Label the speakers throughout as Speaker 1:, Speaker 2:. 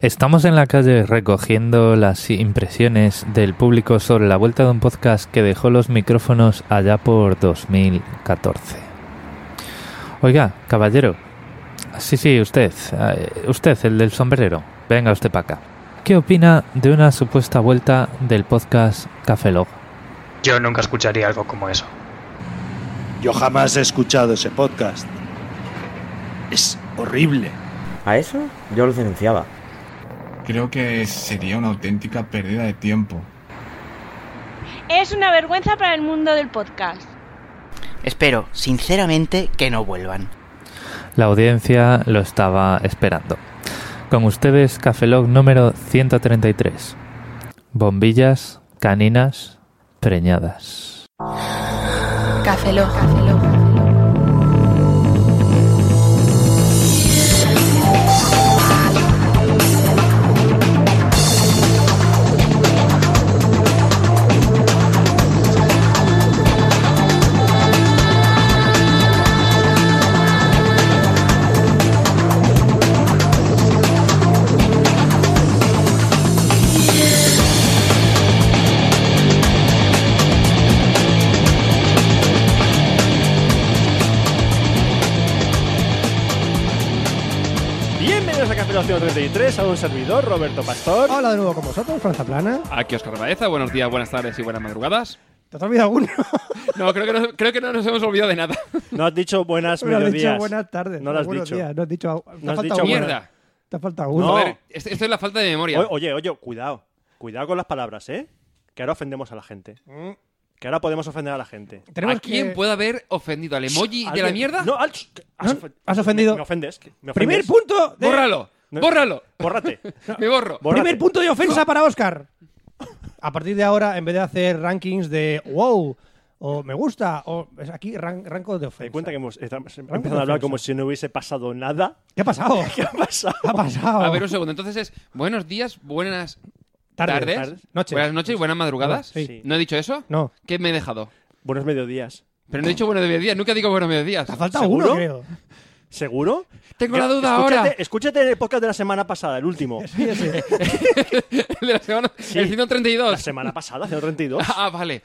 Speaker 1: Estamos en la calle recogiendo las impresiones del público sobre la vuelta de un podcast que dejó los micrófonos allá por 2014. Oiga, caballero. Sí, sí, usted. eh, Usted, el del sombrero. Venga usted para acá. ¿Qué opina de una supuesta vuelta del podcast Café Log?
Speaker 2: Yo nunca escucharía algo como eso.
Speaker 3: Yo jamás he escuchado ese podcast. Es horrible.
Speaker 4: ¿A eso? Yo lo denunciaba.
Speaker 5: Creo que sería una auténtica pérdida de tiempo.
Speaker 6: Es una vergüenza para el mundo del podcast.
Speaker 7: Espero, sinceramente, que no vuelvan.
Speaker 1: La audiencia lo estaba esperando. Con ustedes, Cafelog número 133. Bombillas caninas preñadas.
Speaker 8: Café Lock.
Speaker 9: Bienvenidos a Café Lock 133, a un servidor, Roberto Pastor.
Speaker 10: Hola de nuevo con vosotros, Franza Plana.
Speaker 11: Aquí Oscar Baeza, buenos días, buenas tardes y buenas madrugadas.
Speaker 10: ¿Te has olvidado alguno?
Speaker 11: No, creo que no, creo que no nos hemos olvidado de nada.
Speaker 9: No has dicho buenas
Speaker 10: No has dicho
Speaker 9: mediodías.
Speaker 10: buenas tardes.
Speaker 9: No lo has
Speaker 10: buenos
Speaker 9: dicho.
Speaker 10: días, No has dicho.
Speaker 9: No has
Speaker 10: te ha
Speaker 9: dicho
Speaker 10: faltado uno.
Speaker 11: ¡Mierda!
Speaker 10: Te ha faltado
Speaker 9: No.
Speaker 10: uno.
Speaker 11: Joder, es- esto es la falta de memoria.
Speaker 9: O- Oye, oye, cuidado. Cuidado con las palabras, ¿eh? Que ahora ofendemos a la gente. Que ahora podemos ofender a la gente.
Speaker 10: Mm. Tenemos
Speaker 11: ¿A quién
Speaker 10: que-
Speaker 11: puede haber ofendido? ¿Al emoji de la
Speaker 9: ¿Alguien-
Speaker 11: mierda?
Speaker 9: No, al- que- has,
Speaker 10: No,
Speaker 9: ofen-
Speaker 10: has ofendido.
Speaker 9: Me, me ofendes. que- me
Speaker 10: Primer
Speaker 9: ofendes.
Speaker 10: punto. De...
Speaker 11: ¡Bórralo!
Speaker 9: No.
Speaker 11: ¡Bórralo!
Speaker 9: Bórrate.
Speaker 11: Me borro.
Speaker 9: Bórrate.
Speaker 10: Primer punto de ofensa para Oscar. A partir de ahora, en vez de hacer rankings de wow o me gusta o es aquí ran- rango de
Speaker 9: Me
Speaker 10: ofensa.
Speaker 9: di cuenta que hemos, estamos empezando
Speaker 10: Rango
Speaker 9: a
Speaker 10: defensa.
Speaker 9: hablar como si no hubiese pasado nada.
Speaker 10: ¿Qué ha pasado?
Speaker 9: ¿Qué ha pasado?
Speaker 10: ¿Qué ha pasado?
Speaker 11: A ver, un segundo. Entonces es buenos días, buenas
Speaker 10: Tardes,
Speaker 11: tardes,
Speaker 9: tardes,
Speaker 10: noches.
Speaker 11: buenas noches y buenas madrugadas.
Speaker 10: Sí.
Speaker 9: Sí.
Speaker 11: ¿No he dicho eso?
Speaker 10: No.
Speaker 11: ¿Qué me he dejado?
Speaker 9: Buenos mediodías.
Speaker 11: Pero no he dicho buenos mediodías, nunca digo buenos mediodías.
Speaker 10: Te ha faltado
Speaker 9: ¿Seguro?
Speaker 10: uno, creo.
Speaker 9: ¿Seguro?
Speaker 11: Tengo la
Speaker 9: Yo-
Speaker 11: duda
Speaker 9: escúchate,
Speaker 11: ahora.
Speaker 9: Escúchate el podcast de la semana pasada, el último.
Speaker 10: Sí, ese.
Speaker 11: El de la semana. El
Speaker 9: La
Speaker 11: 132.
Speaker 9: semana pasada, hace 32.
Speaker 11: Ah, vale.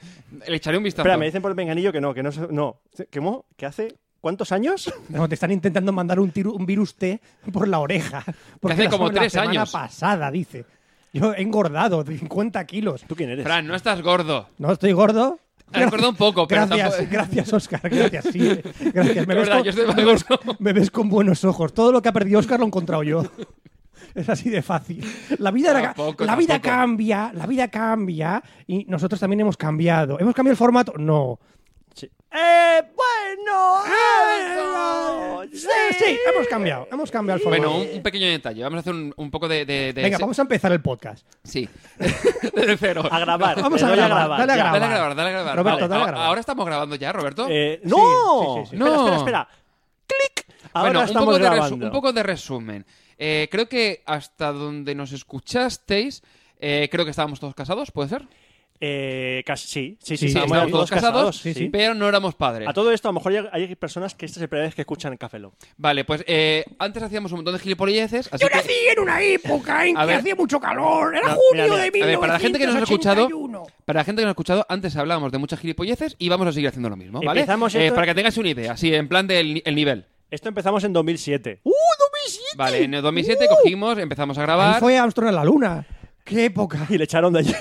Speaker 11: Le echaré un vistazo.
Speaker 9: Espera, me dicen por el venganillo que no, que no. se- no. ¿Qué, mo- que hace cuántos años?
Speaker 10: No, te están intentando mandar un, tiru- un virus T por la oreja. Porque
Speaker 11: hace
Speaker 10: la-
Speaker 11: como tres
Speaker 10: La semana
Speaker 11: años.
Speaker 10: pasada, dice. Yo he engordado de 50 kilos.
Speaker 9: ¿Tú quién eres?
Speaker 11: Fran, no estás gordo.
Speaker 10: No estoy gordo.
Speaker 11: He engordado un poco, pero
Speaker 10: Gracias,
Speaker 11: tampoco-
Speaker 10: gracias, Oscar. Gracias, sí. eh. Gracias. Me
Speaker 11: Es
Speaker 10: ves,
Speaker 11: verdad,
Speaker 10: con,
Speaker 11: yo estoy más
Speaker 10: me ves-
Speaker 11: gordo.
Speaker 10: me ves con buenos ojos. Todo lo que ha perdido Oscar lo he encontrado yo. Es así de fácil. La vida, era-
Speaker 11: Tampoco,
Speaker 10: la vida
Speaker 11: tampoco.
Speaker 10: cambia, la vida cambia y nosotros también hemos cambiado. ¿Hemos cambiado el formato? No.
Speaker 9: Sí. Eh, bueno.
Speaker 10: Ah,
Speaker 9: eh,
Speaker 10: Sí, sí, hemos cambiado. Hemos cambiado el formato.
Speaker 11: Bueno, un, un pequeño detalle. Vamos a hacer un, un poco de. de- de-
Speaker 10: Venga,
Speaker 11: se-
Speaker 10: vamos a empezar el podcast.
Speaker 11: Sí. Desde cero.
Speaker 9: A grabar.
Speaker 10: Vamos
Speaker 9: le
Speaker 10: a
Speaker 9: doy
Speaker 10: grabar, dale a
Speaker 9: ya.
Speaker 10: grabar.
Speaker 11: Dale a grabar, dale a grabar.
Speaker 10: Roberto,
Speaker 11: Vale,
Speaker 10: dale a
Speaker 11: a-
Speaker 10: grabar.
Speaker 11: Ahora estamos grabando ya, Roberto.
Speaker 9: Eh, no.
Speaker 10: sí, sí, sí.
Speaker 11: No.
Speaker 9: Espera, espera, espera. Clic. Ahora
Speaker 11: bueno, un
Speaker 9: estamos
Speaker 11: poco, de resu-
Speaker 9: grabando.
Speaker 11: un poco de resumen. Eh, creo que hasta donde nos escuchasteis, eh, creo que estábamos todos casados, ¿puede ser?
Speaker 9: Eh, casi, sí, sí, sí,
Speaker 10: Sí,
Speaker 9: sí,
Speaker 10: estamos
Speaker 9: estamos
Speaker 11: todos casados,
Speaker 10: sí, sí.
Speaker 11: Pero no éramos padres.
Speaker 9: A todo esto, a lo mejor hay- hay personas que esta es la primera vez que escuchan el Café Lock.
Speaker 11: Vale, pues eh, antes hacíamos un montón de gilipolleces. Así que-
Speaker 10: en una época en
Speaker 11: A ver.
Speaker 10: mucho calor. Era
Speaker 9: No, mira, mira.
Speaker 11: A ver, para la gente que nos ha escuchado,
Speaker 10: 1981.
Speaker 11: para la gente que nos ha escuchado, antes hablábamos de muchas gilipolleces y vamos a seguir haciendo lo mismo, ¿vale?
Speaker 9: Empezamos
Speaker 11: Eh,
Speaker 9: esto-
Speaker 11: Para que tengáis una idea, así en plan del ni- el nivel.
Speaker 9: Esto empezamos en 2007.
Speaker 11: Vale, en el 2007 cogimos, empezamos a
Speaker 10: Ahí
Speaker 11: grabar.
Speaker 10: fue Armstrong a la luna. ¡Qué época!
Speaker 9: Y le echaron de allí.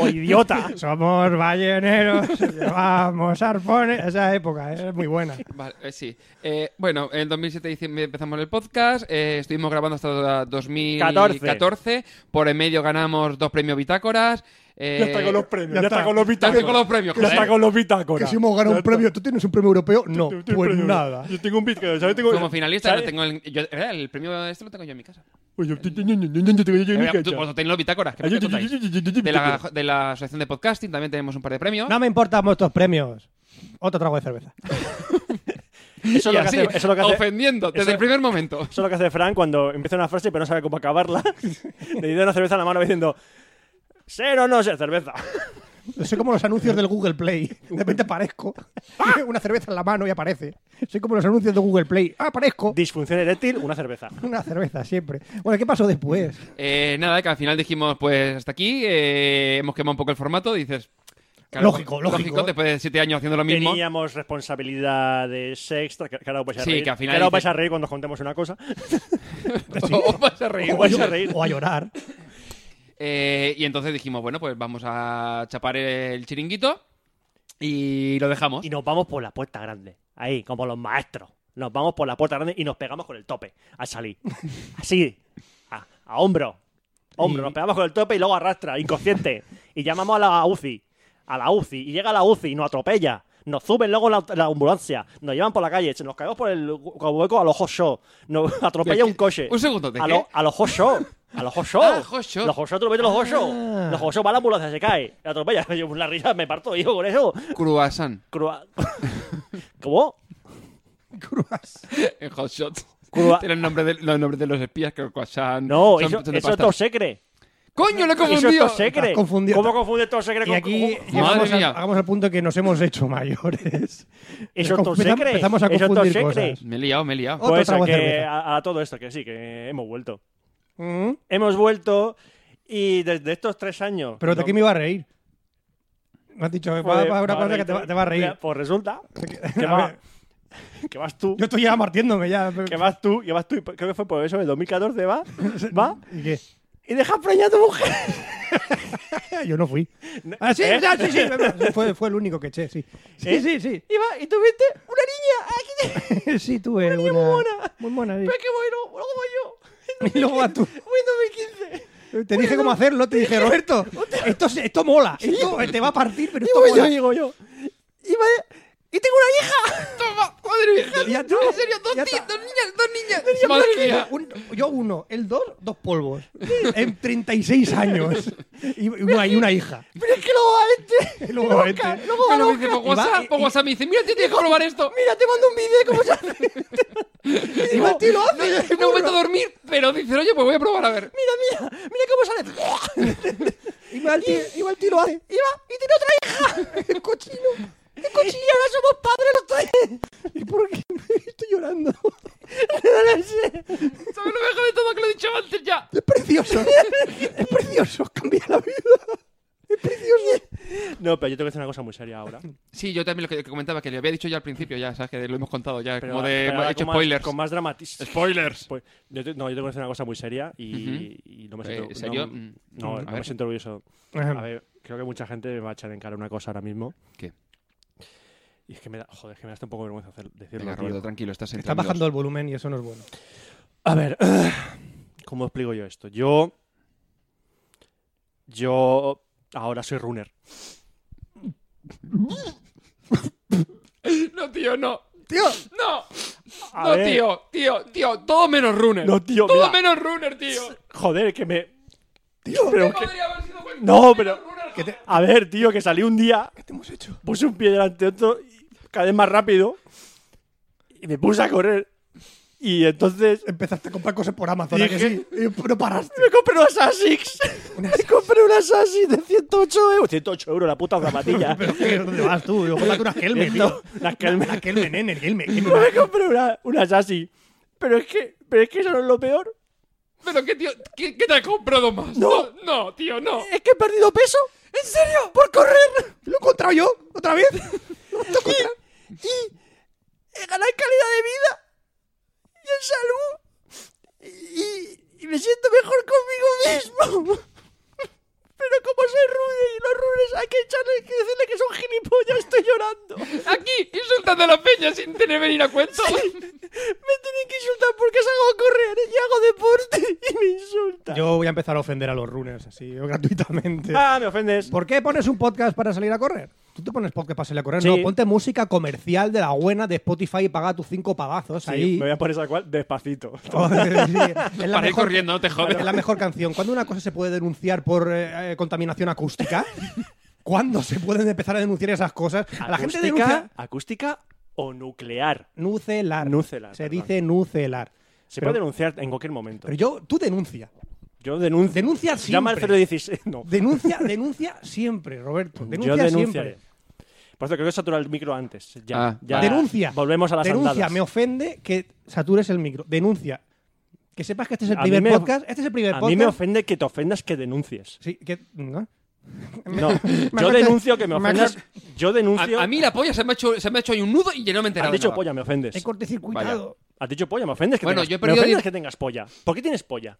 Speaker 9: ¡Oh, idiota!
Speaker 10: Somos balleneros, llevamos arpones. Esa época ¿eh? es muy buena.
Speaker 11: Vale, eh, sí. Eh, bueno, en 2007 dici- empezamos el podcast, eh, estuvimos grabando hasta 2014. Por en medio ganamos dos premios bitácoras. eh, Ya está
Speaker 9: premios.
Speaker 10: Ya está.
Speaker 11: con los premios,
Speaker 9: Ya está
Speaker 11: joder.
Speaker 9: con los bitácoras. Ya está.
Speaker 10: ¿Tú tienes un premio europeo? No,
Speaker 9: Yo tengo premio. Yo tengo un bitácora. ¿sabes? Tengo-
Speaker 11: Como finalista,
Speaker 9: ¿sabes?
Speaker 11: lo tengo en- yo- eh, el premio este lo tengo yo en mi casa.
Speaker 9: Oye, yo- yo- yo- yo- yo- yo- yo tengo- yo- yo-
Speaker 11: Eh,
Speaker 9: yo- yo-
Speaker 11: tú- Vosotros tenéis los bitácoras. que me
Speaker 9: Ay, yo- yo-
Speaker 11: contáis.
Speaker 9: yo- yo- yo- yo- yo-
Speaker 11: De la, de la asociación de podcasting también tenemos un par de premios.
Speaker 10: No me importan vuestros premios. Otro trago de cerveza.
Speaker 9: Eso es
Speaker 11: Y
Speaker 9: lo que
Speaker 11: así,
Speaker 9: hace- eso es lo que hace-
Speaker 11: ofendiendo desde
Speaker 9: eso-
Speaker 11: el primer momento.
Speaker 9: Eso es lo que hace Frank cuando empieza una frase pero no sabe Eh, cómo acabarla. Le da una cerveza en la mano diciendo, ser o no ser cerveza.
Speaker 10: Soy como los anuncios del Google Play. De repente aparezco.
Speaker 12: ¡Ah!
Speaker 10: Una cerveza en la mano y aparece. Soy como los anuncios de Google Play. Ah, aparezco.
Speaker 12: Disfunción eréctil, una cerveza.
Speaker 10: Una cerveza, siempre. Bueno, ¿qué pasó después?
Speaker 11: Eh, nada, que al final dijimos, pues hasta aquí, eh, hemos quemado un poco el formato, dices...
Speaker 10: Lógico, lógico.
Speaker 11: Después de siete años haciendo lo mismo.
Speaker 12: Teníamos responsabilidades extra. Que, que ahora os vais a
Speaker 11: Sí,
Speaker 12: reír.
Speaker 11: que al final
Speaker 12: ahora os
Speaker 11: dices-
Speaker 12: vais a reír cuando os contemos una cosa.
Speaker 11: Os vais a reír.
Speaker 12: Os vais a reír.
Speaker 10: O a llorar.
Speaker 11: Eh, y entonces dijimos, bueno, pues vamos a chapar el chiringuito y lo dejamos.
Speaker 12: Y nos vamos por la puerta grande. Ahí, como los maestros. Nos vamos por la puerta grande y nos pegamos con el tope al salir. Así, a, a hombro. Hombro,
Speaker 11: Y-
Speaker 12: nos pegamos con el tope y luego arrastra, inconsciente. Y llamamos a la UCI. A la UCI. Y llega la UCI y nos atropella. Nos suben luego la, la ambulancia. Nos llevan por la calle. Se nos caemos por el hu- hueco a los hot show. Nos atropella un coche.
Speaker 11: Un segundo, ¿de
Speaker 12: a,
Speaker 11: qué?
Speaker 12: lo- a los hot show. A los hot show.
Speaker 11: Ah, hot show.
Speaker 12: Los hot show atropellan los hot show.
Speaker 10: Ah.
Speaker 12: Los hot show va la ambulancia, se cae. La atropella. Yo, la risa me parto yo con eso.
Speaker 11: Cruasan
Speaker 12: Crua- ¿Cómo?
Speaker 11: en Hot Shots.
Speaker 12: Crua-
Speaker 11: Tienen nombre de, los nombres de los espías que Cruasan.
Speaker 12: No,
Speaker 11: son-
Speaker 12: eso,
Speaker 11: son de
Speaker 12: eso es
Speaker 11: pasta.
Speaker 12: todo secre.
Speaker 11: ¡Coño, lo he
Speaker 12: Eso es
Speaker 11: confundido!
Speaker 12: todo secre.
Speaker 10: Estás confundido.
Speaker 12: ¿Cómo confunde todo secre
Speaker 10: Y
Speaker 12: con
Speaker 10: aquí
Speaker 12: con-
Speaker 10: llegamos al-
Speaker 11: mía.
Speaker 10: hagamos al punto que nos hemos hecho mayores.
Speaker 12: Eso es todo
Speaker 10: Empezamos-
Speaker 12: secre.
Speaker 10: empezamos a
Speaker 12: Eso es todo
Speaker 10: confundir
Speaker 12: secre.
Speaker 10: cosas.
Speaker 11: Me he liado, me he liado.
Speaker 10: Oh.
Speaker 12: Pues
Speaker 10: otra
Speaker 12: a,
Speaker 10: voz
Speaker 12: que,
Speaker 10: cerveza.
Speaker 12: a- a todo esto, que sí, que hemos vuelto.
Speaker 10: Mm.
Speaker 12: Hemos vuelto y desde estos tres años.
Speaker 10: Pero de
Speaker 12: no-
Speaker 10: aquí me iba a reír. Me has dicho, va,
Speaker 12: Joder,
Speaker 10: va, una
Speaker 12: va
Speaker 10: cosa que te va, te va a reír.
Speaker 12: Mira, Pues resulta que,
Speaker 10: A
Speaker 12: va-
Speaker 10: ver.
Speaker 12: que vas tú.
Speaker 10: Yo estoy ya martiéndome ya.
Speaker 12: Que vas tú, que vas tú, y creo que fue por eso en el 2014 va, va
Speaker 10: ¿Y qué?
Speaker 12: y dejas preñada a tu mujer.
Speaker 10: Yo no fui. Ah, sí,
Speaker 12: ¿Eh?
Speaker 10: ya, sí, sí. Fue, fue el único que eché, sí. Sí,
Speaker 12: ¿Eh?
Speaker 10: sí, sí.
Speaker 12: Y va, y tuviste una niña. Ay, qué-
Speaker 10: Sí, tú eres una...
Speaker 12: muy mona.
Speaker 10: Muy mona, sí.
Speaker 12: Pero es que bueno, luego voy yo.
Speaker 10: Y luego vas tú.
Speaker 12: Voy en 2015.
Speaker 10: Te dije cómo hacerlo, te dije, Roberto, esto, se- esto mola, esto te va a partir, pero esto
Speaker 12: yo,
Speaker 10: mola.
Speaker 12: digo yo. Y, va- y tengo una hija.
Speaker 11: Toma, madre mía.
Speaker 10: Ya tú,
Speaker 11: en serio, dos,
Speaker 10: ya
Speaker 11: tías,
Speaker 10: está.
Speaker 11: dos niñas, dos niñas. Madre mía.
Speaker 10: Un- yo uno, el dos, dos polvos. En 36 años. Y una, y una hija.
Speaker 12: Pero es que luego a este.
Speaker 10: Y luego
Speaker 12: loca,
Speaker 10: este.
Speaker 12: Luego a
Speaker 11: Pero me dice
Speaker 12: loca.
Speaker 11: por WhatsApp, por WhatsApp me dice, mira, tío, tienes que probar esto.
Speaker 12: Mira, te mando un vídeo de cómo se hace.
Speaker 10: Y va, tío, lo hace.
Speaker 11: No me meto a dormir, pero dice, oye, pues voy a probar a ver.
Speaker 12: Mira, mira, mira cómo sale.
Speaker 10: Igual tío, igual tío lo hace.
Speaker 12: Y va, y tiene otra hija. El cochino. El cochino, y ahora somos padres los tres.
Speaker 10: ¿Y por qué estoy llorando?
Speaker 12: No lo sé.
Speaker 11: ¿Sabes lo mejor de todo que lo he dicho antes ya?
Speaker 10: Es precioso. Es precioso. Cambia la vida. Es precioso.
Speaker 12: No, pero yo tengo que decir una cosa muy seria ahora.
Speaker 11: Sí, yo también lo que que comentaba, que le había dicho ya al principio, ya, sabes, que lo hemos contado ya,
Speaker 12: Pero,
Speaker 11: como de
Speaker 12: pero
Speaker 11: he
Speaker 12: ahora
Speaker 11: hecho
Speaker 12: con más-
Speaker 11: spoilers.
Speaker 12: Con más dramatismo.
Speaker 11: Spoilers.
Speaker 12: Pues, yo te- no, yo tengo que decir una cosa muy seria y,
Speaker 11: Ujú.
Speaker 12: y no me
Speaker 11: Eh,
Speaker 12: siento. no-
Speaker 11: ¿serio?
Speaker 12: No,
Speaker 11: Mm.
Speaker 12: no
Speaker 11: A
Speaker 12: me
Speaker 11: ver.
Speaker 12: siento orgulloso. A ver, creo que mucha gente me va a echar en cara una cosa ahora mismo.
Speaker 11: ¿Qué?
Speaker 12: Y es que me da, joder, es que me da hasta un poco vergüenza hacer- decirlo.
Speaker 11: Venga,
Speaker 12: tío.
Speaker 11: Roberto, tranquilo, estás en
Speaker 10: Está bajando el volumen y eso no es bueno.
Speaker 12: A ver, ¿cómo explico yo esto? Yo. Yo. Ahora soy runner.
Speaker 11: No, tío, no.
Speaker 10: Tío,
Speaker 11: No,
Speaker 12: A
Speaker 11: no,
Speaker 12: ver,
Speaker 11: tío, tío, tío, todo menos runner.
Speaker 12: No, tío,
Speaker 11: Todo
Speaker 12: mira.
Speaker 11: menos runner, tío.
Speaker 12: Joder, que me. Tío, pero que-
Speaker 11: Podría haber sido cualquier-
Speaker 12: No, pero.
Speaker 11: runner,
Speaker 12: que te- A ver, tío, que salí un día,
Speaker 10: ¿qué te hemos hecho?
Speaker 12: puse un pie delante de otro, y cada vez más rápido, y me puse a correr. Y entonces.
Speaker 10: Empezaste a comprar cosas por Amazon, ¿a que
Speaker 12: Dije-
Speaker 10: sí? Y no paraste.
Speaker 12: Me compré unas Asics. Me compré unas Asics de 108 euros. 108 euros, la puta zapatilla.
Speaker 10: Pero ¿qué? ¿dónde vas tú? Yo cómprate unas Kelme, tío.
Speaker 12: Las Kelme.
Speaker 10: Una Kelme, nene, Kelme. Kelme.
Speaker 12: No me compré una- unas Asics. Pero es que, pero es que eso no es lo peor.
Speaker 11: Pero qué, tío, ¿qué, qué te has comprado más?
Speaker 12: No.
Speaker 11: no, tío, no.
Speaker 12: Es que he perdido peso. ¿En serio? Por correr.
Speaker 10: ¿Lo he encontrado yo? ¿Otra vez?
Speaker 12: Y, y he ganado en calidad de vida. Y en salud. Y, y me siento mejor conmigo mismo. Pero como soy rude y los rudes hay que echarle, hay que decirle que son gilipollas, estoy llorando.
Speaker 11: Aquí, insultando a la peña sin tener venir a cuento.
Speaker 12: Me tienen que insultar porque salgo a correr y hago deporte y me insultan.
Speaker 10: Yo voy a empezar a ofender a los runners así, gratuitamente.
Speaker 12: Ah, me ofendes.
Speaker 10: ¿Por qué pones un podcast para salir a correr? Tú te pones podcast para salir a correr.
Speaker 12: Sí.
Speaker 10: No, ponte música comercial de la buena de Spotify y paga tus cinco pagazos
Speaker 12: Sí,
Speaker 10: ahí.
Speaker 12: me voy a poner esa cual despacito.
Speaker 10: Joder, sí. Es la
Speaker 11: Para ir corriendo, no te jodes.
Speaker 10: Es la mejor canción. ¿Cuándo una cosa se puede denunciar por eh, eh, contaminación acústica? ¿Cuándo se pueden empezar a denunciar esas cosas? A La gente denuncia
Speaker 12: acústica o nuclear.
Speaker 10: nucelar.
Speaker 12: Nucelar,
Speaker 10: Se
Speaker 12: perdón.
Speaker 10: dice nucelar.
Speaker 12: Se
Speaker 10: Pero-
Speaker 12: puede denunciar en cualquier momento.
Speaker 10: Pero yo, tú denuncia.
Speaker 13: Yo denuncio.
Speaker 10: Denuncia siempre.
Speaker 13: Llama al 016. No.
Speaker 10: Denuncia, denuncia siempre, Roberto. Denuncia
Speaker 13: Yo denunciaré.
Speaker 10: siempre.
Speaker 13: Por cierto, creo que saturó el micro antes. Ya,
Speaker 10: Ah.
Speaker 13: ya.
Speaker 10: Denuncia.
Speaker 13: Volvemos a las
Speaker 10: Denuncia,
Speaker 13: andadas.
Speaker 10: me ofende que satures el micro. Denuncia. Que sepas que este es el
Speaker 13: A mí
Speaker 10: primer
Speaker 13: me-
Speaker 10: podcast. Este es el primer
Speaker 13: a
Speaker 10: podcast.
Speaker 13: mí me ofende que te ofendas que denuncies.
Speaker 10: Sí, que. ¿no?
Speaker 13: No,
Speaker 10: Me
Speaker 13: yo
Speaker 10: afecta-
Speaker 13: denuncio que me
Speaker 10: me
Speaker 13: ofendas. Yo denuncio.
Speaker 11: A, a mí la polla se me, ha hecho, se me ha hecho ahí un nudo y yo no me he enterado.
Speaker 13: Has dicho
Speaker 11: nada.
Speaker 13: polla, me ofendes.
Speaker 10: He cortocircuitado.
Speaker 13: Has dicho polla, me ofendes que
Speaker 11: Bueno,
Speaker 13: tengas,
Speaker 11: yo he
Speaker 13: me
Speaker 11: perdido
Speaker 13: ofendes
Speaker 11: diez-
Speaker 13: que tengas polla. ¿Por qué tienes polla?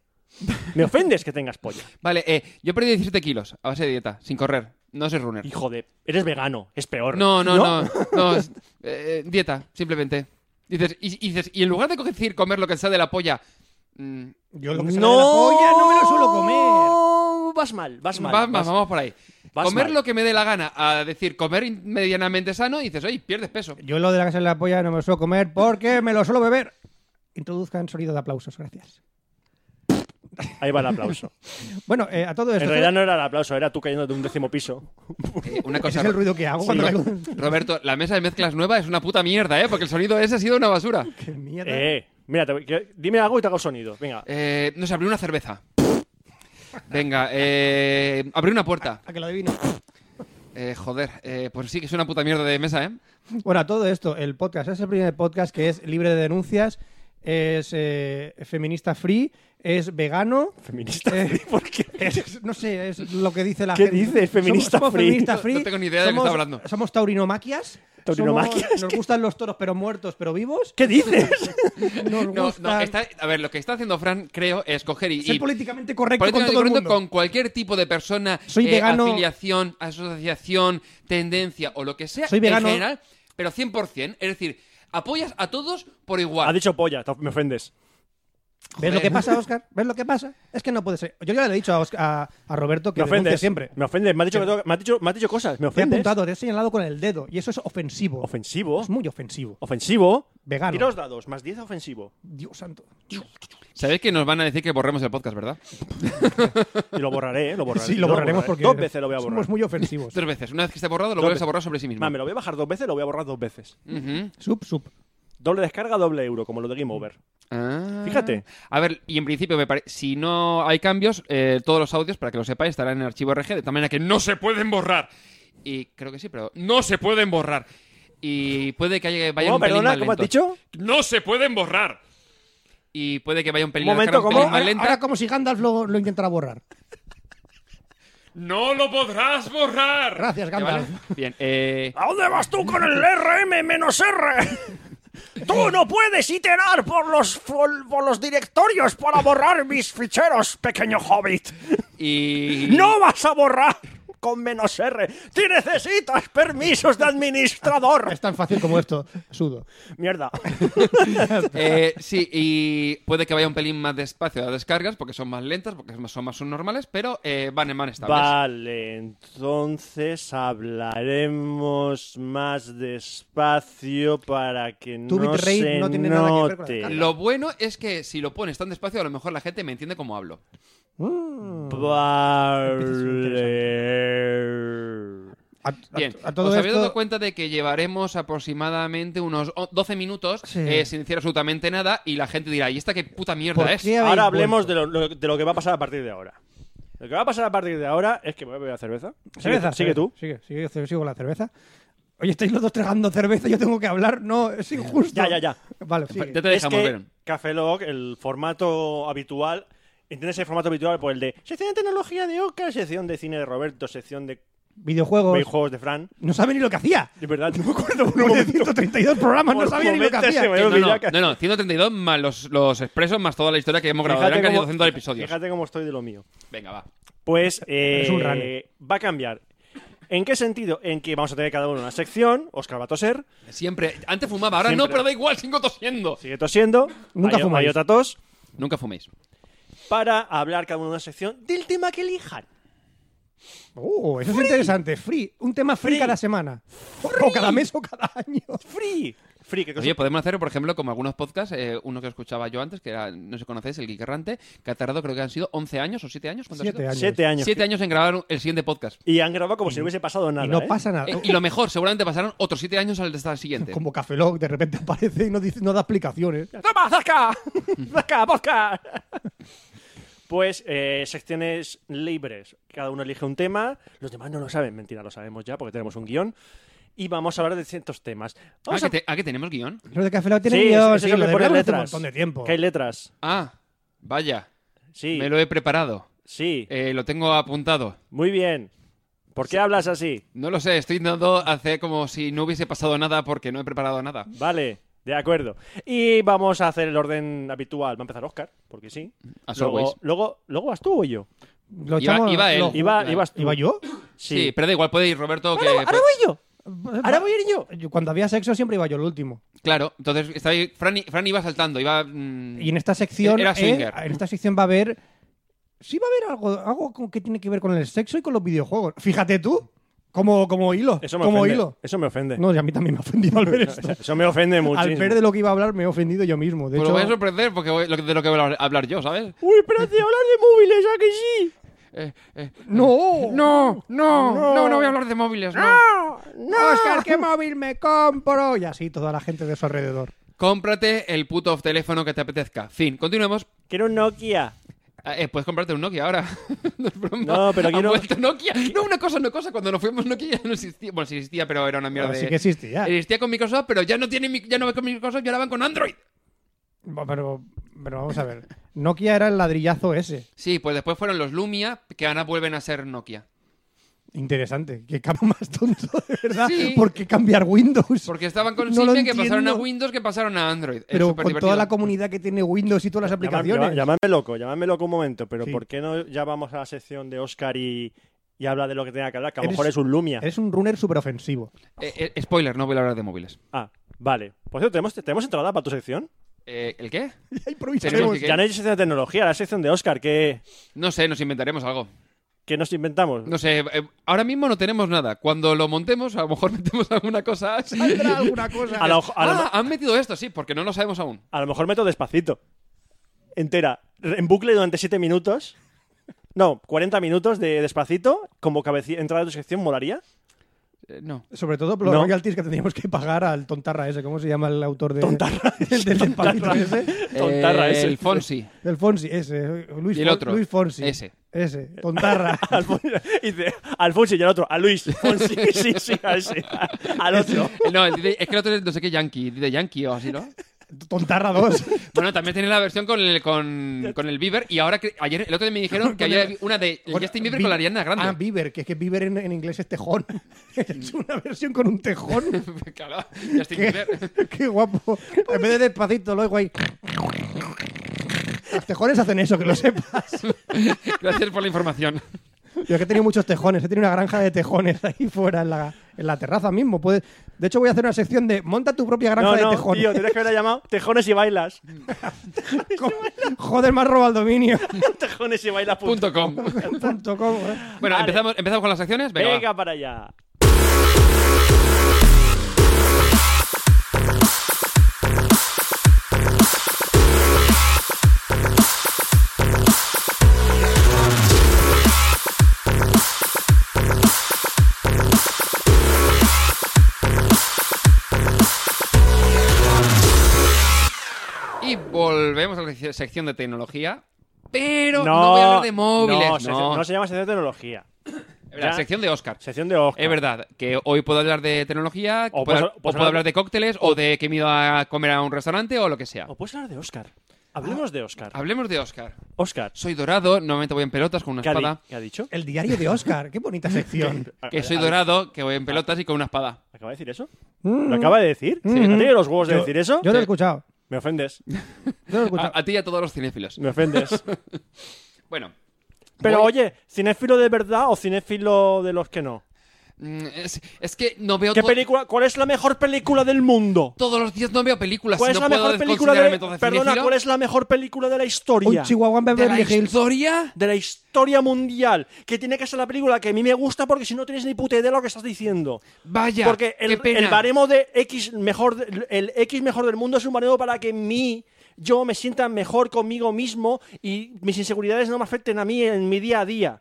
Speaker 13: Me ofendes que tengas polla.
Speaker 11: Vale, eh, yo he perdido 17 kilos a base de dieta, sin correr. No soy runner.
Speaker 13: Hijo de. Eres vegano, es peor.
Speaker 11: No, no, no. no, es- eh, eh, dieta, simplemente. Dices, y, y dices, y en lugar de co- decir comer lo que sea de la polla. mm,
Speaker 10: Yo lo
Speaker 13: que
Speaker 10: que
Speaker 13: sale
Speaker 10: sale
Speaker 13: de la polla
Speaker 10: no me lo suelo comer.
Speaker 13: No, Vas mal, vas mal.
Speaker 11: va- va-
Speaker 13: vas-
Speaker 11: vamos por ahí.
Speaker 13: vas
Speaker 11: comer
Speaker 13: mal.
Speaker 11: lo que me dé la gana, a decir comer in- medianamente sano, y dices, oye, pierdes peso.
Speaker 10: Yo lo de la casa de la polla no me lo suelo comer porque me lo suelo beber. Introduzcan sonido de aplausos, gracias.
Speaker 13: Ahí va el aplauso.
Speaker 10: Bueno, eh, a todo esto.
Speaker 13: en realidad no era el aplauso, era tú cayendo de un décimo piso.
Speaker 11: Eh, una
Speaker 10: ese
Speaker 11: cosa.
Speaker 10: es el ruido que hago
Speaker 13: Sí.
Speaker 10: cuando me
Speaker 11: Roberto, la mesa de mezclas nueva es una puta mierda, ¿eh? Porque el sonido ese ha sido una basura.
Speaker 10: ¡Qué mierda!
Speaker 13: Eh, mira, te- que- dime algo y te hago sonido. Venga.
Speaker 11: Eh, no sé, abrí una cerveza. Venga, eh, abrí una puerta.
Speaker 10: A que lo adivino.
Speaker 11: Eh, joder, eh, pues sí que es una puta mierda de mesa, ¿eh?
Speaker 10: Bueno, a todo esto, el podcast es el primer podcast que es libre de denuncias, es eh, feminista free, es vegano.
Speaker 13: Feminista.
Speaker 10: eh,
Speaker 13: ¿Por qué?
Speaker 10: es- no sé, es lo que dice la
Speaker 13: ¿Qué
Speaker 10: gente.
Speaker 13: dices? Feminista
Speaker 10: somos, somos
Speaker 13: free.
Speaker 10: feminista
Speaker 11: No-
Speaker 10: free.
Speaker 11: no tengo ni idea de lo que
Speaker 10: somos-
Speaker 11: está hablando.
Speaker 10: Somos taurinomaquias.
Speaker 13: Taurinomaquias,
Speaker 10: somos- nos gustan los toros pero muertos pero vivos.
Speaker 13: ¿Qué dices?
Speaker 10: Nos
Speaker 11: No, no,
Speaker 10: gustan-
Speaker 11: está, a ver, lo que está haciendo Fran, creo, es coger y.
Speaker 10: ser
Speaker 11: y-
Speaker 10: políticamente correcto
Speaker 11: políticamente
Speaker 10: con todo el
Speaker 11: correcto
Speaker 10: mundo.
Speaker 11: con cualquier tipo de persona,
Speaker 10: Soy
Speaker 11: eh,
Speaker 10: vegano.
Speaker 11: afiliación, asociación, tendencia o lo que sea,
Speaker 10: Soy vegano.
Speaker 11: en general, pero 100%. Es decir, apoyas a todos por
Speaker 13: Ha
Speaker 11: igual.
Speaker 13: dicho polla, te- me ofendes.
Speaker 10: ¿Ves
Speaker 11: Joder.
Speaker 10: lo que pasa, Oscar? ¿Ves lo que pasa? Es que no puede ser. Yo ya le he dicho a, Óscar- a, a Roberto que
Speaker 13: Me
Speaker 10: denuncia
Speaker 13: ofendes.
Speaker 10: siempre.
Speaker 13: Me ofendes. Me has dicho, que tengo- me has dicho, me has dicho cosas. Me
Speaker 10: Te he
Speaker 13: ofendes.
Speaker 10: apuntado, te he señalado con el dedo y eso es ofensivo.
Speaker 13: Ofensivo.
Speaker 10: Es muy ofensivo.
Speaker 13: Ofensivo.
Speaker 10: Vegano.
Speaker 13: Tira los dados. Más 10 ofensivo.
Speaker 10: Dios santo.
Speaker 11: Sabéis que nos van a decir que borremos el podcast, ¿verdad?
Speaker 13: Y lo borraré, ¿eh? Lo borraré.
Speaker 10: Sí,
Speaker 13: Yo
Speaker 10: lo borraremos
Speaker 13: borraré.
Speaker 10: porque
Speaker 13: Dos veces lo voy a borrar.
Speaker 10: somos muy ofensivos.
Speaker 11: Tres veces. Una vez que esté borrado, lo
Speaker 13: Dos
Speaker 11: vuelves a
Speaker 13: veces.
Speaker 11: borrar sobre sí mismo.
Speaker 13: Más, me lo voy a bajar dos veces, lo voy a borrar dos veces.
Speaker 11: Ujú.
Speaker 10: sub, sub.
Speaker 13: Doble descarga, doble euro, como lo de Game Over.
Speaker 11: Ah.
Speaker 13: Fíjate.
Speaker 11: A ver, y en principio, me pare- si no hay cambios, eh, todos los audios, para que lo sepáis, estarán en el archivo RG, de tal manera que no se pueden borrar. Y creo que sí, pero no se pueden borrar. Y puede que haya, vaya
Speaker 13: ¿Cómo,
Speaker 11: un pelín
Speaker 13: perdona?
Speaker 11: más
Speaker 13: ¿Cómo has
Speaker 11: lentos.
Speaker 13: dicho?
Speaker 11: No se pueden borrar. Y puede que vaya un pelín,
Speaker 13: Un momento,
Speaker 11: un
Speaker 13: ¿cómo?
Speaker 11: pelín más
Speaker 10: Ahora,
Speaker 11: lenta.
Speaker 10: ahora como si Gandalf lo, lo intentara borrar.
Speaker 11: ¡No lo podrás borrar!
Speaker 10: Gracias,
Speaker 11: ¿Ya
Speaker 10: Gandalf.
Speaker 11: vale? Bien, eh,
Speaker 13: ¿A dónde vas tú con el RM-R? Tú no puedes iterar por los, por, los directorios para borrar mis ficheros, pequeño hobbit.
Speaker 11: y...
Speaker 13: No vas a borrar con menos R. Te necesitas permisos de administrador.
Speaker 10: Es tan fácil como esto. Sudo.
Speaker 13: Mierda.
Speaker 11: Eh, sí, y puede que vaya un pelín más despacio las descargas, porque son más lentas, porque son más subnormales, pero eh, van en van estables.
Speaker 13: Vale, entonces hablaremos más despacio para que
Speaker 10: Tu
Speaker 13: no
Speaker 10: bitrate
Speaker 13: se
Speaker 10: no tiene nada que ver con la
Speaker 13: note.
Speaker 10: descarga.
Speaker 11: Lo bueno es que si lo pones tan despacio, a lo mejor la gente me entiende como hablo.
Speaker 13: Vale.
Speaker 10: A, a-
Speaker 11: Bien,
Speaker 10: a todo
Speaker 11: os habéis
Speaker 10: esto,
Speaker 11: dado cuenta de que llevaremos aproximadamente unos o- 12 minutos
Speaker 10: Sí.
Speaker 11: eh, sin decir absolutamente nada y la gente dirá, ¿y esta qué puta mierda
Speaker 10: ¿por
Speaker 11: es?
Speaker 10: qué habéis
Speaker 13: Ahora hablemos
Speaker 10: vuelto?
Speaker 13: de lo, lo- de lo que va a pasar a partir de ahora. Lo que va a pasar a partir de ahora es que me voy a beber cerveza. Sigue-
Speaker 10: Cerveza.
Speaker 13: Sigue tú.
Speaker 10: Sigue, sigue, yo sigo con la cerveza. Oye, estáis los dos tragando cerveza, yo tengo que hablar. No, es injusto.
Speaker 13: Ah, Ya, ya, ya.
Speaker 10: Vale, sigue.
Speaker 11: Ya te
Speaker 13: Es
Speaker 11: dejamos
Speaker 13: que
Speaker 11: ver.
Speaker 13: Café Lock, el formato habitual, ¿entiendes el formato habitual por el de sección de tecnología de Oca, sección de cine de Roberto, sección de
Speaker 10: Videojuegos.
Speaker 13: videojuegos de Fran?
Speaker 10: No sabe ni lo que hacía.
Speaker 13: De verdad, no me acuerdo.
Speaker 10: Uno de 132 programas, no
Speaker 13: Por
Speaker 10: sabía ni lo que
Speaker 13: momentos
Speaker 10: hacía.
Speaker 13: se me
Speaker 11: Eh, no,
Speaker 13: olvidaba
Speaker 11: no,
Speaker 13: que-
Speaker 11: no, no, 132 más los, los expresos más toda la historia que hemos grabado. Eran casi 200 episodios.
Speaker 13: fíjate cómo estoy de lo mío.
Speaker 11: Venga, va.
Speaker 13: Pues eh,
Speaker 10: Es un runner.
Speaker 13: va a cambiar. ¿En qué sentido? En que vamos a tener cada uno una sección. Oscar va a toser,
Speaker 11: Siempre, antes fumaba, ahora no,
Speaker 13: Siempre.
Speaker 11: pero da igual, sigo tosiendo.
Speaker 13: sigue tosiendo.
Speaker 10: Nunca
Speaker 13: hay,
Speaker 10: fumáis.
Speaker 13: hay otra tos.
Speaker 11: Nunca fuméis.
Speaker 13: Para hablar cada uno de una sección del tema que elijan.
Speaker 10: Oh, eso es interesante. Free. Un tema free,
Speaker 13: Free.
Speaker 10: cada semana. O cada mes o cada año.
Speaker 13: Free. Free, que cosa-
Speaker 11: Oye, podemos hacer, por ejemplo, como algunos podcasts, eh, uno que escuchaba yo antes, que era, no sé si conocéis, el Geek Errante, que ha tardado, creo que han sido 11 años o 7 años. ¿cuánto ha
Speaker 10: Siete
Speaker 11: sido?
Speaker 10: años.
Speaker 13: Siete años.
Speaker 11: Siete Mm. años en grabar el siguiente podcast.
Speaker 13: Y han grabado como si no hubiese pasado nada.
Speaker 10: y no
Speaker 13: ¿eh?
Speaker 10: pasa nada.
Speaker 11: Eh, y lo mejor, seguramente pasaron otros siete años al de estar siguiente.
Speaker 10: Como Café Lock, de repente aparece y no, dice, no da explicaciones.
Speaker 13: ¡Toma, zasca! ¡Zasca, vodka!
Speaker 12: Pues eh, secciones libres. Cada uno elige un tema. Los demás no lo saben. Mentira, lo sabemos ya porque tenemos un guión. Y vamos a hablar de ciertos temas. Vamos
Speaker 11: ¿A, que te- a que tenemos guión?
Speaker 10: Los de Café Lock tienen
Speaker 12: Sí,
Speaker 10: guión,
Speaker 12: eso
Speaker 10: sí,
Speaker 12: es lo
Speaker 10: lo
Speaker 12: que pone
Speaker 10: deberíamos hacer un
Speaker 12: letras.
Speaker 10: montón de tiempo.
Speaker 12: Que hay letras.
Speaker 11: Ah, vaya.
Speaker 12: Sí.
Speaker 11: Me lo he preparado. Eh,
Speaker 12: Sí.
Speaker 11: lo tengo apuntado.
Speaker 12: Muy bien. ¿Por qué hablas así?
Speaker 11: No lo sé, estoy dando hacer como si no hubiese pasado nada porque no he preparado nada.
Speaker 12: Vale, de acuerdo. Y vamos a hacer el orden habitual. Va a empezar Oscar, porque sí.
Speaker 11: As always.
Speaker 12: Luego, luego, luego vas tú o yo.
Speaker 10: Lo
Speaker 11: Iba- echamos- iba él. lo-
Speaker 12: Iba, ibas tú.
Speaker 10: ¿Iba yo?
Speaker 11: Sí, pero da igual, puede ir Roberto. que...
Speaker 10: ahora Ahora voy a ir yo. Cuando había sexo siempre iba yo el último.
Speaker 11: Claro, entonces estaba ahí- Fran, i- Fran iba saltando, iba. mm,
Speaker 10: Y en esta sección,
Speaker 11: Era
Speaker 10: eh,
Speaker 11: swinger.
Speaker 10: en esta sección va a haber, sí va a haber algo, algo con- que tiene que ver con el sexo y con los videojuegos. Fíjate tú, como, como hilo,
Speaker 12: Eso me
Speaker 10: como
Speaker 12: ofende.
Speaker 10: hilo.
Speaker 12: Eso me ofende.
Speaker 10: No, y a mí también me ha ofendido al ver esto.
Speaker 12: Eso me ofende mucho.
Speaker 10: Al ver de lo que iba a hablar me he ofendido yo mismo. De
Speaker 11: Pues lo
Speaker 10: hecho,
Speaker 11: voy a sorprender porque voy- lo que- de lo que voy a hablar yo, ¿sabes? Eh,
Speaker 12: Uy, espérate, hablar de móviles, ¿a que sí?
Speaker 10: no,
Speaker 11: no, no,
Speaker 10: no, no voy a
Speaker 11: hablar de móviles.
Speaker 10: No, no, Oscar, ¿qué móvil me compro? Y así toda la gente de su alrededor.
Speaker 11: Cómprate el puto teléfono que te apetezca. Fin, continuemos. Eh,
Speaker 12: Quiero un Nokia.
Speaker 11: puedes comprarte un Nokia ahora. no, es broma.
Speaker 12: No, pero
Speaker 11: Ha
Speaker 12: quiero-
Speaker 11: vuelto Nokia. No, una cosa, una cosa. Cuando nos fuimos Nokia ya no existía. Bueno, sí existía, pero era una mierda.
Speaker 10: Ahora sí
Speaker 11: de- Eh,
Speaker 10: que existía.
Speaker 11: Existía con Microsoft, pero ya no tiene, mi- ya no va con Microsoft, ya la van con Android.
Speaker 10: Bo- Pero, pero vamos a ver. Nokia era el ladrillazo ese.
Speaker 11: Sí, pues después fueron los Lumia, que ahora vuelven a ser Nokia.
Speaker 10: Interesante. Qué capa más tonto, de verdad.
Speaker 11: Sí.
Speaker 10: ¿Por qué cambiar Windows?
Speaker 11: Porque estaban con
Speaker 10: No lo
Speaker 11: Symbian, que pasaron a
Speaker 10: entiendo.
Speaker 11: Windows, que pasaron a Android. Es
Speaker 10: Pero con
Speaker 11: superdivertido.
Speaker 10: toda la comunidad que tiene Windows y todas las aplicaciones.
Speaker 12: Llamad- Llamadme loco, llamadme loco un momento, pero
Speaker 10: Sí.
Speaker 12: ¿por qué no ya vamos a la sección de Oscar y, y habla de lo que tenga que hablar? Que a lo
Speaker 10: Eres-
Speaker 12: mejor es un Lumia.
Speaker 10: Eres un runner súper ofensivo.
Speaker 11: Eh, eh, spoiler, no voy a hablar de móviles.
Speaker 12: Ah, vale. Por cierto, ¿tenemos, ¿tenemos entrada para tu sección?
Speaker 11: Eh, ¿El qué?
Speaker 12: Tenemos- Ya no hay sección de tecnología, la sección de Oscar, que,
Speaker 11: No sé, nos inventaremos algo.
Speaker 12: que nos inventamos.
Speaker 11: No sé, eh, ahora mismo no tenemos nada. Cuando lo montemos, a lo mejor metemos alguna cosa.
Speaker 10: Saldrá alguna cosa.
Speaker 12: A lo- a lo-
Speaker 11: Ah, han metido esto, sí, porque no lo sabemos aún.
Speaker 12: A lo mejor meto despacito. Entera. En bucle durante 7 minutos. No, 40 minutos de despacito, como cabecilla, entrada de tu sección, molaría.
Speaker 11: Eh, no.
Speaker 10: Sobre todo por los
Speaker 12: No.
Speaker 10: royalties que tendríamos que pagar al tontarra ese. ¿Cómo se llama el autor de. Tontarra. El del palito ese. Eh,
Speaker 12: Tontarra ese.
Speaker 11: El Fonsi.
Speaker 10: El Fonsi, ese. Luis,
Speaker 11: Y el
Speaker 10: Fon-
Speaker 11: otro.
Speaker 10: Luis Fonsi.
Speaker 11: Ese.
Speaker 10: Ese. Tontarra.
Speaker 12: Y dice, Alfonso y el otro, a Luis. Fonsi, sí, sí, a ese, a- al otro.
Speaker 11: No, el DJ es que el otro es no sé qué Yankee, de Yankee o así, ¿no?
Speaker 10: Tontarra 2.
Speaker 11: Bueno, también tiene la versión con el, con, con el Bieber y ahora que, ayer el otro día me dijeron que había una de Justin Bieber con la Ariana Grande.
Speaker 10: Ah, Bieber, que es que Bieber en, en inglés es tejón. es una versión con un tejón.
Speaker 11: Pues Claro, Justin
Speaker 10: qué,
Speaker 11: Bieber.
Speaker 10: qué guapo. En vez de despacito, luego hay. Los tejones hacen eso, que lo sepas.
Speaker 11: Gracias por la información.
Speaker 10: Yo es que he tenido muchos tejones, he tenido una granja de tejones ahí fuera en la, en la terraza mismo. Puedes, de hecho, voy a hacer una sección de monta tu propia granja
Speaker 12: No,
Speaker 10: de
Speaker 12: no,
Speaker 10: tejones.
Speaker 12: tío, tienes que haber llamado Tejones y Bailas.
Speaker 10: Joder, me has robado el dominio.
Speaker 12: Tejones y Bailas.
Speaker 11: Punto com.
Speaker 10: Punto com, ¿eh?
Speaker 11: Bueno,
Speaker 12: Vale.
Speaker 11: empezamos, empezamos con las acciones. Venga, va.
Speaker 12: Venga para allá.
Speaker 11: Y volvemos a la sec- sección de tecnología. Pero no,
Speaker 12: no,
Speaker 11: voy a hablar de móviles.
Speaker 12: No, se-
Speaker 11: no.
Speaker 12: no se llama sección de tecnología.
Speaker 11: La
Speaker 12: Ya.
Speaker 11: sección de Oscar.
Speaker 12: Sección de Oscar.
Speaker 11: Es verdad que hoy puedo hablar de tecnología, puedo,
Speaker 12: O puedes-
Speaker 11: o
Speaker 12: puedes
Speaker 11: puedo
Speaker 12: hablar-
Speaker 11: hablar de cócteles, o de que me he ido a comer a un restaurante, o lo que sea.
Speaker 12: ¿O puedes hablar de Oscar? Hablemos de Oscar.
Speaker 11: Hablemos de Oscar.
Speaker 12: Oscar.
Speaker 11: Soy dorado, normalmente voy en pelotas con una
Speaker 12: ¿Qué ha, di-
Speaker 11: espada.
Speaker 12: qué ha dicho?
Speaker 10: El diario de Oscar, qué bonita sección.
Speaker 11: Que soy dorado, que voy en pelotas y con una espada.
Speaker 12: ¿Acaba de decir eso?
Speaker 10: Mm.
Speaker 12: ¿Lo acaba de decir?
Speaker 10: Mm.
Speaker 12: ¿No tiene los huevos de
Speaker 10: Yo-
Speaker 12: decir eso?
Speaker 10: Yo lo he
Speaker 12: Sí.
Speaker 10: escuchado.
Speaker 12: Me ofendes.
Speaker 10: Yo lo he escuchado.
Speaker 11: A, a ti y a todos los cinéfilos.
Speaker 12: Me ofendes.
Speaker 11: Bueno.
Speaker 12: Pero
Speaker 11: voy-
Speaker 12: oye, ¿cinéfilo de verdad o cinéfilo de los que no?
Speaker 11: Mm, Es, es que no veo
Speaker 12: ¿Qué
Speaker 11: to-
Speaker 12: película, ¿Cuál es la mejor película del mundo?
Speaker 11: todos los días no veo películas.
Speaker 12: ¿Cuál
Speaker 11: Ah, si
Speaker 12: es
Speaker 11: no
Speaker 12: la
Speaker 11: puedo
Speaker 12: mejor película de,
Speaker 11: desconsiderarme entonces
Speaker 12: Perdona,
Speaker 11: cinéfilo.
Speaker 12: ¿cuál es la mejor película de la
Speaker 10: Un
Speaker 12: historia?
Speaker 10: chihuahua en
Speaker 11: ¿De la
Speaker 10: Beverly Hills.
Speaker 11: historia?
Speaker 12: De la historia mundial. Que tiene que ser la película que a mí me gusta porque si no tienes ni puta idea de lo que estás diciendo.
Speaker 11: Vaya,
Speaker 12: Porque
Speaker 11: qué
Speaker 12: el,
Speaker 11: pena.
Speaker 12: el baremo de X mejor, de- el X mejor del mundo es un baremo para que mi yo me sienta mejor conmigo mismo y mis inseguridades no me afecten a mí en mi día a día.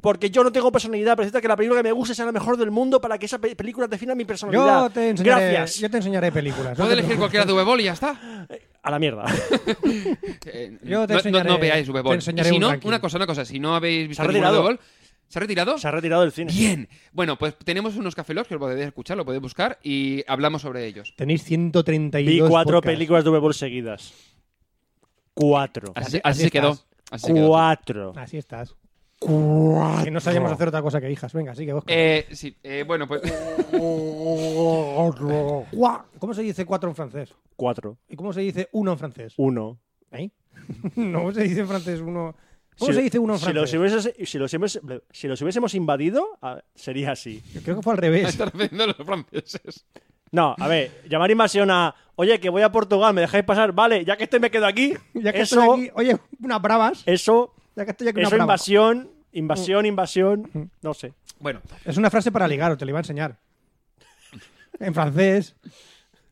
Speaker 12: Porque yo no tengo personalidad, pero necesito que la película que me guste sea la mejor del mundo para que esa pe- película defina mi personalidad.
Speaker 10: Yo te enseñaré,
Speaker 12: Gracias.
Speaker 10: Yo te enseñaré películas.
Speaker 11: Puedo elegir cualquiera de V-Ball y ya está.
Speaker 12: A la mierda.
Speaker 11: Eh,
Speaker 10: Yo te
Speaker 11: no, no-
Speaker 10: enseñaré-
Speaker 11: no veáis
Speaker 10: te
Speaker 11: V-Ball. Y
Speaker 10: enseñaré
Speaker 11: Si
Speaker 10: un
Speaker 11: no,
Speaker 10: ranking.
Speaker 11: una cosa, una cosa. Si no habéis visto
Speaker 12: ha
Speaker 11: ninguno de
Speaker 12: retirado.
Speaker 11: V-Ball. ¿Se ha retirado?
Speaker 12: Se ha retirado del cine.
Speaker 11: Bien. Bueno, pues tenemos unos cafelos que lo podéis escuchar, lo podéis buscar y hablamos sobre ellos.
Speaker 10: Tenéis 132
Speaker 12: Vi cuatro
Speaker 10: podcasts.
Speaker 12: películas de V-Ball seguidas. Cuatro.
Speaker 11: Así, así se quedó. Así se quedó.
Speaker 12: Cuatro.
Speaker 10: Así estás.
Speaker 12: Cuatro.
Speaker 10: Que no sabíamos hacer otra cosa que hijas. Venga, sigue, Óscar.
Speaker 11: Eh, sí, eh, bueno, pues. Oh.
Speaker 10: Cuá. ¿Cómo se dice cuatro en francés?
Speaker 12: Cuatro.
Speaker 10: ¿Y cómo se dice uno en francés?
Speaker 12: Uno.
Speaker 10: ¿Eh? no se dice en francés uno. ¿Cómo se dice uno en
Speaker 12: si los,
Speaker 10: francés?
Speaker 12: hubiese- si, los hubiese- si los hubiésemos invadido, ah, sería así.
Speaker 10: Creo que fue al revés.
Speaker 11: Están haciendo los franceses.
Speaker 12: No, a ver, llamar invasión a. Oye, que voy a Portugal, ¿me dejáis pasar? Vale, ya que estoy, me quedo aquí.
Speaker 10: Ya que
Speaker 12: eso,
Speaker 10: estoy aquí, oye, unas bravas.
Speaker 12: eso,
Speaker 10: Ya que estoy aquí, unas
Speaker 12: eso,
Speaker 10: bravas.
Speaker 12: invasión, invasión, invasión. No sé.
Speaker 11: Bueno,
Speaker 10: Es una frase para ligar, te la iba a enseñar. En francés.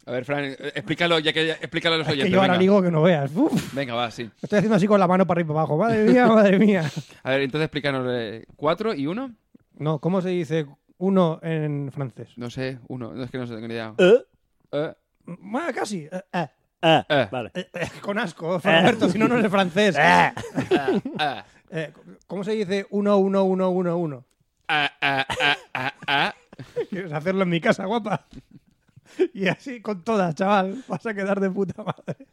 Speaker 11: a ver, Fran, eh, explícalo, ya que explícalo a los
Speaker 10: Que
Speaker 11: oyentes.
Speaker 10: yo ahora
Speaker 11: venga.
Speaker 10: ligo que no veas. Uf.
Speaker 11: Venga, va, sí.
Speaker 10: Estoy haciendo así con la mano para arriba y para abajo. Madre mía, madre mía.
Speaker 11: A ver, entonces explícanos eh, cuatro y uno.
Speaker 10: No, ¿cómo se dice uno en francés?
Speaker 11: No sé, uno. No es que no sé, tengo ni idea.
Speaker 12: Eh,
Speaker 11: Eh,
Speaker 10: Bueno, casi. Eh, eh.
Speaker 12: eh,
Speaker 11: eh,
Speaker 12: Vale.
Speaker 10: Eh, eh, Con asco, Fran Alberto, si no, no es francés.
Speaker 12: Eh.
Speaker 11: eh, eh,
Speaker 10: Eh, ¿Cómo se dice 1, 1, 1, 1, 1?
Speaker 11: eh, eh, eh, eh, eh.
Speaker 10: Quieres hacerlo en mi casa, guapa. Y así con todas, chaval. Vas a quedar de puta madre.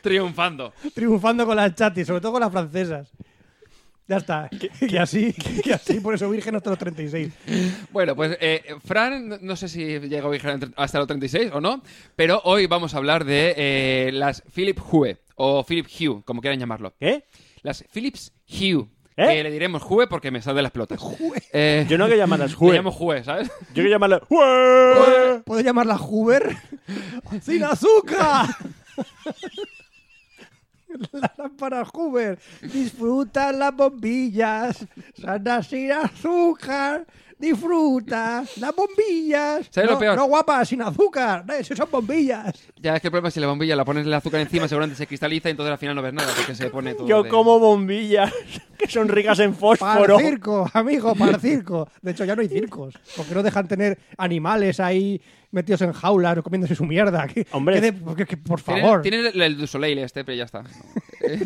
Speaker 11: Triunfando.
Speaker 10: Triunfando con las chatis, sobre todo con las francesas. Ya está. Y así, y así por eso virgen hasta los 36.
Speaker 11: Bueno, pues eh, Fran, no- no sé si llega hoy hasta los 36 o no, pero hoy vamos a hablar de eh, las Philip Hue, o Philip Hue, como quieran llamarlo.
Speaker 12: ¿Qué?
Speaker 11: Las Philips Hue.
Speaker 12: ¿Eh?
Speaker 11: Que le diremos Hue porque me sale de las pelotas. Eh,
Speaker 12: Yo no que llamarlas
Speaker 11: Le
Speaker 12: Jue.
Speaker 11: llamo Hue, ¿sabes?
Speaker 12: Yo que llamarlas Jue.
Speaker 10: ¿Puedo llamarla Huber? ¡Sin azúcar! La lámpara Huber. Disfruta las bombillas. Sana sin azúcar. Disfruta las bombillas.
Speaker 11: ¿Sabes lo
Speaker 10: No-
Speaker 11: peor?
Speaker 10: No, guapa, sin azúcar. No, si son bombillas.
Speaker 11: Ya es que el problema es si la bombilla la pones el azúcar encima, seguramente se cristaliza y entonces al final no ves nada porque se pone todo.
Speaker 12: Yo
Speaker 11: de-
Speaker 12: como bombillas que son ricas en
Speaker 10: Para
Speaker 12: fósforo.
Speaker 10: el circo, amigo, para el circo. De hecho, ya no hay circos. Porque no dejan tener animales ahí metidos en jaulas o comiéndose su mierda. Que-
Speaker 12: Hombre.
Speaker 10: que de- porque- que, por
Speaker 11: Tiene-
Speaker 10: favor.
Speaker 11: Tiene, el, el du Soleil este, pero ya está.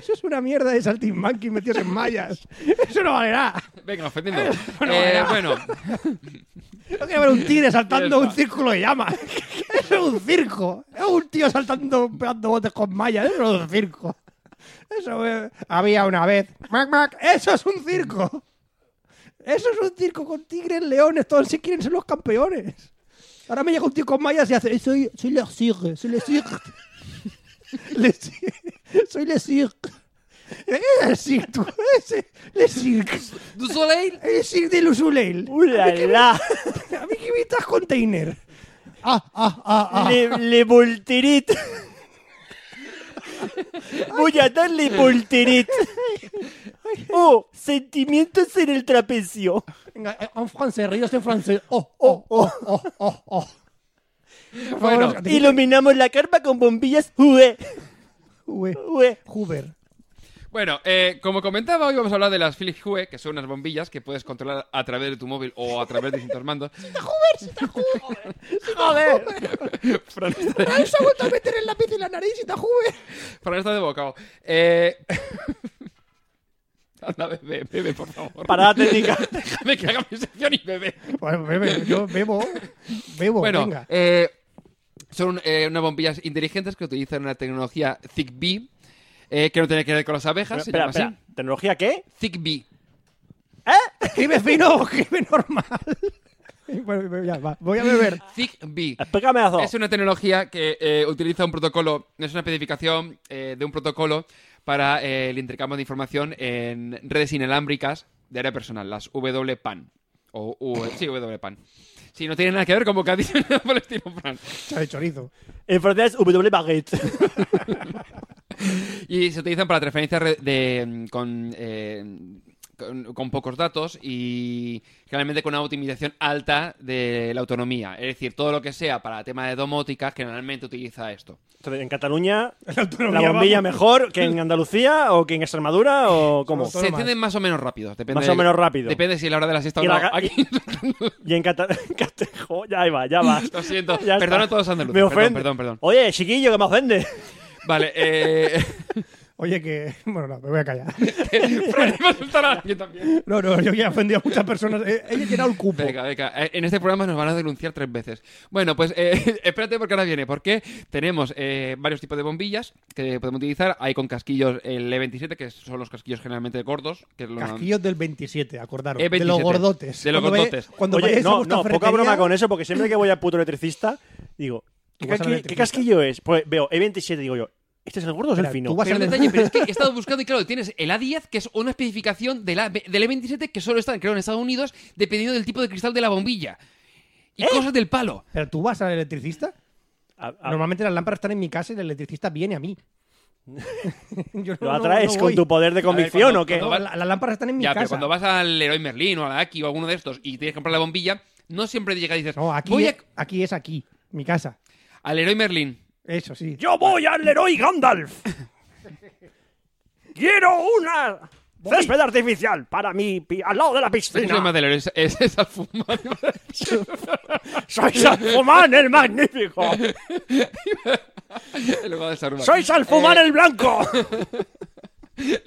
Speaker 10: Eso es una mierda de saltimbanquis metidos en mallas. Eso no valerá.
Speaker 11: Venga, ofendiendo.
Speaker 10: Bueno,
Speaker 11: Eh,
Speaker 10: vaya.
Speaker 11: bueno,
Speaker 10: No quiero ver un tigre saltando
Speaker 11: Ya
Speaker 10: un
Speaker 11: está.
Speaker 10: círculo de llamas. Eso es un circo. Es un tío saltando, pegando botes con mallas. Eso es un circo. Eso eh, había una vez. Mac, mac. Eso es un circo. Eso es un circo con tigres, leones. Todos se quieren ser los campeones. Ahora me llega un tío con mallas y hace: Soy, soy Le Cirque. Soy Le Cirque. Le Cirque. Soy Le Cirque. Eh, Le Cirque, tú, ese, Le Cirque.
Speaker 11: du Soleil.
Speaker 10: Le Cirque de Lusuleil.
Speaker 12: ¡Uh, la, la!
Speaker 10: A mí que me estás container. Ah, ah, ah, ah.
Speaker 12: Le, le Bultirit. Voy a darle Bultirit. Oh, sentimientos en el trapecio.
Speaker 10: Venga, eh, en francés, ríos en francés. Oh, oh, oh, oh, oh, oh. Por favor,
Speaker 11: Bueno,
Speaker 10: Oscar,
Speaker 12: Iluminamos la carpa con bombillas. Jue,
Speaker 10: Ué,
Speaker 12: jue.
Speaker 10: Huber.
Speaker 11: Bueno, eh, como comentaba, hoy vamos a hablar de las Philips Hue, que son unas bombillas que puedes controlar a través de tu móvil o a través de distintos mandos.
Speaker 10: Joder.
Speaker 11: Fran está,
Speaker 10: Ahí se ha vuelto a meter el lápiz en la nariz y te Huber.
Speaker 11: Fran está de bocado. Eh... Anda, bebe, bebe, por favor.
Speaker 12: Parada técnica.
Speaker 11: Déjame que haga mi sección y bebe.
Speaker 10: Bueno, bebe, Pues, yo bebo. Bebo,
Speaker 11: bueno,
Speaker 10: venga.
Speaker 11: eh, son eh, unas bombillas inteligentes que utilizan una tecnología ZigBee, eh, que no tiene que ver con las abejas, se
Speaker 12: espera,
Speaker 11: llama
Speaker 12: espera. ¿Tecnología qué? ¿Eh?
Speaker 11: así. ZigBee.
Speaker 10: Escribe fino, escribe normal. Bueno, ya, va, Voy a beber.
Speaker 11: ZigBee.
Speaker 12: Explícame eso.
Speaker 11: Es una tecnología que eh, utiliza un protocolo, es una especificación eh, de un protocolo para eh, el intercambio de información en redes inalámbricas de área personal, las WPAN. O U- E, sí, WPAN. Sí, no tiene nada que ver con bocadillo ni nada por el estilo, Fran.
Speaker 10: Chao de chorizo.
Speaker 12: En francés, W baguette.
Speaker 11: Y se utilizan para transferencias re- de, mm, con eh,
Speaker 10: con, con pocos datos y generalmente con una optimización alta de la autonomía. Es decir, todo lo que sea para tema de domótica generalmente utiliza esto.
Speaker 13: Entonces, en Cataluña, la,
Speaker 10: autonomía
Speaker 13: bombilla
Speaker 10: vamos.
Speaker 13: mejor que en Andalucía o que en Extremadura o cómo.
Speaker 10: Se encienden más o menos rápido. Depende
Speaker 13: Más o
Speaker 10: del-
Speaker 13: menos rápido.
Speaker 10: Depende si la hora de la siesta o
Speaker 13: Y la
Speaker 10: no.
Speaker 13: ga-
Speaker 10: Aquí-
Speaker 13: Y en Cataluña. ya ahí va, ya va.
Speaker 10: Lo siento.
Speaker 13: Ya está.
Speaker 10: Perdón a todos los andaluces.
Speaker 13: Me
Speaker 10: Perdón,
Speaker 13: ofende.
Speaker 10: perdón, perdón.
Speaker 13: Oye, chiquillo, que me ofende.
Speaker 10: Vale, eh...
Speaker 12: Oye, que. Bueno, no, me voy a callar.
Speaker 10: yo también.
Speaker 12: No, no, yo ya he ofendido a muchas personas. He, he llenado el cupo.
Speaker 10: Venga, venga. Eh, En este programa nos van a denunciar tres veces. Bueno, pues eh, espérate porque ahora viene. Porque tenemos eh, varios tipos de bombillas que podemos utilizar. Hay con casquillos el E27, que son los casquillos generalmente gordos. Que es lo
Speaker 12: Casquillos del 27, acordaros.
Speaker 10: E27,
Speaker 12: de los gordotes.
Speaker 10: de los
Speaker 12: Cuando ve-
Speaker 10: gordotes.
Speaker 12: cuando
Speaker 13: Oye,
Speaker 12: vayáis a
Speaker 13: no,
Speaker 12: vuestra
Speaker 13: no, poca
Speaker 12: ferretería-
Speaker 13: broma con eso, porque siempre que voy a puto electricista, digo, ¿qué,
Speaker 12: vas al
Speaker 13: casqui-
Speaker 12: electricista?
Speaker 13: qué casquillo es? Pues veo, E27, digo yo, ¿este es el gordo o es el
Speaker 12: Espera,
Speaker 13: fino?
Speaker 12: tú vas
Speaker 10: Pero, el detalle, pero es que he estado buscando y claro, tienes el A10, que es una especificación del, A- del E27 que solo está, creo, en Estados Unidos, dependiendo del tipo de cristal de la bombilla.
Speaker 12: ¿Eh?
Speaker 10: Y cosas del palo.
Speaker 12: Pero tú vas al electricista.
Speaker 13: Ah,
Speaker 12: Normalmente las lámparas están en mi casa y el electricista viene a mí. Yo
Speaker 13: ¿Lo atraes con
Speaker 12: voy.
Speaker 13: tu poder de
Speaker 10: A ver,
Speaker 13: convicción
Speaker 10: cuando-
Speaker 13: o qué?
Speaker 10: cuando vas-
Speaker 12: La- Las lámparas están en mi
Speaker 10: ya, pero
Speaker 12: casa.
Speaker 10: cuando vas al Leroy Merlin o a la Aki o a alguno de estos y tienes que comprar la bombilla, no siempre llega y dices,
Speaker 12: No, aquí,
Speaker 10: voy
Speaker 12: es, aquí es aquí, mi casa.
Speaker 10: a- al Leroy Merlin.
Speaker 12: Eso sí.
Speaker 11: Yo voy al Leroy Gandalf. Quiero una césped artificial para mí pi- al lado de la
Speaker 10: El
Speaker 11: piscina.
Speaker 10: problema del Leroy es, es, es al fumar.
Speaker 11: Soy Salfumán el magnífico.
Speaker 10: En lugar de Saruman.
Speaker 11: Soy Salfumán
Speaker 10: Eh,
Speaker 11: el blanco.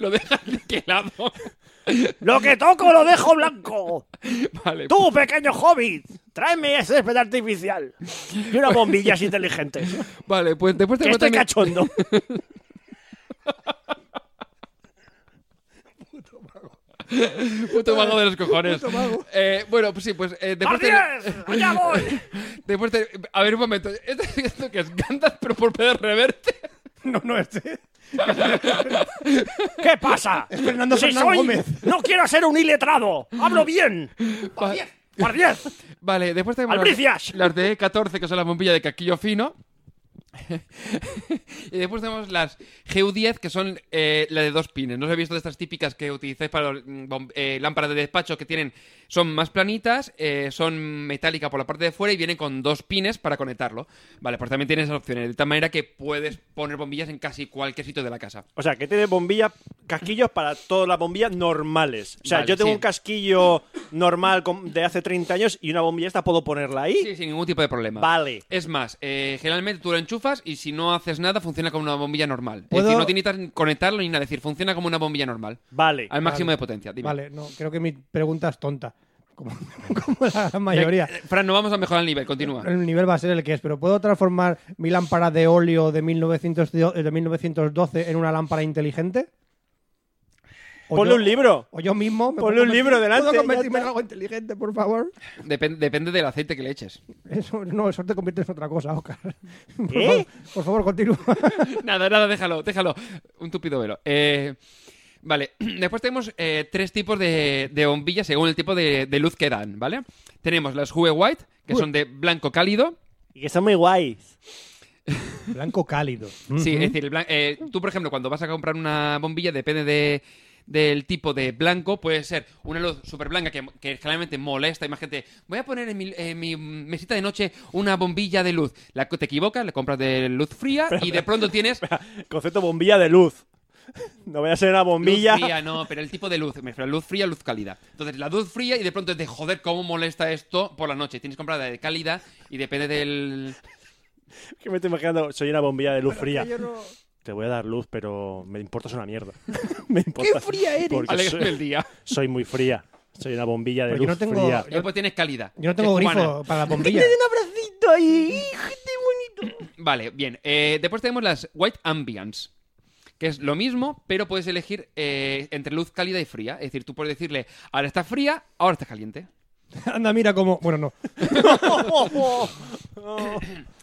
Speaker 10: Lo dejas niquelado.
Speaker 11: Lo que toco lo dejo blanco.
Speaker 10: Vale. pues.
Speaker 11: Tú, pequeño hobbit, tráeme ese césped artificial y unas bombillas inteligentes.
Speaker 10: Vale, pues después te
Speaker 11: Que
Speaker 10: cuento
Speaker 11: estoy
Speaker 10: mi-
Speaker 11: cachondo.
Speaker 10: Puto vago de los cojones.
Speaker 11: Puto vago.
Speaker 10: Eh, bueno, pues sí, pues eh, después te...
Speaker 11: ¡Así es! ¡Allá voy!
Speaker 10: Después te... A ver, un momento. ¿Esto, esto que es Gandalf, pero por poder reverte?
Speaker 12: No, no, este.
Speaker 11: ¿Qué pasa?
Speaker 12: Fernando
Speaker 11: Si
Speaker 12: Fernández
Speaker 11: soy-
Speaker 12: Gómez.
Speaker 11: No quiero ser un iletrado. Hablo bien.
Speaker 10: Va-
Speaker 11: Por 10.
Speaker 10: Vale, después tenemos las-
Speaker 11: Albricias.
Speaker 10: las de 14 que son las bombillas de casquillo fino. y después tenemos las GU10, que son eh, la de dos pines. No os he visto de estas típicas que utilizáis para los, mm, bom- eh, lámparas de despacho que tienen. Son más planitas, eh, son metálica por la parte de fuera y vienen con dos pines para conectarlo. Vale, pues también tienes esas opciones. De tal manera que puedes poner bombillas en casi cualquier sitio de la casa.
Speaker 13: O sea, que tiene bombillas, casquillos para todas las bombillas normales. O sea,
Speaker 10: Vale,
Speaker 13: yo tengo
Speaker 10: sí.
Speaker 13: un casquillo normal con- de hace 30 años y una bombilla esta puedo ponerla ahí.
Speaker 10: Sí, sin ningún tipo de problema.
Speaker 13: Vale.
Speaker 10: Es más, eh, generalmente tú lo enchufas y si no haces nada funciona como una bombilla normal. Es
Speaker 12: ¿Puedo-
Speaker 10: decir, no te necesitas conectarlo ni nada. Es decir, funciona como una bombilla normal.
Speaker 13: Vale.
Speaker 10: Al máximo
Speaker 12: Vale.
Speaker 10: de potencia. Dime.
Speaker 12: Vale, no, creo que mi pregunta es tonta. Como, como la gran mayoría.
Speaker 10: Eh, Fran, no vamos a mejorar el nivel. Continúa.
Speaker 12: El nivel va a ser el que es, pero ¿puedo transformar mi lámpara de óleo de, 1900 de 1912 en una lámpara inteligente? O
Speaker 13: Ponle
Speaker 12: yo-
Speaker 13: un libro.
Speaker 12: O yo mismo. me
Speaker 13: Ponle
Speaker 12: puedo
Speaker 13: un libro
Speaker 12: convertir-
Speaker 13: delante,
Speaker 12: ¿Puedo
Speaker 13: ya
Speaker 12: convertirme en
Speaker 13: está.
Speaker 12: algo inteligente, por favor?
Speaker 10: Depen- depende del aceite que le eches.
Speaker 12: Eso, no, eso te conviertes en otra cosa, Oscar. Por,
Speaker 13: ¿Qué?
Speaker 12: favor, por favor, continúa.
Speaker 10: nada, nada, déjalo, déjalo. Un tupido velo. Eh, vale, después tenemos eh, tres tipos de, de bombillas según el tipo de, de luz que dan, ¿vale? Tenemos las Hue White, que son de blanco cálido.
Speaker 13: Y que está muy guay.
Speaker 12: Blanco cálido.
Speaker 10: Sí, es decir, el blan- eh, tú, por ejemplo, cuando vas a comprar una bombilla, depende de- del tipo de blanco, puede ser una luz súper blanca que, que generalmente molesta. Imagínate, voy a poner en mi, en mi mesita de noche una bombilla de luz. La, que te equivocas, le compras de luz fría y de pronto tienes...
Speaker 13: Concepto bombilla de luz. No voy a ser una bombilla.
Speaker 10: Luz fría, no, pero el tipo de luz. Me refiero a luz fría, luz cálida. Entonces, la luz fría y de pronto es de joder, cómo molesta esto por la noche. Tienes que comprar la de cálida y depende del.
Speaker 13: Que me estoy imaginando, soy una bombilla de luz fría.
Speaker 12: Yo no-
Speaker 13: Te voy a dar luz, pero me importas una mierda. me importa.
Speaker 12: ¡Qué fría eres!
Speaker 13: Porque
Speaker 10: Alegre del
Speaker 13: soy,
Speaker 10: día.
Speaker 13: soy muy fría. Soy una bombilla de
Speaker 12: Pero yo
Speaker 13: luz
Speaker 12: no tengo-
Speaker 13: fría.
Speaker 12: Yo-
Speaker 10: Después tienes cálida.
Speaker 12: Yo no tengo
Speaker 10: que es cubana.
Speaker 12: grifo para la bombilla.
Speaker 13: abracito ahí!
Speaker 10: Vale, bien. Eh, después tenemos las White Ambience, que es lo mismo, pero puedes elegir eh, entre luz cálida y fría. Es decir, tú puedes decirle, ahora está fría, ahora está caliente.
Speaker 12: Anda, mira cómo. Bueno, no.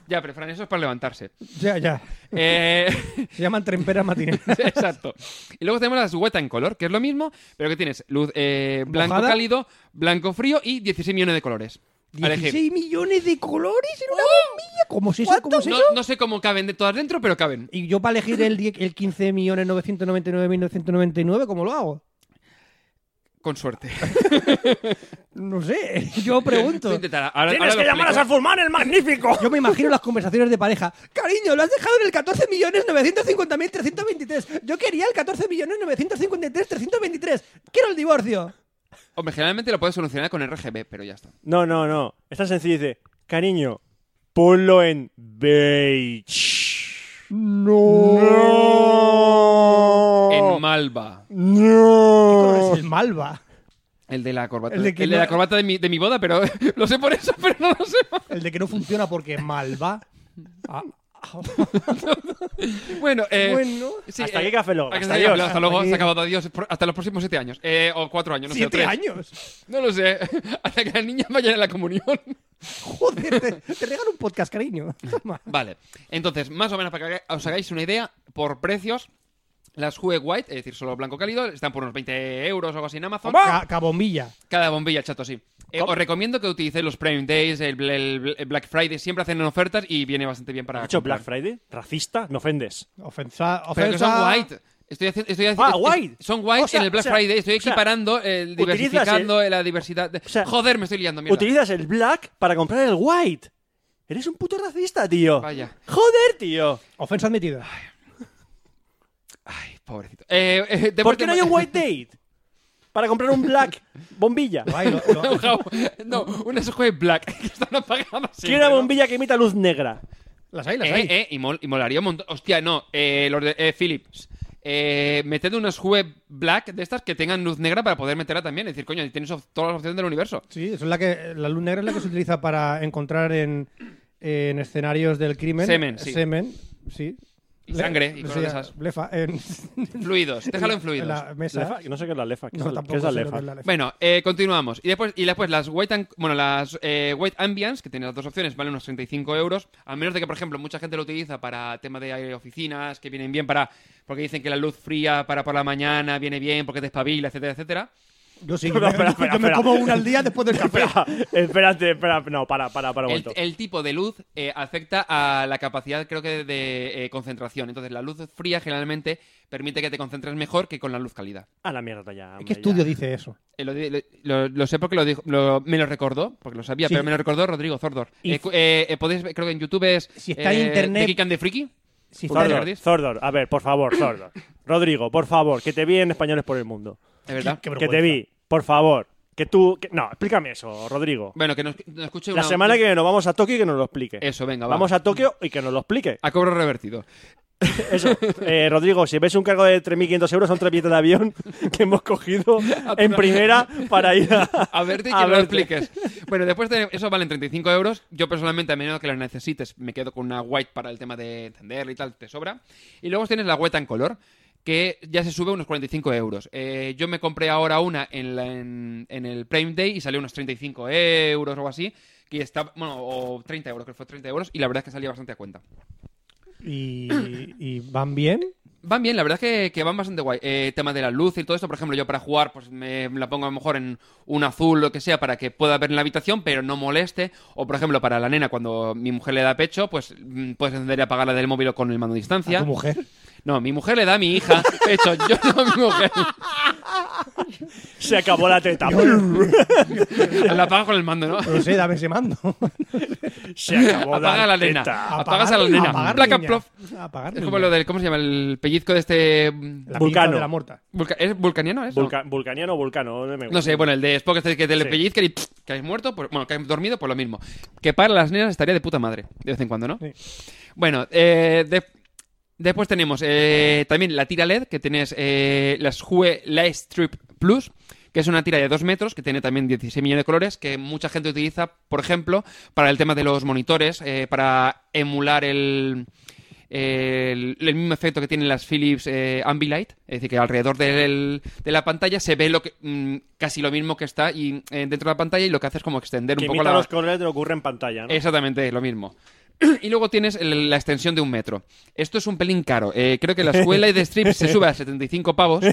Speaker 10: Ya, pero Fran, eso es para levantarse.
Speaker 12: Ya, ya.
Speaker 10: Eh,
Speaker 12: Se llaman tremperas matineras.
Speaker 10: Exacto. Y luego tenemos las Wet and Color, que es lo mismo, pero que tienes luz eh, blanco
Speaker 12: Mojada.
Speaker 10: cálido, blanco frío y 16 millones de colores. A elegir.
Speaker 12: 16 millones de colores en una bombilla. ¿Cómo es eso? ¿Cómo es eso?
Speaker 10: No, no sé cómo caben de todas dentro, pero caben.
Speaker 12: Y yo para elegir el, 10 el 15.999.999, ¿cómo lo hago?
Speaker 10: Con suerte.
Speaker 13: No sé, yo pregunto.
Speaker 10: Lo intentará. Ahora-
Speaker 13: Tienes
Speaker 10: ahora lo
Speaker 13: que llamar a
Speaker 10: explico.
Speaker 13: Salfurman el magnífico. Yo me imagino las conversaciones de pareja. Cariño, lo has dejado en el 14.950.323. Yo quería el 14.953.323. Quiero el divorcio.
Speaker 10: Hombre, generalmente lo puedes solucionar con RGB, pero ya está.
Speaker 12: No, no, no. Está sencillo. Dice, cariño, ponlo en beige.
Speaker 13: No.
Speaker 10: En Malva.
Speaker 13: No. es el Malva?
Speaker 10: El de la corbata.
Speaker 13: El
Speaker 10: El
Speaker 13: de
Speaker 10: de,
Speaker 13: que no-
Speaker 10: la corbata de mi, de mi boda, pero lo sé por eso, pero no lo sé.
Speaker 13: El de que no funciona porque Malva. Ah, ah.
Speaker 10: Bueno, eh,
Speaker 13: Bueno.
Speaker 12: Hasta
Speaker 10: eh,
Speaker 12: aquí, Café Lock.
Speaker 10: aquí,
Speaker 12: Hasta
Speaker 10: Hasta
Speaker 12: adiós.
Speaker 10: luego. Hasta luego.
Speaker 12: Aquí.
Speaker 10: Se ha acabado. Adiós. Por- Hasta los próximos siete años. Eh, o cuatro años, no sé. o
Speaker 13: ¿Siete
Speaker 10: tres.
Speaker 13: años?
Speaker 10: No lo sé. Hasta que la niña vaya a la comunión.
Speaker 13: Joder, te, te regalo un podcast, cariño. Toma.
Speaker 10: Vale. Entonces, más o menos para que os hagáis una idea, por precios, las Hue White, es decir, solo blanco cálido, están por unos 20 euros o algo así en Amazon.
Speaker 13: Ca- Cabombilla.
Speaker 10: Cada bombilla, chato, sí. Eh, os recomiendo que utilicéis los Prime Days, el, bl- el- el Black Friday. Siempre hacen ofertas y viene bastante bien para.
Speaker 12: ¿Has dicho
Speaker 10: comprar.
Speaker 12: Black Friday? ¿Racista? Me ofendes.
Speaker 13: Ofensa.
Speaker 10: Pero que son
Speaker 13: ofensa-
Speaker 10: white. Estoy haciendo, estoy haci-
Speaker 12: Ah,
Speaker 10: es-
Speaker 12: white.
Speaker 10: Son white
Speaker 12: O sea,
Speaker 10: en el Black
Speaker 12: o sea,
Speaker 10: Friday. Estoy
Speaker 12: o sea,
Speaker 10: equiparando, el-
Speaker 12: utilizas
Speaker 10: diversificando la diversidad. de- Joder, me estoy liando, mierda.
Speaker 12: Utilizas el black para comprar el white. Eres un puto racista, tío.
Speaker 10: Vaya,
Speaker 12: Joder, tío.
Speaker 13: Ofensa admitida.
Speaker 10: pobrecito. Eh, eh, deporte
Speaker 12: ¿Por qué no hay
Speaker 10: ma-
Speaker 12: un white date? Para comprar un black bombilla.
Speaker 10: Un jau- no, una es juez black. que están apagadas siempre,
Speaker 12: Quiero una
Speaker 10: ¿no?
Speaker 12: bombilla que imita luz negra.
Speaker 13: Las hay,
Speaker 10: Eh, eh, y, mol- y molaría un montón. Hostia, no. Eh, los de- eh, Philips. Eh, meted unas web black de estas que tengan luz negra para poder meterla también. Es decir, coño, tienes of- todas las opciones del universo.
Speaker 13: Sí, eso es la que la luz negra es la que se utiliza para encontrar en, en escenarios del crimen.
Speaker 10: Semen, sí.
Speaker 13: Semen, sí.
Speaker 10: Y sangre, y cosas de esas.
Speaker 13: Blefa, en,
Speaker 10: Fluidos, déjalo en
Speaker 13: la-
Speaker 10: fluidos.
Speaker 13: la mesa.
Speaker 12: Lefa, que No sé qué es la lefa. ¿Qué
Speaker 13: No,
Speaker 12: es la-
Speaker 13: tampoco
Speaker 12: qué es la
Speaker 13: sé lo
Speaker 12: lefa?
Speaker 13: que es la lefa.
Speaker 10: Bueno, eh, continuamos. Y después, y después las White, Am- bueno, las, eh, white Ambience, que tienen las dos opciones, valen unos 35 euros. A menos de que, por ejemplo, mucha gente lo utiliza para tema de aire de oficinas, que vienen bien para. Porque dicen que la luz fría para por la mañana viene bien porque te espabila, etcétera, etcétera.
Speaker 13: Yo sí,
Speaker 12: No,
Speaker 13: yo me-
Speaker 12: espera,
Speaker 13: yo
Speaker 12: espera,
Speaker 13: me
Speaker 12: espera.
Speaker 13: como una al día después del café.
Speaker 12: Espera, espérate, espera. No, para, para, para un
Speaker 10: El,
Speaker 12: momento.
Speaker 10: el tipo de luz eh, afecta a la capacidad, creo que, de eh, concentración. Entonces, la luz fría generalmente permite que te concentres mejor que con la luz cálida.
Speaker 12: A la mierda ya. hombre,
Speaker 13: ¿Qué
Speaker 12: ya.
Speaker 13: estudio dice eso?
Speaker 10: Eh, lo, di- lo- lo sé porque lo dijo- lo- me lo recordó, porque lo sabía,
Speaker 13: Sí.
Speaker 10: pero me lo recordó Rodrigo Zordor.
Speaker 13: Y-
Speaker 10: Eh, cu- eh, eh, podéis ver- creo que en YouTube es.
Speaker 13: Si está en
Speaker 10: eh,
Speaker 13: internet-
Speaker 10: The Geek and the Freaky.
Speaker 13: Si está-
Speaker 12: Zordor, Zordor, a ver, por favor, Zordor. Rodrigo, por favor, que te vi en Españoles por el Mundo.
Speaker 10: Es verdad.
Speaker 13: Qué
Speaker 12: Que
Speaker 13: vergüenza.
Speaker 12: te vi, por favor. Que tú. que- No, explícame eso, Rodrigo.
Speaker 10: Bueno, que nos, nos escuche
Speaker 12: La
Speaker 10: una-
Speaker 12: semana que viene nos vamos a Tokio y que nos lo explique.
Speaker 10: Eso, venga, va.
Speaker 12: Vamos a Tokio y que nos lo explique.
Speaker 10: A cobro revertido.
Speaker 12: Eso. Eh, Rodrigo, si ves un cargo de 3.500 euros, son tres billetes de avión que hemos cogido
Speaker 10: Ah,
Speaker 12: en primera para ir a.
Speaker 10: A verte y que
Speaker 12: a
Speaker 10: nos lo
Speaker 12: verte.
Speaker 10: expliques. Bueno, después de eso valen 35 euros. Yo personalmente, a menos que las necesites, me quedo con una white para el tema de encender y tal, te sobra. Y luego tienes la white en color, que ya se sube unos 45 euros. Eh, yo me compré ahora una en, la- en- en el Prime Day y salió unos 35 euros o algo así. Que está, bueno, o 30 euros, creo que fue 30 euros. Y la verdad es que salía bastante a cuenta.
Speaker 13: Y, y van bien.
Speaker 10: Van bien, la verdad es que, que van bastante guay. Eh, tema de la luz y todo esto, por ejemplo, yo para jugar, pues me, me la pongo a lo mejor en un azul, lo que sea, para que pueda ver en la habitación, pero no moleste. O, por ejemplo, para la nena, cuando mi mujer le da pecho, pues mm, puedes encender y apagarla del móvil o con el mando a distancia.
Speaker 13: ¿A tu mujer?
Speaker 10: No, mi mujer le da a mi hija pecho, yo no a mi mujer.
Speaker 12: Se acabó la teta.
Speaker 10: La apago con el mando, ¿no?
Speaker 13: No sé, dame ese mando.
Speaker 12: Se acabó
Speaker 10: Apaga
Speaker 12: la
Speaker 10: la nena.
Speaker 12: teta.
Speaker 10: Apagas a la nena.
Speaker 13: Apagar
Speaker 10: Placa,
Speaker 13: niña.
Speaker 10: plof.
Speaker 13: Apagar
Speaker 10: Es
Speaker 13: niña.
Speaker 10: como lo del, ¿cómo se llama? El pellizco de este... mm,
Speaker 13: La pinza
Speaker 12: Vulcano.
Speaker 13: de la muerta.
Speaker 10: vulca- ¿Es vulcaniano eso?
Speaker 12: Vulca- vulcaniano o vulcano. me gusta.
Speaker 10: No sé, bueno, el de Spock este que te le
Speaker 12: Sí.
Speaker 10: pellizca y pff, que has muerto, pues, bueno, que has dormido, pues lo mismo. Que para las nenas estaría de puta madre, de vez en cuando, ¿no?
Speaker 13: Sí.
Speaker 10: Bueno, eh, de- después tenemos eh, también la tira LED, que tienes eh, las Hue Light Strip Plus, que es una tira de 2 metros, que tiene también 16 millones de colores, que mucha gente utiliza, por ejemplo, para el tema de los monitores, eh, para emular el... El, el mismo efecto que tienen las Philips eh, Ambilight, es decir, que alrededor del- de la pantalla se ve lo que, mm, casi lo mismo que está y, eh, dentro de la pantalla y lo que hace es como extender
Speaker 12: Que
Speaker 10: un poco
Speaker 12: imita
Speaker 10: la,
Speaker 12: los colores de lo que ocurre en pantalla, ¿no?
Speaker 10: Exactamente, es lo mismo. Y luego tienes el- la extensión de un metro. Esto es un pelín caro. Eh, creo que la escuela de strip se sube a 75 pavos,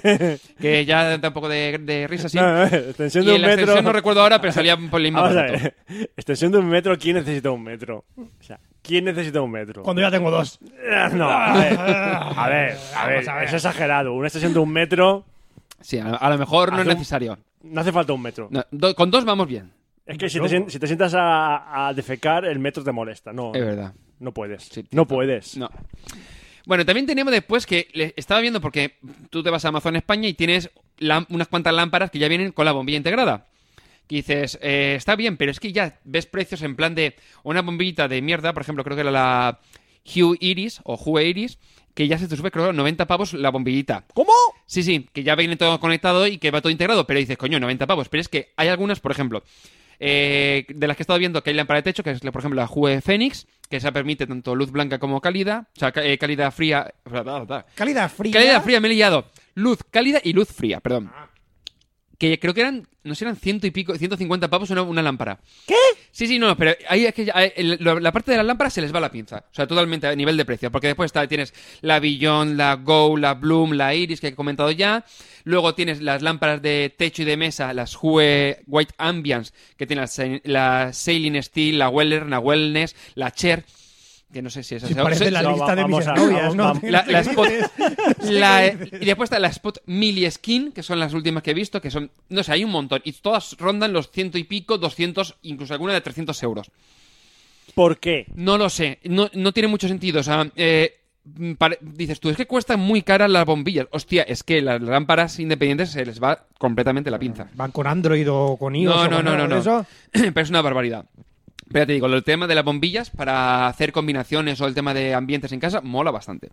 Speaker 10: que ya da un poco de, de risa sí.
Speaker 12: No, no, extensión
Speaker 10: y
Speaker 12: de un
Speaker 10: la
Speaker 12: metro.
Speaker 10: extensión no recuerdo ahora, pero salía un pelín más
Speaker 12: Vamos a
Speaker 10: barato.
Speaker 12: ver. Extensión de un metro, ¿quién necesita un metro? O sea, ¿quién necesita un metro?
Speaker 13: Cuando ya tengo dos.
Speaker 12: Eh, No, a ver. A ver, a ver,
Speaker 13: Vamos a ver.
Speaker 12: es exagerado. Una extensión de un metro.
Speaker 10: Sí, a, a lo mejor no
Speaker 12: Hace
Speaker 10: es
Speaker 12: un-
Speaker 10: necesario.
Speaker 12: No hace falta un metro.
Speaker 10: No, do- con dos vamos bien.
Speaker 12: Es que si te, sien- si te sientas a, a defecar, el metro te molesta. No,
Speaker 10: Es verdad.
Speaker 12: No puedes. no puedes.
Speaker 10: No. Bueno, también tenemos después que le- estaba viendo porque tú te vas a Amazon España y tienes lám- unas cuantas lámparas que ya vienen con la bombilla integrada. Que dices, eh, está bien, pero es que ya ves precios en plan de una bombillita de mierda, por ejemplo, creo que era la Hue Iris o Hue Iris, que ya se te sube, creo, a 90 pavos la bombillita.
Speaker 12: ¿Cómo?
Speaker 10: Sí, sí, que ya viene todo conectado y que va todo integrado, pero dices, coño, 90 pavos. Pero es que hay algunas, por ejemplo, eh, de las que he estado viendo que hay lámpara de techo, que es, por ejemplo, la Hue Phoenix, que esa permite tanto luz blanca como cálida, o sea, ca- eh, cálida fría...
Speaker 13: Calidad fría.
Speaker 10: Cálida fría, me he liado. Luz cálida y luz fría, perdón. Que creo que eran, no sé, eran ciento y pico, 150 pavos una, una lámpara. ¿Qué? Sí, sí, no, pero ahí es que ya- eh, el- lo- la parte de la lámpara se les va la pinza. O sea, totalmente a nivel de precio. Porque después está, tienes la Billon, la Go, la Bloom, la Iris, que he comentado ya. Luego tienes las lámparas de techo y de mesa, las Hue White Ambience, que tienen la, Sa- la Sailing Steel, la Weller, la Wellness, la Cher. Que no sé si es
Speaker 13: Sí, parece la lista de mis novias, ¿no?
Speaker 10: La, la Spot. la-
Speaker 13: Sí,
Speaker 10: y después está la Spot Mili Skin, que son las últimas que he visto, que son, no sé, hay un montón. Y todas rondan los ciento y pico, 200, incluso alguna de 300 euros.
Speaker 12: ¿Por qué?
Speaker 10: No lo sé, no, no tiene mucho sentido. O sea, eh, mm, pare- dices tú, es que cuestan muy caras las bombillas. Hostia, es que las lámparas independientes se les va completamente la pinza.
Speaker 13: Van con Android o con iOS.
Speaker 10: No,
Speaker 13: o
Speaker 10: no,
Speaker 13: con
Speaker 10: no, no,
Speaker 13: algo de
Speaker 10: no.
Speaker 13: eso.
Speaker 10: Pero es una barbaridad. Pero ya te digo, el tema de las bombillas para hacer combinaciones o el tema de ambientes en casa mola bastante.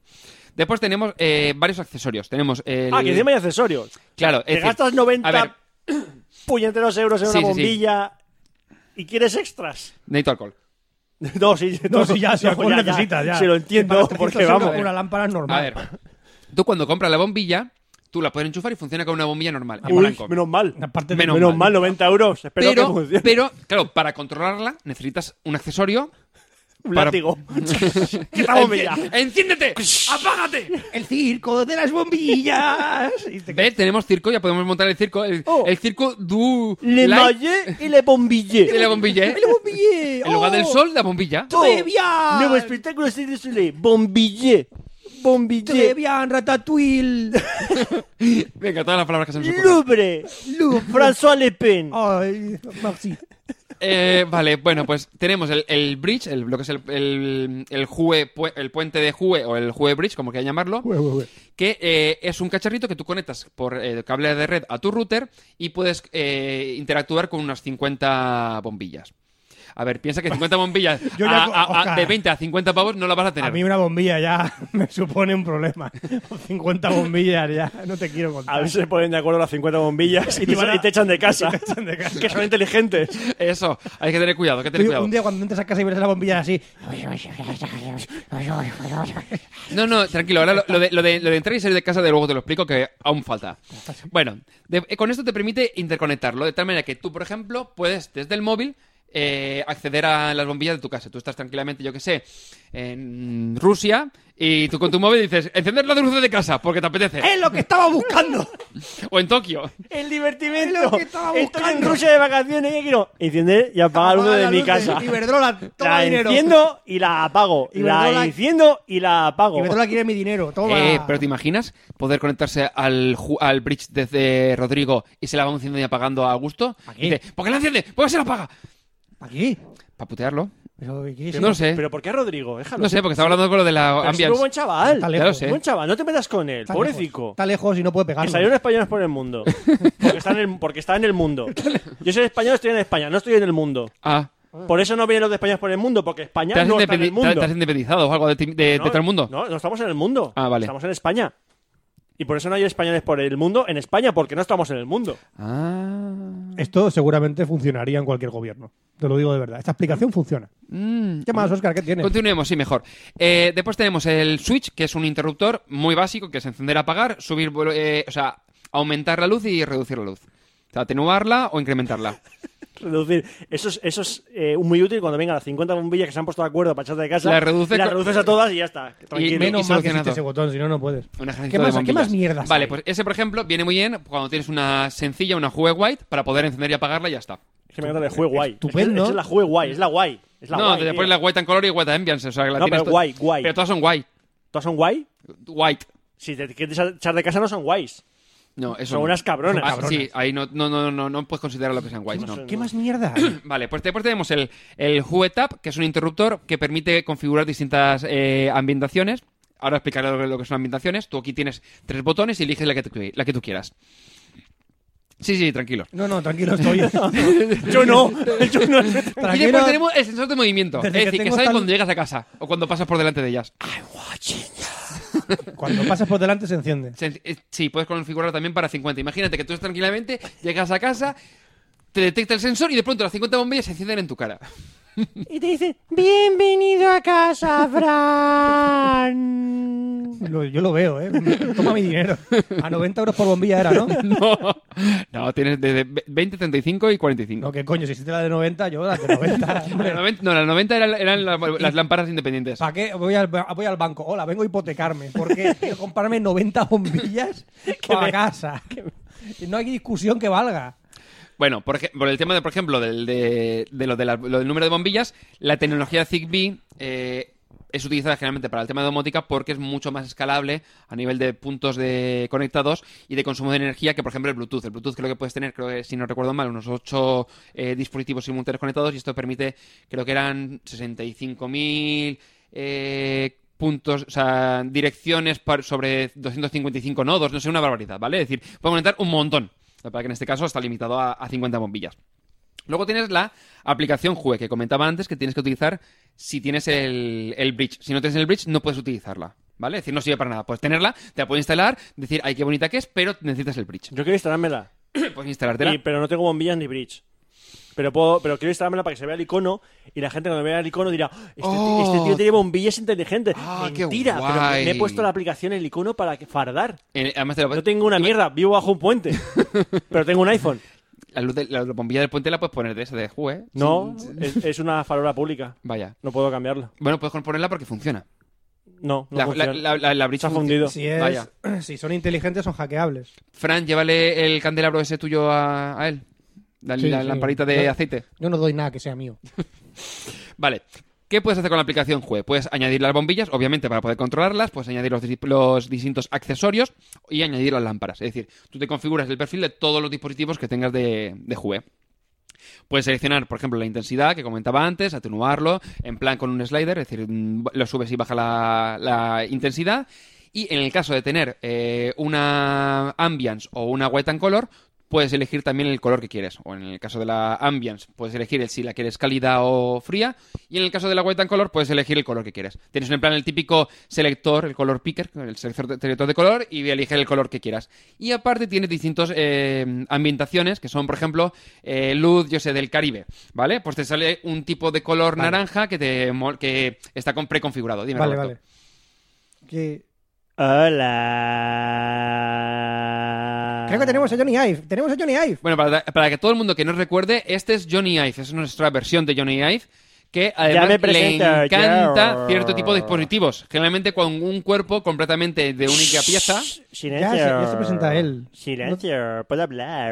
Speaker 10: Después tenemos eh, varios accesorios. Tenemos el...
Speaker 12: Ah, que encima hay accesorios.
Speaker 10: Claro, es
Speaker 12: Te
Speaker 10: decir,
Speaker 12: gastas 90
Speaker 10: a ver.
Speaker 12: puñeteros euros en
Speaker 10: Sí, sí,
Speaker 12: una
Speaker 10: sí.
Speaker 12: bombilla y quieres extras.
Speaker 10: Necesito alcohol.
Speaker 12: No, sí,
Speaker 13: No, sí, ya, si
Speaker 12: no,
Speaker 13: alcohol necesitas, ya.
Speaker 12: Si lo entiendo,
Speaker 13: Sí, para
Speaker 12: porque
Speaker 13: 300 euros
Speaker 12: vamos.
Speaker 13: Una lámpara normal.
Speaker 10: A ver, tú cuando compras la bombilla, tú la puedes enchufar y funciona con una bombilla normal, en
Speaker 12: Uy,
Speaker 10: blanco.
Speaker 12: menos mal.
Speaker 13: Aparte
Speaker 10: Menos
Speaker 12: menos,
Speaker 10: mal.
Speaker 12: mal. 90 euros. Espero que
Speaker 10: Pero,
Speaker 12: funcione.
Speaker 10: pero, claro, para controlarla necesitas un accesorio.
Speaker 12: Un
Speaker 10: para-
Speaker 12: látigo.
Speaker 13: Quita
Speaker 12: Oh,
Speaker 13: bombilla.
Speaker 10: Enci- ¡Enciéndete! ¡Apágate!
Speaker 13: El circo de las bombillas. Y te-
Speaker 10: ¿Ves? Tenemos circo, ya podemos montar el circo. El, el circo du...
Speaker 12: Le
Speaker 10: light
Speaker 12: mallé y le bombillé.
Speaker 10: de la bombilla, ¿eh?
Speaker 13: ¡El bombillé!
Speaker 10: En lugar
Speaker 13: ¡Oh!
Speaker 10: del sol, la bombilla.
Speaker 13: ¡Trevian!
Speaker 12: Nuevo espectáculo de Cirque du Soleil. Bombillé. Bombillé.
Speaker 13: ¡Trevian, Ratatouille!
Speaker 10: Venga, todas las palabras que se nos ocurren.
Speaker 12: Louvre.
Speaker 13: Louvre.
Speaker 12: François Le Pen.
Speaker 13: ¡Ay, merci!
Speaker 10: Eh, vale, bueno, pues tenemos el, el bridge, el, lo que es el, el, el Jue- pue- el puente de Jue o el Jue Bridge, como quieran llamarlo, que eh, es un cacharrito que tú conectas por eh, cable de red a tu router y puedes eh, interactuar con unas 50 bombillas. A ver, piensa que 50 bombillas
Speaker 13: Yo ya
Speaker 10: a-
Speaker 13: co-
Speaker 10: a- a-
Speaker 13: Oscar.
Speaker 10: de 20 a 50 pavos no las vas a
Speaker 13: A
Speaker 10: tener.
Speaker 13: mí una bombilla ya me supone un problema. 50 bombillas ya, no te quiero contar.
Speaker 12: A ver si se ponen de acuerdo las 50 bombillas y te, van- y te echan de casa. que son inteligentes.
Speaker 10: Eso, hay que tener cuidado, hay que tener
Speaker 13: Tú,
Speaker 10: cuidado.
Speaker 13: un día cuando entras a casa y ves la bombilla así,
Speaker 10: No, no, tranquilo. Ahora lo, lo de, lo de- lo de entrar y salir de casa, de luego te lo explico, que aún falta. Bueno, de- eh, con esto te permite interconectarlo, de tal manera que tú, por ejemplo, puedes desde el móvil eh, acceder a las bombillas de tu casa. Tú estás tranquilamente, yo que sé, en Rusia y tú con tu móvil dices, encender las luces de casa porque te apetece.
Speaker 13: ¡es lo que estaba buscando!
Speaker 10: O en Tokio.
Speaker 12: El
Speaker 13: Es lo
Speaker 12: divertimento.
Speaker 13: que estaba
Speaker 12: Estoy en
Speaker 13: buscando.
Speaker 12: Rusia de vacaciones y quiero encender y apagar uno de
Speaker 13: las
Speaker 12: mi
Speaker 13: luces.
Speaker 12: casa.
Speaker 13: Iberdrola, toma
Speaker 12: La
Speaker 13: dinero.
Speaker 12: enciendo y la apago. La
Speaker 13: Iberdrola-
Speaker 12: enciendo y la apago.
Speaker 13: Iberdrola quiere mi dinero, toma.
Speaker 10: Eh, pero ¿te imaginas poder conectarse al, ju- al bridge desde Rodrigo y se la va enciendo y apagando a gusto?
Speaker 13: qué?
Speaker 10: Dice, ¿por qué la enciende? ¿Por qué se la apaga?
Speaker 13: ¿Aquí?
Speaker 10: Para putearlo.
Speaker 13: ¿Pero qué quieres?
Speaker 10: No lo sé.
Speaker 12: ¿Pero por qué Rodrigo? Déjalo.
Speaker 10: No sé, porque estaba hablando con lo de la
Speaker 12: Pero si
Speaker 10: ambiance.
Speaker 12: fue buen chaval.
Speaker 13: Está
Speaker 10: Ya lo
Speaker 13: lejos,
Speaker 10: sé.
Speaker 12: Buen chaval, no te metas con él.
Speaker 13: Está lejos,
Speaker 12: Pobrecico.
Speaker 13: Está lejos y no puede
Speaker 12: Que
Speaker 13: pegarnos.
Speaker 12: salieron españoles por el mundo. Porque está en el, porque está en el mundo. Yo soy español, estoy en España, no estoy en el mundo.
Speaker 10: Ah,
Speaker 12: Por eso no vienen los de España por el mundo, porque España
Speaker 10: ¿te has,
Speaker 12: no está en
Speaker 10: independi-
Speaker 12: el mundo.
Speaker 10: te- te has independizado o algo de, ti- de- de
Speaker 12: No,
Speaker 10: todo el mundo?
Speaker 12: No, no estamos en el mundo.
Speaker 10: Ah, vale.
Speaker 12: Estamos en España. Y por eso no hay españoles por el mundo en España, porque no estamos en el mundo.
Speaker 10: Ah.
Speaker 13: Esto seguramente funcionaría en cualquier gobierno. Te lo digo de verdad. Esta explicación funciona.
Speaker 10: Mm.
Speaker 13: ¿Qué más, Oscar? ¿Qué tienes?
Speaker 10: Continuemos, sí, mejor. Eh, después tenemos el switch, que es un interruptor muy básico, que es encender, apagar, subir, vol- eh, o sea, aumentar la luz y reducir la luz. O sea, atenuarla o incrementarla.
Speaker 12: Reducir. Eso es, eso es eh, muy útil cuando vengan las 50 bombillas que se han puesto de acuerdo para echarte de casa.
Speaker 10: Las reduces
Speaker 12: las
Speaker 10: con-
Speaker 12: reduces a todas y ya está. Tranquilo.
Speaker 10: Y
Speaker 13: Menos mal que
Speaker 10: solucionado.
Speaker 13: existe ese este botón, si no, no puedes.
Speaker 10: Un ejército
Speaker 13: ¿Qué
Speaker 10: de
Speaker 13: más, ¿Qué
Speaker 10: bombillas.
Speaker 13: más mierdas?
Speaker 10: Vale,
Speaker 13: hay?
Speaker 10: pues ese, por ejemplo, viene muy bien cuando tienes una sencilla, una Hue White, para poder encender y apagarla y ya está.
Speaker 12: Es que me encanta la Hue Guay.
Speaker 13: Estupendo.
Speaker 12: Es, que- es que la Hue Guay, es la guay. Es la
Speaker 10: no,
Speaker 12: guay,
Speaker 10: después
Speaker 12: tío.
Speaker 10: la White and Color y White and Ambience. O sea, que la
Speaker 12: No,
Speaker 10: tienes
Speaker 12: pero
Speaker 10: to-
Speaker 12: guay, guay.
Speaker 10: Pero todas son white.
Speaker 12: ¿Todas son guay?
Speaker 10: White.
Speaker 12: Si te quieres echar de casa no son guays.
Speaker 10: No, eso
Speaker 12: Son
Speaker 10: no.
Speaker 12: unas cabronas.
Speaker 10: Ah, sí, ahí no, no, no, no, no puedes considerar lo que sean guays. no.
Speaker 12: ¿Qué más mierda?
Speaker 10: Vale, pues después tenemos el, el Hue Tab, que es un interruptor que permite configurar distintas eh, ambientaciones. Ahora explicaré lo que, lo que son ambientaciones. Tú aquí tienes tres botones y eliges la que, tú- la que tú quieras. Sí, sí, tranquilo.
Speaker 13: No, no, tranquilo estoy.
Speaker 12: Yo no,
Speaker 13: yo
Speaker 12: no.
Speaker 10: Y después tenemos el sensor de movimiento.
Speaker 13: Desde
Speaker 10: es
Speaker 13: que
Speaker 10: decir, que
Speaker 13: tengo
Speaker 10: sabes
Speaker 13: tal-
Speaker 10: cuando llegas a casa o cuando pasas por delante de ellas.
Speaker 13: Cuando pasas por delante se enciende.
Speaker 10: Se- eh, Sí, puedes configurarlo también para 50. Imagínate que tú estás tranquilamente, llegas a casa, te detecta el sensor y de pronto las 50 bombillas se encienden en tu cara.
Speaker 14: Y te dicen, bienvenido a casa, Fran.
Speaker 13: Lo- yo lo veo, ¿eh? Toma mi dinero. A 90 euros por bombilla era, ¿no?
Speaker 10: No, no tienes desde ve- 20, 35 y 45.
Speaker 13: No, que coño, si hiciste la de 90, yo la de 90.
Speaker 10: La 90 no, las 90 eran, eran la- las lámparas independientes.
Speaker 13: ¿Para qué? Voy al, voy al banco. Hola, vengo a hipotecarme. ¿Por qué? Quiero comprarme 90 bombillas para
Speaker 10: me-
Speaker 13: casa. No hay discusión que valga.
Speaker 10: Bueno, por, ej- por el tema, de, por ejemplo, del, de, de lo, de la- lo del número de bombillas, la tecnología ZigBee eh, es utilizada generalmente para el tema de domótica porque es mucho más escalable a nivel de puntos de conectados y de consumo de energía que, por ejemplo, el Bluetooth. El Bluetooth creo que puedes tener, creo que, si no recuerdo mal, unos 8 dispositivos simultáneos conectados y esto permite, creo que eran 65.000... eh, puntos, o sea, direcciones par- sobre 255 nodos, no sé, una barbaridad, ¿vale? Es decir, puedo conectar un montón. Lo que pasa es que en este caso está limitado a, a 50 bombillas. Luego tienes la aplicación Jue, que comentaba antes que tienes que utilizar si tienes el, el bridge. Si no tienes el bridge, no puedes utilizarla. ¿Vale? Es decir, no sirve para nada. Puedes tenerla, te la puedes instalar, decir, ay, qué bonita que es, pero necesitas el bridge.
Speaker 12: Yo quiero instalármela.
Speaker 10: Puedes instalártela.
Speaker 12: Y- pero no tengo bombillas ni bridge. Pero, puedo, pero quiero instalármela para que se vea el icono y la gente cuando vea el icono dirá, este,
Speaker 10: Oh. Ah,
Speaker 12: este tío tiene bombillas inteligentes.
Speaker 10: qué
Speaker 12: Mentira, pero me-
Speaker 10: guay.
Speaker 12: me he puesto la aplicación el icono para que- fardar.
Speaker 10: Eh, Además, te la
Speaker 12: No
Speaker 10: puedes-
Speaker 12: tengo una mierda, vivo bajo un puente. pero tengo un iPhone.
Speaker 10: la, luz de- la bombilla del puente la puedes poner de esa de Jue.
Speaker 12: No,
Speaker 10: Sí, sí.
Speaker 12: es, es una farola pública.
Speaker 10: Vaya.
Speaker 12: No puedo cambiarla.
Speaker 10: Bueno, puedes ponerla porque funciona.
Speaker 12: No, no
Speaker 10: La-
Speaker 12: funciona.
Speaker 10: la- la- la- la bridge
Speaker 12: Se ha fundido.
Speaker 10: funciona.
Speaker 13: Si, es-
Speaker 10: Vaya.
Speaker 13: si son inteligentes, son hackeables.
Speaker 10: Fran, llévale el candelabro ese tuyo a, a él. La,
Speaker 13: Sí,
Speaker 10: la
Speaker 13: sí.
Speaker 10: lamparita de
Speaker 13: Yo-
Speaker 10: aceite.
Speaker 13: Yo no doy nada que sea mío.
Speaker 10: Vale. ¿Qué puedes hacer con la aplicación Jue? Puedes añadir las bombillas, obviamente para poder controlarlas, puedes añadir los, dis- los distintos accesorios y añadir las lámparas. Es decir, tú te configuras el perfil de todos los dispositivos que tengas de, de Jue. Puedes seleccionar, por ejemplo, la intensidad que comentaba antes, atenuarlo, en plan con un slider, es decir, mm, lo subes y baja la, la intensidad. Y en el caso de tener eh, una ambience o una white and color, puedes elegir también el color que quieres. O en el caso de la ambience, puedes elegir el- si la quieres cálida o fría. Y en el caso de la white and color, puedes elegir el color que quieres. Tienes en plan el típico selector, el color picker, el selector de, selector de color, y elige el color que quieras. Y aparte tiene distintos eh, ambientaciones, que son, por ejemplo, eh, luz, yo sé, del Caribe, ¿vale? Pues te sale un tipo de color naranja que, te, mol- que está con- preconfigurado. Dime,
Speaker 13: vale,
Speaker 10: Roberto.
Speaker 13: vale. Que-
Speaker 12: Hola.
Speaker 13: Creo que tenemos a Johnny Ive. Tenemos a Johnny Ive.
Speaker 10: Bueno, para, para que todo el mundo que nos recuerde, este es Johnny Ive, es nuestra versión de Johnny Ive, que
Speaker 12: me
Speaker 10: además le
Speaker 12: presento,
Speaker 10: encanta
Speaker 13: oh.
Speaker 12: yo.
Speaker 10: cierto tipo de dispositivos, generalmente con un cuerpo completamente de única pieza.
Speaker 12: Silencio.
Speaker 13: Ya se- ya se presenta él.
Speaker 12: Silencio. Puedo hablar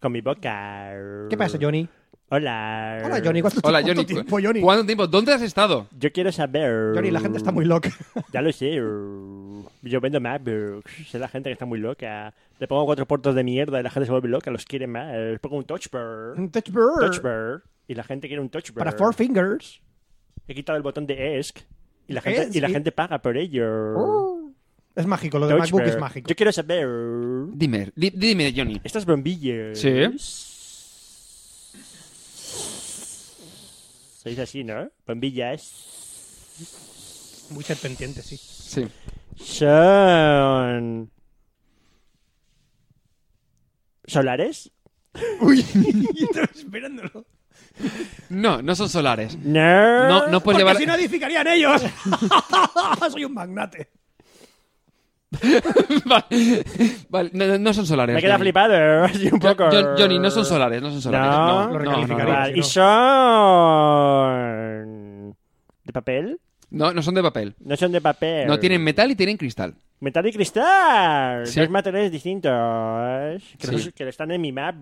Speaker 12: con mi boca.
Speaker 13: ¿Qué pasa, Johnny?
Speaker 12: Hola.
Speaker 13: Hola, Johnny. ¿Cuánto,
Speaker 10: Hola,
Speaker 13: cuánto
Speaker 10: Johnny.
Speaker 13: tiempo, Johnny?
Speaker 10: ¿Cuánto tiempo? ¿Dónde has estado?
Speaker 12: Yo quiero saber.
Speaker 13: Johnny, la gente está muy loca.
Speaker 12: Ya lo sé. Yo vendo MacBooks. Sé la gente que está muy loca. Le pongo cuatro puertos de mierda y la gente se vuelve loca. Los quiere más. Les pongo un touch bar.
Speaker 13: Un touch bar.
Speaker 12: Touch bar. Y la gente quiere un touch bar.
Speaker 13: Para Four Fingers.
Speaker 12: He quitado el botón de ESC. Y la gente,
Speaker 13: ESC.
Speaker 12: y la gente paga por ello.
Speaker 13: Es mágico, lo de
Speaker 12: Touch
Speaker 13: Oh, MacBook
Speaker 12: bar.
Speaker 13: es mágico.
Speaker 12: Yo quiero saber.
Speaker 10: Dime, di- dime, Johnny.
Speaker 12: Estas bombillas.
Speaker 10: Sí.
Speaker 12: Sois así, ¿no? Bombillas.
Speaker 13: Muy serpendiente, sí.
Speaker 10: Sí.
Speaker 12: Son. ¿Solares?
Speaker 13: Esperándolo.
Speaker 10: No, no son solares.
Speaker 12: No.
Speaker 10: No, no
Speaker 13: Porque
Speaker 10: puedes llevar.
Speaker 13: si no edificarían ellos. Soy un magnate.
Speaker 10: vale, Vale, no, no son solares.
Speaker 12: Me queda
Speaker 10: Johnny.
Speaker 12: flipado. así un
Speaker 10: Jo-
Speaker 12: poco.
Speaker 10: Jo- Johnny, no son solares, no son solares.
Speaker 12: No,
Speaker 13: lo
Speaker 10: No, no, no, no.
Speaker 13: recalificaría.
Speaker 12: Vale, Y son. ¿De papel?
Speaker 10: No, no son de papel.
Speaker 12: No Eh. son de papel.
Speaker 10: No tienen metal y tienen cristal.
Speaker 12: Metal y cristal.
Speaker 10: Sí.
Speaker 12: Dos materiales distintos. Que,
Speaker 10: Sí.
Speaker 12: los- que están en mi map.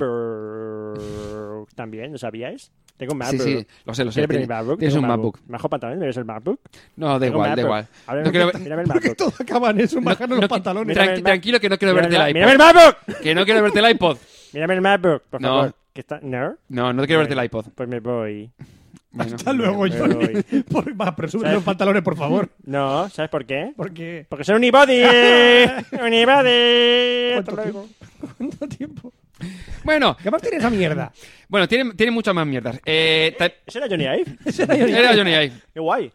Speaker 12: También, ¿lo sabíais? Tengo map.
Speaker 10: Sí, sí, lo sé, lo sé.
Speaker 12: Ah, ¿Quieres ver mi
Speaker 10: Tiene-
Speaker 12: MacBook?
Speaker 10: tienes
Speaker 12: Tengo
Speaker 10: un MacBook.
Speaker 12: ¿Majo pantalón? ¿Me ves el MacBook?
Speaker 10: No, da
Speaker 12: Tengo
Speaker 10: igual, da
Speaker 12: MacBook.
Speaker 10: igual.
Speaker 12: A ver,
Speaker 10: No quiero-
Speaker 12: mírame el MacBook.
Speaker 13: Todo acaba en eso, bajarnos los pantalones.
Speaker 12: Mira,
Speaker 10: Tranqui-
Speaker 12: mira,
Speaker 10: tranquilo que no quiero
Speaker 12: mira,
Speaker 10: verte el iPod.
Speaker 12: mira, mira el MacBook.
Speaker 10: Que no quiero verte el iPod.
Speaker 12: Mírame el MacBook, por
Speaker 10: No.
Speaker 12: favor. Que está... ¿No?
Speaker 10: No, no quiero
Speaker 12: Bueno,
Speaker 10: verte el iPod.
Speaker 12: Pues me voy.
Speaker 10: Bueno.
Speaker 13: Hasta Ah, luego,
Speaker 12: Me
Speaker 13: Johnny.
Speaker 12: voy.
Speaker 13: Por, va, pero súbete
Speaker 12: ¿Sabes?
Speaker 13: los pantalones, por favor.
Speaker 12: No, ¿sabes por qué?
Speaker 13: ¿Por qué?
Speaker 12: Porque soy unibody. unibody.
Speaker 13: ¿Cuánto
Speaker 12: Hasta luego.
Speaker 13: tiempo? ¿Cuánto tiempo?
Speaker 10: Bueno,
Speaker 13: ¿Qué más tiene esa mierda?
Speaker 10: bueno, tienen, tienen muchas más mierdas. Eh, ta-
Speaker 12: ¿Ese era Johnny Ive?
Speaker 13: Ese era Johnny
Speaker 10: Era
Speaker 13: Ive.
Speaker 10: Johnny Ive.
Speaker 12: Qué guay.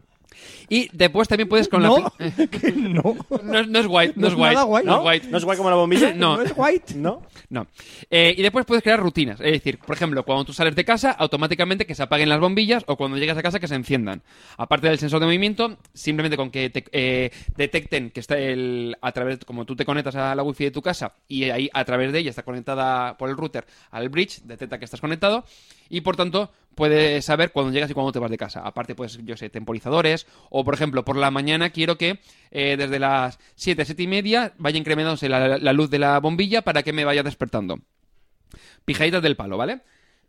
Speaker 10: Y después también puedes con
Speaker 13: No,
Speaker 10: la... pi- eh,
Speaker 13: que no.
Speaker 10: No, es- no es white, no,
Speaker 13: No
Speaker 10: es
Speaker 13: es
Speaker 10: white.
Speaker 13: nada guay.
Speaker 10: No
Speaker 12: ¿No?
Speaker 10: es white.
Speaker 12: ¿No es guay como la bombilla?
Speaker 10: No.
Speaker 13: ¿No es White?
Speaker 12: ¿No?
Speaker 10: No. Eh, y después puedes crear rutinas. Es decir, por ejemplo, cuando tú sales de casa, automáticamente que se apaguen las bombillas o cuando llegas a casa que se enciendan. Aparte del sensor de movimiento, simplemente con que te- eh, detecten que está el. a través. como tú te conectas a la wifi de tu casa y ahí a través de ella está conectada por el router al bridge, detecta que estás conectado y por tanto puedes saber cuándo llegas y cuándo te vas de casa. Aparte, pues, yo sé, temporizadores o, por ejemplo, por la mañana quiero que eh, desde las 7, 7 y media vaya incrementándose la, la luz de la bombilla para que me vaya despertando. Pijaditas del palo, ¿vale?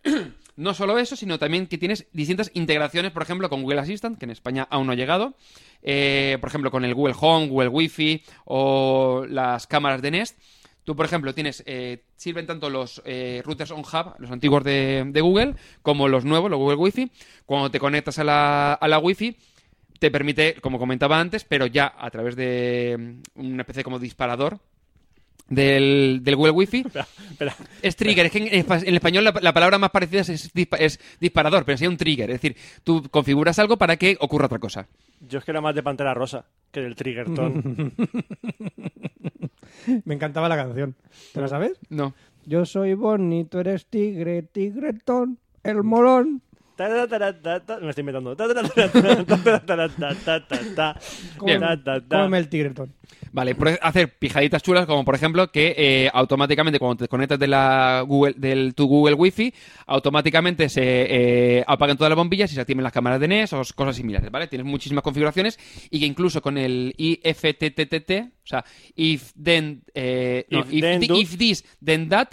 Speaker 10: No solo eso, sino también que tienes distintas integraciones, por ejemplo, con Google Assistant, que en España aún no ha llegado. Eh, por ejemplo, con el Google Home, Google Wi-Fi o las cámaras de Nest. Tú, por ejemplo, tienes eh, sirven tanto los eh, routers on hub, los antiguos de, de Google, como los nuevos, los Google Wi-Fi. Cuando te conectas a la, a la Wi-Fi, te permite, como comentaba antes, pero ya a través de mm, una especie como disparador del, del Google Wi-Fi,
Speaker 12: Espera.
Speaker 10: es trigger, es que en, en español la, la palabra más parecida es, es dispa- es disparador, pero sería un trigger. Es decir, tú configuras algo para que ocurra otra cosa.
Speaker 12: Yo es que era más de Pantera Rosa que del Triggerton.
Speaker 13: Me encantaba la canción. ¿Te la sabes?
Speaker 10: No.
Speaker 13: Yo soy Bonnie, tú eres tigre, tigretón, el molón.
Speaker 12: Tarataratatata- Me estoy inventando. Tarataratatatatatata.
Speaker 10: Bien.
Speaker 12: Ta, ta, ta.
Speaker 13: Cómeme el tigretón.
Speaker 10: Vale, por e- hacer pijaditas chulas, como por ejemplo que eh, automáticamente cuando te conectas de la Google, del tu Google Wi-Fi, automáticamente se eh, apagan todas las bombillas y se activen las cámaras de NES o cosas similares, ¿vale? Tienes muchísimas configuraciones y que incluso con el IFTTTT, o sea, if then, eh, no,
Speaker 12: If
Speaker 10: if,
Speaker 12: then
Speaker 10: thi-
Speaker 12: do-
Speaker 10: if this then that,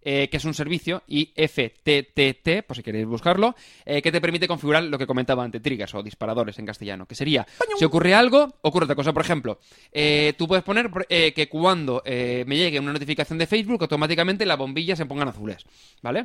Speaker 10: eh, que es un servicio IFTTT, por si queréis buscarlo, eh, que te permite configurar lo que comentaba antes, triggers o disparadores en castellano, que sería, si ocurre algo, ocurre otra cosa. Por ejemplo, eh, tú puedes poner por- eh, que cuando eh, me llegue una notificación de Facebook, automáticamente las bombillas se pongan azules, ¿vale?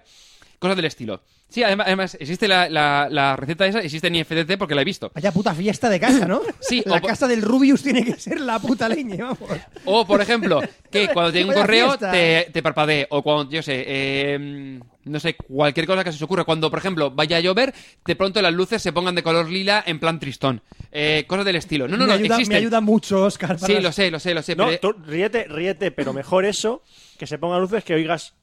Speaker 10: Cosas del estilo. Sí, además, además existe la, la- la receta esa, existe en IFTTT porque la he visto.
Speaker 13: Vaya puta fiesta de casa, ¿no?
Speaker 10: Sí,
Speaker 13: La
Speaker 10: o po-
Speaker 13: casa del Rubius tiene que ser la puta leña, vamos.
Speaker 10: O, por ejemplo, que cuando llegue un
Speaker 13: Vaya
Speaker 10: correo
Speaker 13: fiesta.
Speaker 10: te, te parpadee. O cuando, yo sé, eh, no sé, cualquier cosa que se os ocurra. Cuando, por ejemplo, vaya a llover, de pronto las luces se pongan de color lila en plan tristón. Eh, cosas del estilo. No, no,
Speaker 13: me,
Speaker 10: no,
Speaker 13: ayuda, me
Speaker 10: existen.
Speaker 13: ayuda mucho, Oscar. para
Speaker 10: Sí,
Speaker 13: las-
Speaker 10: lo sé, lo sé, lo sé.
Speaker 12: No,
Speaker 10: pero-
Speaker 12: tú ríete, ríete, pero mejor eso que se pongan luces que oigas.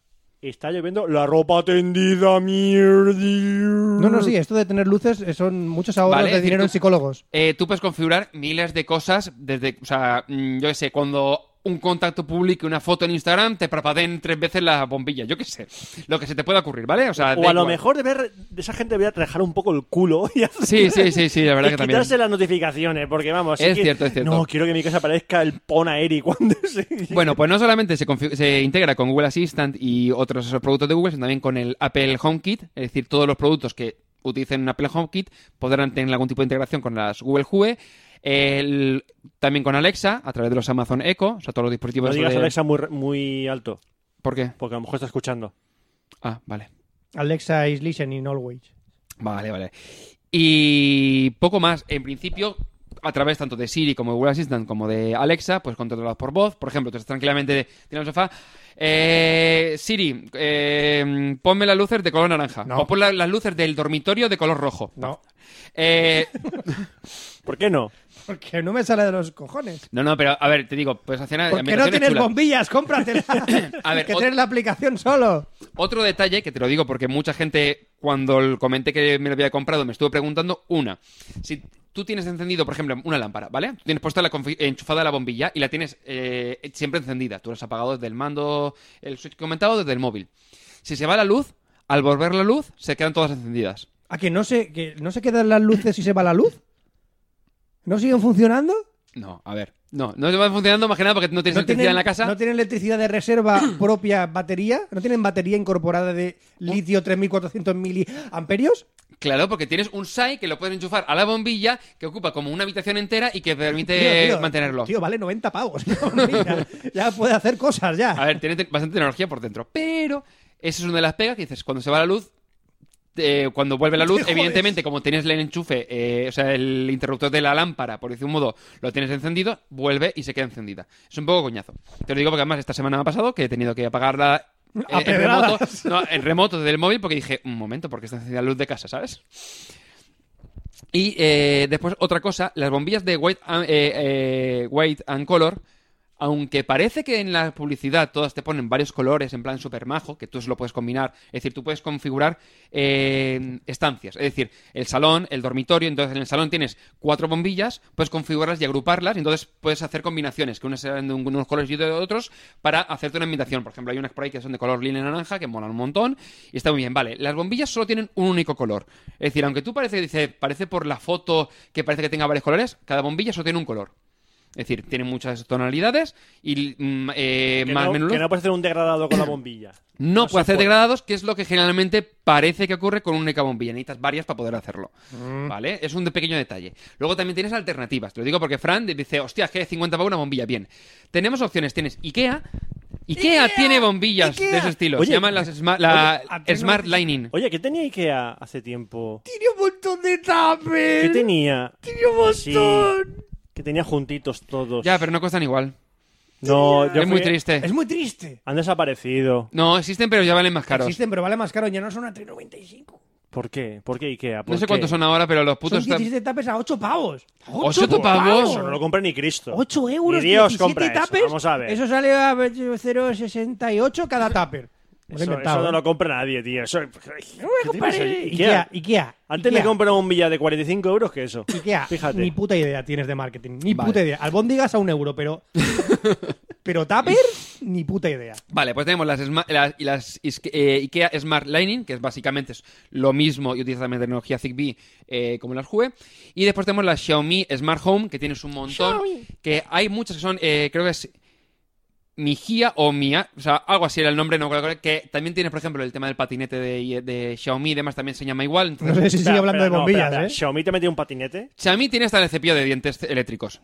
Speaker 12: Está lloviendo la ropa tendida, mierda.
Speaker 13: No, no, sí, esto de tener luces eh, son muchos ahorros
Speaker 10: Vale, es
Speaker 13: de
Speaker 10: decir,
Speaker 13: dinero
Speaker 10: tú-
Speaker 13: en psicólogos.
Speaker 10: Eh, tú puedes configurar miles de cosas desde, o sea, mm, yo qué sé, cuando un contacto publique una foto en Instagram, te parpadeen tres veces la bombilla, yo qué sé, lo que se te pueda ocurre, ¿vale? O sea,
Speaker 12: O
Speaker 10: da
Speaker 12: a lo
Speaker 10: igual.
Speaker 12: mejor de ver de esa gente debería dejar un poco el culo y hacer-
Speaker 10: Sí, sí, sí, sí, la verdad
Speaker 12: y
Speaker 10: que también.
Speaker 12: quitarse las notificaciones, porque vamos.
Speaker 10: Es
Speaker 12: que-
Speaker 10: cierto, es cierto.
Speaker 12: No, quiero que en mi casa aparezca el Pona Eri cuando se.
Speaker 10: Bueno, pues no solamente se, confi- se integra con Google Assistant y otros productos de Google, sino también con el Apple HomeKit, es decir, todos los productos que utilicen un Apple HomeKit podrán tener algún tipo de integración con las Google Hue, el- también con Alexa, a través de los Amazon Echo, o sea, todos los dispositivos
Speaker 12: No digas
Speaker 10: de-
Speaker 12: Alexa muy, muy alto,
Speaker 10: ¿Por qué?
Speaker 12: porque a lo mejor está escuchando.
Speaker 10: Ah, vale.
Speaker 13: Alexa is listening always.
Speaker 10: Vale, vale. Y poco más. En principio, a través tanto de Siri como de Google Assistant como de Alexa, pues controlados por voz. Por ejemplo, tú estás tranquilamente tirando el sofá. eh, Siri, eh, ponme las luces de color naranja.
Speaker 13: No.
Speaker 10: O pon la- las luces del dormitorio de color rojo.
Speaker 13: No.
Speaker 10: Eh,
Speaker 12: ¿Por qué no?
Speaker 13: Porque no me sale de los cojones.
Speaker 10: no, no, pero a ver, te digo, puedes hacer una-
Speaker 13: Porque no
Speaker 10: ambientaciones
Speaker 13: tienes
Speaker 10: chulas.
Speaker 13: bombillas, cómpratela.
Speaker 10: A ver,
Speaker 13: que
Speaker 10: ot-
Speaker 13: tienes la aplicación solo.
Speaker 10: Otro detalle, que te lo digo porque mucha gente, cuando l- comenté que me lo había comprado, me estuvo preguntando, una, si tú tienes encendido, por ejemplo, una lámpara, ¿vale? Tú tienes puesta la confi- enchufada la bombilla y la tienes eh, siempre encendida. Tú la has apagado desde el mando, el switch comentado, desde el móvil. Si se va la luz, al volver la luz, se quedan todas encendidas.
Speaker 13: ¿A que no se, que no se quedan las luces y se va la luz? ¿No siguen funcionando?
Speaker 10: No, a ver. No, no te va funcionando más que nada porque no tienes
Speaker 13: ¿No
Speaker 10: electricidad en la casa.
Speaker 13: ¿No tienen electricidad de reserva propia batería? ¿No tienen batería incorporada de litio 3400 miliamperios?
Speaker 10: Claro, porque tienes un SAI que lo puedes enchufar a la bombilla que ocupa como una habitación entera y que permite
Speaker 13: Tío, tío,
Speaker 10: mantenerlo.
Speaker 13: Tío, vale 90 pavos. Mira, ya puede hacer cosas, ya.
Speaker 10: A ver, tiene te- bastante tecnología por dentro. Pero esa es una de las pegas que dices, cuando se va la luz, eh, cuando vuelve la
Speaker 13: Te
Speaker 10: luz,
Speaker 13: jodes.
Speaker 10: evidentemente, como tienes el enchufe, eh, o sea, el interruptor de la lámpara, por decir un modo, lo tienes encendido, vuelve y se queda encendida. Es un poco coñazo. Te lo digo porque además esta semana me ha pasado que he tenido que apagarla eh,
Speaker 13: A
Speaker 10: en, remoto,
Speaker 13: pedradas.
Speaker 10: no, en remoto desde el móvil porque dije, un momento, porque está encendida la luz de casa, ¿sabes? Y eh, después otra cosa, las bombillas de white and, eh, eh, white and color, aunque parece que en la publicidad todas te ponen varios colores en plan super majo, que tú se lo puedes combinar, es decir, tú puedes configurar eh, estancias, es decir, el salón, el dormitorio, entonces en el salón tienes cuatro bombillas, puedes configurarlas y agruparlas, y entonces puedes hacer combinaciones, que unas sean de un- unos colores y de otros, para hacerte una ambientación. Por ejemplo, hay unas por ahí que son de color lila y naranja, que molan un montón, y está muy bien. Vale, las bombillas solo tienen un único color. Es decir, aunque tú parece que dice, parece por la foto que parece que tenga varios colores, cada bombilla solo tiene un color. Es decir, tiene muchas tonalidades y mm, eh,
Speaker 12: Que
Speaker 10: más
Speaker 12: no,
Speaker 10: o menos
Speaker 12: que
Speaker 10: luz.
Speaker 12: no puedes hacer un degradado con la bombilla.
Speaker 10: No, puede hacer
Speaker 12: puede.
Speaker 10: degradados, que es lo que generalmente parece que ocurre con una única bombilla. Necesitas varias para poder hacerlo.
Speaker 12: Mm.
Speaker 10: ¿Vale? Es un de- pequeño detalle. Luego también tienes alternativas. Te lo digo porque Fran dice, hostia, es que 50 para una bombilla. Bien. Tenemos opciones. Tienes IKEA. IKEA, tiene bombillas de ese estilo.
Speaker 12: Oye,
Speaker 10: Se llaman las sma- la
Speaker 12: oye, a ti no
Speaker 10: Smart
Speaker 12: te-
Speaker 10: Lining.
Speaker 12: Oye, ¿qué tenía IKEA hace tiempo?
Speaker 13: Tiene un montón de
Speaker 12: ¿Qué
Speaker 13: tapes.
Speaker 12: tenía?
Speaker 13: Tiene un
Speaker 12: Sí,
Speaker 13: montón.
Speaker 12: que tenía juntitos todos.
Speaker 10: Ya, pero no cuestan igual.
Speaker 12: No, yo
Speaker 10: Es muy
Speaker 12: fui-
Speaker 10: triste.
Speaker 13: Es muy triste.
Speaker 12: Han desaparecido.
Speaker 10: No, existen, pero ya valen más caros.
Speaker 13: Existen, pero vale más caro. Ya no son a 3,95.
Speaker 12: ¿Por qué? ¿Por qué IKEA? ¿Por
Speaker 10: No sé
Speaker 12: qué?
Speaker 10: cuántos son ahora, pero los
Speaker 13: Son
Speaker 10: putos... están-
Speaker 13: 17 tapes a 8 pavos.
Speaker 10: ¿Ocho
Speaker 13: 8
Speaker 10: pavos?
Speaker 12: Eso no lo compra ni Cristo.
Speaker 13: 8 euros,
Speaker 12: Ni Dios
Speaker 13: 17
Speaker 12: compra eso,
Speaker 13: tapes.
Speaker 12: Vamos a ver.
Speaker 13: Eso sale a 0,68 cada tupper. Me lo he
Speaker 12: Eso-
Speaker 13: inventado,
Speaker 12: eso no
Speaker 13: ¿eh?
Speaker 12: lo compra nadie, tío. Eso-
Speaker 13: No voy a
Speaker 12: ¿Qué te
Speaker 13: comprar
Speaker 12: pasa?
Speaker 13: el-
Speaker 12: Ikea.
Speaker 13: Ikea, Ikea.
Speaker 12: Antes me
Speaker 13: Ikea.
Speaker 12: compré una bombilla de 45 euros que eso.
Speaker 13: Ikea,
Speaker 12: Fíjate.
Speaker 13: ni puta idea tienes de marketing. Ni
Speaker 10: Vale.
Speaker 13: puta idea. Albóndigas a un euro, pero. pero tupper, ni puta idea.
Speaker 10: Vale, pues tenemos las, esma- las- y las is- eh, IKEA Smart Lining, que es básicamente es lo mismo y utiliza también tecnología ZigBee eh, como las Hue. Y después tenemos la Xiaomi Smart Home, que tienes un montón. Que hay muchas que son, eh, creo que es Mijia o Mia, o sea, algo así era el nombre, no me acuerdo, que también tiene, por ejemplo, el tema del patinete de, de Xiaomi y demás, también se llama igual.
Speaker 13: No
Speaker 10: Entonces,
Speaker 13: sé si sigue
Speaker 12: Espera,
Speaker 13: hablando
Speaker 12: espera,
Speaker 13: de
Speaker 12: no,
Speaker 13: bombillas,
Speaker 12: espera, espera.
Speaker 13: ¿eh?
Speaker 12: ¿Xiaomi te metió un patinete?
Speaker 10: Xiaomi tiene hasta el cepillo de dientes eléctricos.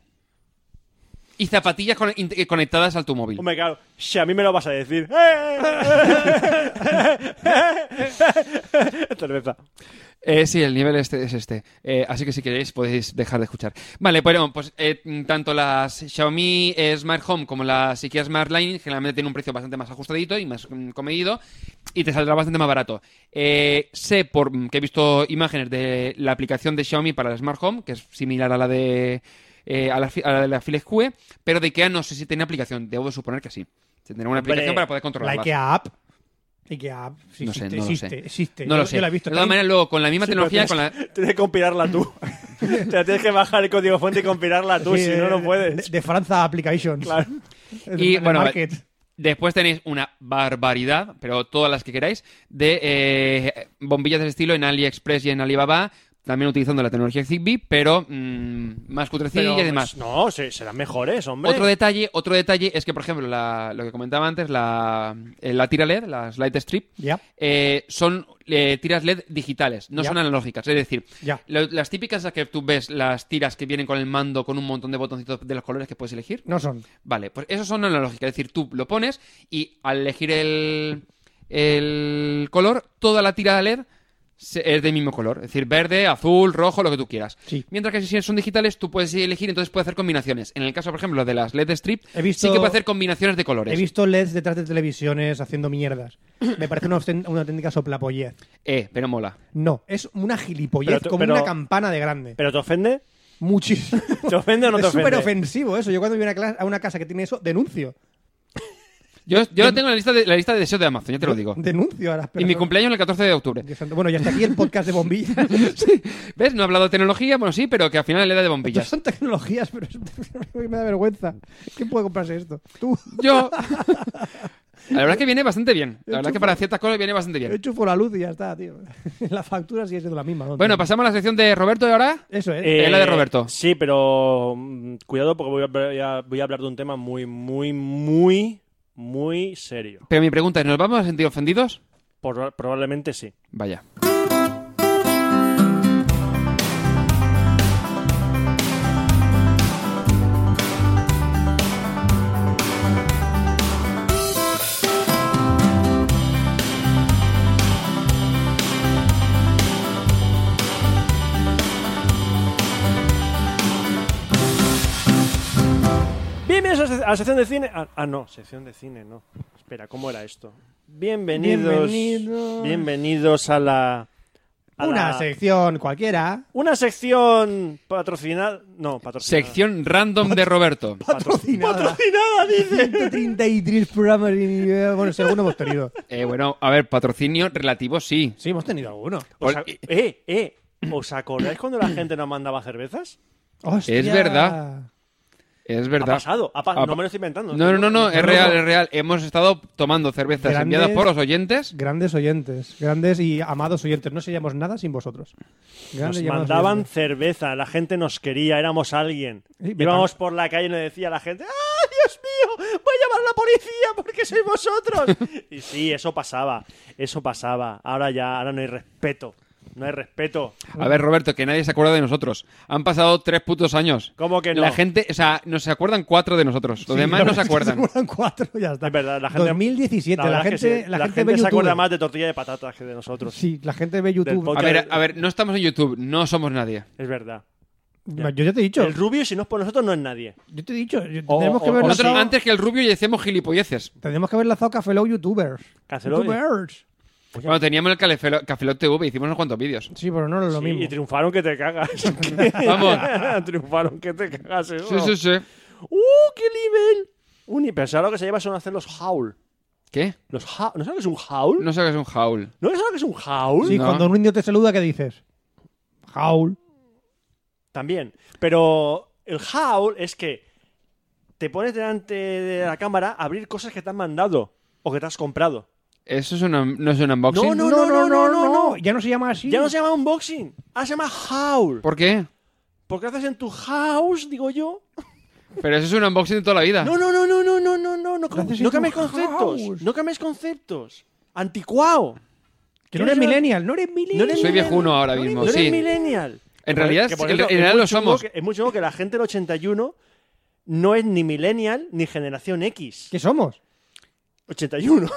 Speaker 10: Y zapatillas con- in- eh, conectadas al tu móvil.
Speaker 12: Hombre, claro. Xiaomi me lo vas a decir. ¡Eh! Cerveza.
Speaker 10: Eh, sí, el nivel este es este. Eh, así que si queréis podéis dejar de escuchar. Vale, bueno, pues eh, mm, tanto las Xiaomi eh, Smart Home como las IKEA Smart Line generalmente tienen un precio bastante más ajustadito y más mm, comedido y te saldrá bastante más barato. Eh, sé por mm, que he visto imágenes de la aplicación de Xiaomi para la Smart Home, que es similar a la de eh, a, la, fi- a la de la Philips Hue, pero de IKEA no sé si tiene aplicación. Debo suponer que sí. Tendrá una
Speaker 12: Hombre,
Speaker 10: aplicación para poder
Speaker 13: La
Speaker 10: controlarlas.
Speaker 13: IKEA app. IKEA app. Sí,
Speaker 10: No sé,
Speaker 13: existe,
Speaker 10: no lo
Speaker 13: existe,
Speaker 10: sé.
Speaker 13: existe.
Speaker 10: No
Speaker 13: Yo-
Speaker 10: lo sé.
Speaker 13: Yo la he visto.
Speaker 10: de todas maneras, luego con la misma
Speaker 12: Sí, pero
Speaker 10: tecnología,
Speaker 12: tienes-
Speaker 10: con la,
Speaker 12: Tienes que compilarla tú. Te la tienes que bajar el código fuente y compilarla tú,
Speaker 13: Sí,
Speaker 12: si
Speaker 13: de-
Speaker 12: no, no
Speaker 13: De,
Speaker 12: puedes.
Speaker 13: de Franza Applications.
Speaker 12: Claro.
Speaker 13: El-
Speaker 10: Y,
Speaker 13: el
Speaker 10: bueno,
Speaker 13: market.
Speaker 10: Después tenéis una barbaridad, pero todas las que queráis, de eh, bombillas de ese estilo en AliExpress y en Alibaba, también utilizando la tecnología Zigbee, pero mm, más
Speaker 12: Pero,
Speaker 10: cutrecilla y
Speaker 12: pues,
Speaker 10: demás.
Speaker 12: No, se- serán mejores, hombre.
Speaker 10: Otro detalle, otro detalle es que, por ejemplo, la- lo que comentaba antes, la, eh, la tira LED, las Light Strip,
Speaker 13: Ya,
Speaker 10: eh, son eh, tiras LED digitales, no
Speaker 13: Ya.
Speaker 10: son analógicas. Es decir,
Speaker 13: ya.
Speaker 10: lo- las típicas las que tú ves, las tiras que vienen con el mando con un montón de botoncitos de los colores que puedes elegir,
Speaker 13: No son.
Speaker 10: Vale, pues eso son analógicas. Es decir, tú lo pones y al elegir el, el color, toda la tira de LED se- es del mismo color. Es decir, verde, azul, rojo, lo que tú quieras.
Speaker 13: Sí.
Speaker 10: Mientras que si son digitales, tú puedes elegir, entonces puedes hacer combinaciones. En el caso, por ejemplo, de las LED strip,
Speaker 13: He visto-
Speaker 10: sí que puedes hacer combinaciones de colores.
Speaker 13: He visto LEDs detrás de televisiones haciendo mierdas. Me parece una, osten- una auténtica soplapollez.
Speaker 10: Eh, pero mola.
Speaker 13: No, es una gilipollez
Speaker 12: Pero tú-
Speaker 13: como
Speaker 12: pero-
Speaker 13: una campana de grande.
Speaker 12: ¿Pero te ofende?
Speaker 13: Muchísimo.
Speaker 12: ¿Te ofende o no te
Speaker 13: es súper
Speaker 12: ofende?
Speaker 13: ofensivo eso. Yo cuando voy a una, cla- a una casa que tiene eso, denuncio.
Speaker 10: Yo, yo lo tengo en la lista de, la lista de deseos de Amazon, ya te lo digo.
Speaker 13: Denuncio a las
Speaker 10: Y
Speaker 13: personas.
Speaker 10: mi cumpleaños el 14 de octubre.
Speaker 13: Dios santo. Bueno, y hasta aquí el podcast de bombillas.
Speaker 10: ¿Ves? No he hablado de tecnología, bueno, sí, pero que al final le da de bombillas.
Speaker 13: Son tecnologías, pero es- me da vergüenza. ¿Quién puede comprarse esto? Tú.
Speaker 10: Yo.
Speaker 11: La verdad es que viene bastante bien. La verdad es que para ciertas cosas viene bastante bien.
Speaker 10: Enchufo la luz y ya está, tío. la factura sigue siendo la misma. ¿no?
Speaker 11: Bueno, pasamos a la sección de Roberto de ahora.
Speaker 10: Eso es.
Speaker 11: Eh, la de Roberto.
Speaker 12: Sí, pero mm, cuidado porque voy a, voy a- voy a hablar de un tema muy, muy, muy, muy serio.
Speaker 11: Pero mi pregunta es, ¿nos vamos a sentir ofendidos?
Speaker 12: Por- probablemente sí.
Speaker 11: Vaya.
Speaker 12: Bienvenidos a la sección de cine. Ah, ah, no, sección de cine, no. Espera, ¿cómo era esto? Bienvenidos.
Speaker 10: Bienvenidos.
Speaker 12: bienvenidos a la. a
Speaker 10: Una
Speaker 12: la-
Speaker 10: sección cualquiera.
Speaker 12: Una sección patrocinada. No, patrocinada.
Speaker 11: Sección random de Roberto.
Speaker 12: Patrocinada, dice.
Speaker 10: 133 programas y. eh, Bueno, si alguno hemos tenido.
Speaker 11: Eh, bueno, a ver, patrocinio relativo, sí.
Speaker 10: Sí, hemos tenido alguno.
Speaker 12: O sea, eh, eh. ¿Os acordáis cuando la gente nos mandaba cervezas?
Speaker 10: Hostia.
Speaker 11: Es verdad.
Speaker 13: Ah,
Speaker 11: Es verdad.
Speaker 12: Ha pasado, ha pa-
Speaker 11: Ha
Speaker 12: no me lo estoy inventando.
Speaker 11: No, no, no, no, es
Speaker 12: No, no,
Speaker 11: real,
Speaker 12: no.
Speaker 11: es real. Hemos estado tomando cervezas
Speaker 10: Grandes-
Speaker 11: enviadas por los oyentes.
Speaker 10: Grandes oyentes, grandes y amados oyentes. No seríamos nada sin vosotros. Grandes
Speaker 12: Nos
Speaker 10: y amados
Speaker 12: mandaban
Speaker 10: oyentes.
Speaker 12: cerveza, la gente nos quería, éramos alguien.
Speaker 10: me
Speaker 12: Íbamos por la calle y le decía a la gente, ¡ah, Dios mío! ¡Voy a llamar a la policía porque sois vosotros! y sí, eso pasaba, eso pasaba. Ahora ya, ahora no hay respeto, no hay respeto.
Speaker 11: A ver, Roberto, que nadie se acuerda de nosotros. Han pasado tres putos años.
Speaker 12: ¿Cómo que no?
Speaker 11: La gente, o sea, nos se acuerdan cuatro de nosotros. Los
Speaker 10: Sí,
Speaker 11: demás no se
Speaker 10: Se
Speaker 11: acuerdan.
Speaker 10: acuerdan cuatro, ya está.
Speaker 12: Es verdad, la gente...
Speaker 10: 2017, la,
Speaker 12: verdad
Speaker 10: gente,
Speaker 12: es que sí,
Speaker 10: la, gente, ve
Speaker 12: se
Speaker 10: YouTube.
Speaker 12: acuerda más de tortilla de patatas que de nosotros.
Speaker 10: Sí, la gente ve
Speaker 12: Del
Speaker 10: YouTube.
Speaker 11: A
Speaker 12: podcast.
Speaker 11: ver, a ver, no estamos en YouTube, no somos nadie.
Speaker 12: Es verdad.
Speaker 10: No, Yo ya te he dicho.
Speaker 12: El rubio, si no es por nosotros, no es nadie.
Speaker 10: Yo te he dicho. yo-
Speaker 12: O-
Speaker 10: tenemos, que
Speaker 12: o-
Speaker 10: haber
Speaker 12: o-
Speaker 11: Nosotros
Speaker 10: lanzado,
Speaker 11: antes que el rubio y decíamos gilipolleces.
Speaker 10: tenemos que haber lanzado Café Lock YouTubers.
Speaker 12: Canceló.
Speaker 10: YouTubers.
Speaker 11: Cuando teníamos el Calefelo- Café Lock TV hicimos unos cuantos vídeos.
Speaker 10: Sí, pero no es lo
Speaker 12: Sí,
Speaker 10: mismo.
Speaker 12: y triunfaron que te cagas.
Speaker 11: Vamos.
Speaker 12: triunfaron que te cagas. Eso.
Speaker 11: Sí, sí, sí.
Speaker 12: ¡Uh, qué nivel! Un pensar lo que se lleva son hacer los howl.
Speaker 11: ¿Qué?
Speaker 12: Los hou- ¿No sabes lo que es un howl?
Speaker 11: No sé qué es un howl.
Speaker 12: ¿No sabes lo que es un howl?
Speaker 10: Sí,
Speaker 11: No.
Speaker 10: cuando un indio te saluda, ¿qué dices? Howl.
Speaker 12: También. Pero el howl es que te pones delante de la cámara a abrir cosas que te han mandado o que te has comprado.
Speaker 11: ¿Eso es una- no es un unboxing?
Speaker 12: No, no, no, no, no, no.
Speaker 10: Ya no se llama así.
Speaker 12: Ya no se llama unboxing, ahora se llama howl.
Speaker 11: ¿Por qué?
Speaker 12: Porque haces en tu house, digo yo.
Speaker 11: Pero eso es un unboxing de toda la vida.
Speaker 12: No, no, no, no, no, no, no, no, no,
Speaker 10: Gracias,
Speaker 12: no
Speaker 10: es
Speaker 12: cambies
Speaker 10: un
Speaker 12: conceptos.
Speaker 10: house.
Speaker 12: No cambies conceptos. Anticuado.
Speaker 10: Que no eres
Speaker 12: Yo no-
Speaker 10: millennial, no eres millennial.
Speaker 11: Soy viejuno ahora
Speaker 12: no
Speaker 11: mismo,
Speaker 12: eres- no
Speaker 11: sí.
Speaker 12: eres millennial.
Speaker 11: En
Speaker 12: Que
Speaker 11: realidad,
Speaker 12: que por
Speaker 11: en-
Speaker 12: cierto,
Speaker 11: en realidad
Speaker 12: muy
Speaker 11: lo
Speaker 12: chungo
Speaker 11: somos.
Speaker 12: que- es muy chungo que la gente del 81 no es ni millennial ni generación X.
Speaker 10: ¿Qué somos?
Speaker 12: 81.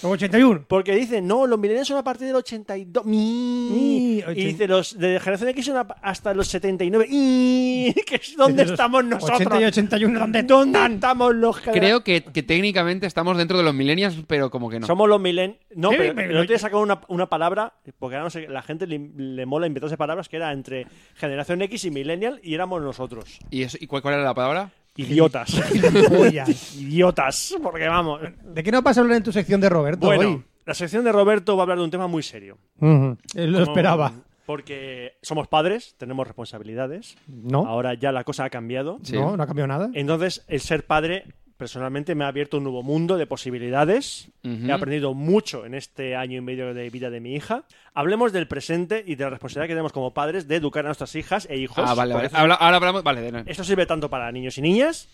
Speaker 10: Somos 81.
Speaker 12: Porque dicen, no, los millennials son a partir del 82. Mi.
Speaker 10: Mi,
Speaker 12: Y
Speaker 10: 80.
Speaker 12: dice, los de generación X son a- hasta los 79. Y, que es donde
Speaker 10: Los
Speaker 12: estamos nosotros.
Speaker 10: 80 y 81, ¿dónde
Speaker 12: ¿Dónde estamos los
Speaker 11: Creo que, que técnicamente estamos dentro de los millennials, pero como que no.
Speaker 12: Somos los milen... No,
Speaker 10: Sí,
Speaker 12: pero
Speaker 10: pero-
Speaker 12: no te he sacado una, una palabra, porque ahora no sé, la gente le, le mola inventarse palabras que era entre generación X y millennial y éramos nosotros.
Speaker 11: ¿Y, eso- y cuál, cuál era la palabra?
Speaker 12: Idiotas.
Speaker 10: Gilipollas.
Speaker 12: Idiotas, porque vamos.
Speaker 10: ¿De qué no vas a hablar en tu sección de Roberto
Speaker 12: Bueno,
Speaker 10: hoy?
Speaker 12: la sección de Roberto va a hablar de un tema muy serio.
Speaker 10: Ujú. Eh, Lo
Speaker 12: Como-
Speaker 10: esperaba.
Speaker 12: Porque somos padres, tenemos responsabilidades.
Speaker 10: ¿No?
Speaker 12: Ahora ya la cosa ha cambiado.
Speaker 11: Sí.
Speaker 10: No, no ha cambiado nada.
Speaker 12: Entonces, el ser padre personalmente me ha abierto un nuevo mundo de posibilidades.
Speaker 11: Ujú.
Speaker 12: He aprendido mucho en este año y medio de vida de mi hija. Hablemos del presente y de la responsabilidad que tenemos como padres de educar a nuestras hijas e hijos.
Speaker 11: Ah, vale,
Speaker 12: porque
Speaker 11: vale.
Speaker 12: esto-
Speaker 11: Habla- ahora hablamos. Vale, de
Speaker 12: Esto sirve tanto para niños y niñas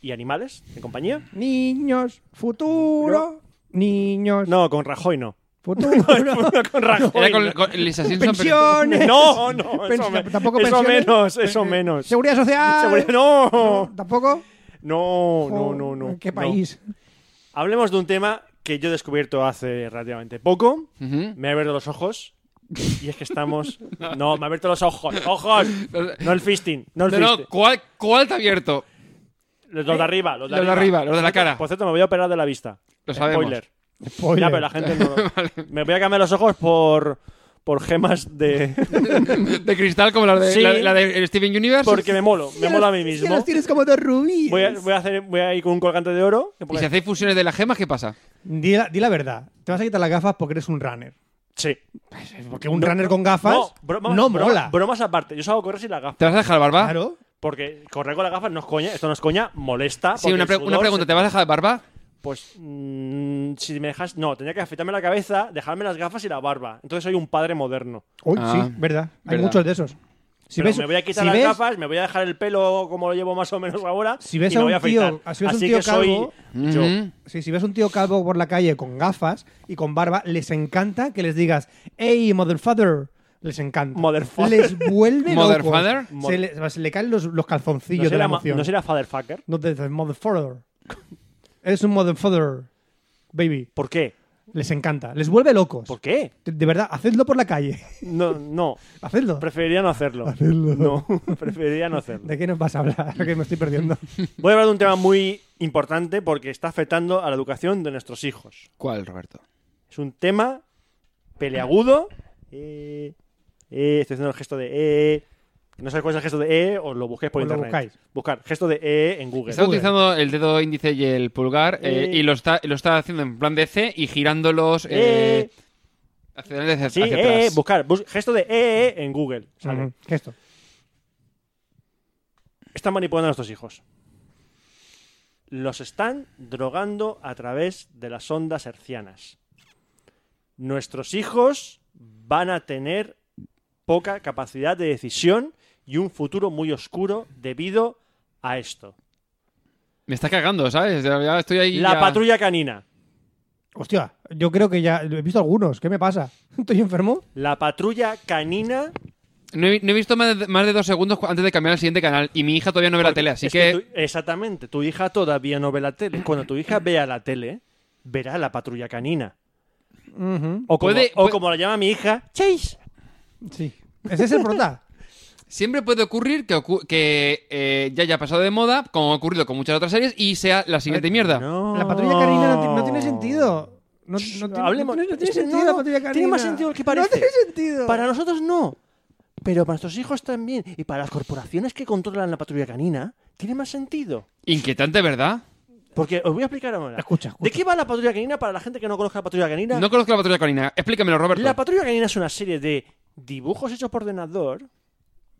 Speaker 12: y animales en compañía.
Speaker 10: Niños, futuro. Niños,
Speaker 12: No, con Rajoy no.
Speaker 10: futuro.
Speaker 12: No, con Rajoy.
Speaker 11: Era con,
Speaker 12: no.
Speaker 11: con Lisa Simpson. pero-
Speaker 10: pensiones.
Speaker 12: No, no, eso,
Speaker 10: Pens-
Speaker 12: me-
Speaker 10: tampoco
Speaker 12: eso
Speaker 10: pensiones. Eh,
Speaker 12: menos, eso menos.
Speaker 10: Seguridad social.
Speaker 12: Seguridad- No,
Speaker 10: ¿Tampoco?
Speaker 12: no, no, no,
Speaker 10: Oh,
Speaker 12: no.
Speaker 10: ¿Qué
Speaker 12: no.
Speaker 10: país?
Speaker 12: Hablemos de un tema que yo he descubierto hace relativamente poco.
Speaker 11: Ujú.
Speaker 12: Me ha abierto los ojos. Y es que estamos. No, me ha abierto los ojos. ¡Ojos! No el fisting. No el
Speaker 11: No, no,
Speaker 12: fisting.
Speaker 11: ¿cuál, ¿cuál te ha abierto?
Speaker 12: Los de arriba. Los de,
Speaker 11: Los de arriba, los de la cara.
Speaker 12: Por cierto, me voy a operar de la vista.
Speaker 11: Lo sabemos.
Speaker 12: Spoiler.
Speaker 10: Spoiler.
Speaker 12: Ya, pero la gente no. Me voy a cambiar los ojos por. Por gemas de.
Speaker 11: ¿De cristal como la de,
Speaker 12: Sí.
Speaker 11: la, la de Steven Universe?
Speaker 12: Porque me molo. Me
Speaker 10: Ya
Speaker 12: mola a
Speaker 10: los-
Speaker 12: mí
Speaker 10: ya
Speaker 12: mismo.
Speaker 10: los tienes como dos rubíes.
Speaker 12: Voy a, voy a hacer, voy a ir con un colgante de oro. que
Speaker 11: ¿Y
Speaker 12: ponga-
Speaker 11: si hacéis fusiones de las gemas, qué pasa?
Speaker 10: Di, la, di la verdad. Te vas a quitar las gafas porque eres un runner.
Speaker 12: Sí.
Speaker 10: Pues, eh, Porque un runner con gafas no,
Speaker 12: No, bromas, bromas-
Speaker 10: mola.
Speaker 12: Bromas aparte. Yo salgo correr sin la gafa.
Speaker 11: ¿Te vas a dejar barba?
Speaker 10: Claro.
Speaker 12: Porque correr con la gafa no es coña, esto no es coña, molesta.
Speaker 11: Sí,
Speaker 12: porque
Speaker 11: una,
Speaker 12: el
Speaker 11: pre-
Speaker 12: sudor
Speaker 11: una pregunta.
Speaker 12: se-
Speaker 11: ¿Te vas a dejar barba?
Speaker 12: Pues mm, si me dejas. No, tenía que afeitarme la cabeza, dejarme las gafas y la barba. Entonces soy un padre moderno.
Speaker 10: Uy,
Speaker 11: Ah,
Speaker 10: sí, verdad. Hay muchos de esos.
Speaker 12: Pero me voy a quitar
Speaker 10: si
Speaker 12: las
Speaker 10: ves-
Speaker 12: gafas, me voy a dejar el pelo como lo llevo más o menos ahora.
Speaker 10: Si ves
Speaker 12: y me
Speaker 10: a
Speaker 12: voy
Speaker 10: un
Speaker 12: a
Speaker 10: tío,
Speaker 12: afeitar.
Speaker 10: si ves a un
Speaker 12: Así
Speaker 10: tío
Speaker 12: que soy
Speaker 10: calvo,
Speaker 12: yo. Mm-hmm.
Speaker 10: Sí, si ves un tío calvo por la calle con gafas y con barba, les encanta que les digas, hey, motherfather. Les encanta.
Speaker 12: Motherfather.
Speaker 10: Les vuelve locos.
Speaker 12: Motherfather.
Speaker 10: Se le, se le caen los, los calzoncillos
Speaker 12: ¿No
Speaker 10: de la
Speaker 12: será, ma-
Speaker 10: emoción.
Speaker 12: ¿No será fatherfucker?
Speaker 10: No te dices motherfather. Eres un motherfather, baby.
Speaker 12: ¿Por qué?
Speaker 10: Les encanta. Les vuelve locos. ¿Por
Speaker 12: qué?
Speaker 10: De, de verdad, hacedlo por la calle.
Speaker 12: No, no.
Speaker 10: Hacedlo.
Speaker 12: Preferiría no hacerlo.
Speaker 10: Hacedlo.
Speaker 12: No, preferiría no hacerlo.
Speaker 10: ¿De qué nos vas a hablar? que me estoy perdiendo.
Speaker 12: Voy a hablar de un tema muy importante porque está afectando a la educación de nuestros hijos.
Speaker 11: ¿Cuál, Roberto?
Speaker 12: Es un tema peleagudo. Eh, eh, estoy haciendo el gesto de eh. No sabéis cuál es el gesto de eh, os lo busquéis por
Speaker 11: Os lo
Speaker 12: internet.
Speaker 11: buscáis.
Speaker 12: Buscar gesto de eh en Google.
Speaker 11: Está utilizando el dedo índice y el pulgar eh,
Speaker 12: Eh.
Speaker 11: y lo está, lo está haciendo en plan de C y girándolos eh,
Speaker 12: Eh.
Speaker 11: hacia, adelante, hacia-
Speaker 12: Sí,
Speaker 11: hacia
Speaker 12: eh,
Speaker 11: atrás.
Speaker 12: buscar bus- gesto de eh, eh en Google. Sale.
Speaker 10: Ujú, Gesto.
Speaker 12: Están manipulando a nuestros hijos. Los están drogando a través de las ondas hercianas. Nuestros hijos van a tener poca capacidad de decisión y un futuro muy oscuro debido a esto.
Speaker 11: Me está cagando, ¿sabes? Ya, ya estoy ahí.
Speaker 12: La
Speaker 11: ya-
Speaker 12: patrulla canina.
Speaker 10: Hostia, yo creo que ya he visto algunos. ¿Qué me pasa? ¿Estoy enfermo?
Speaker 12: La patrulla canina.
Speaker 11: No he, no he visto más de, más de dos segundos cu- antes de cambiar al siguiente canal y mi hija todavía no ve la tele, así
Speaker 12: Es
Speaker 11: que.
Speaker 12: que tu- exactamente, tu hija todavía no ve la tele. Cuando tu hija vea la tele, verá la patrulla canina. O como,
Speaker 11: Puede-
Speaker 12: o como la llama mi hija, Chase.
Speaker 10: Sí. Ese es el prota.
Speaker 11: Siempre puede ocurrir que, ocu- que eh, ya haya pasado de moda, como ha ocurrido con muchas otras series, y sea la siguiente mierda.
Speaker 10: La patrulla canina no, ti- no tiene sentido. No, no ti- no
Speaker 12: hablemos.
Speaker 10: tiene, no tiene
Speaker 12: Es que
Speaker 10: sentido
Speaker 12: no,
Speaker 10: la
Speaker 12: no,
Speaker 10: patrulla
Speaker 12: tiene
Speaker 10: canina.
Speaker 12: más sentido del que
Speaker 10: No
Speaker 12: parece.
Speaker 10: tiene sentido.
Speaker 12: Para nosotros no. Pero para nuestros hijos también. Y para las corporaciones que controlan la patrulla canina, tiene más sentido.
Speaker 11: Inquietante, ¿verdad?
Speaker 12: Porque os voy a explicar ahora. Escucha, ¿De qué va la patrulla canina para la gente que no conozca la patrulla canina?
Speaker 11: No conozco la patrulla canina. Explícamelo, Roberto.
Speaker 12: La patrulla canina es una serie de dibujos hechos por ordenador.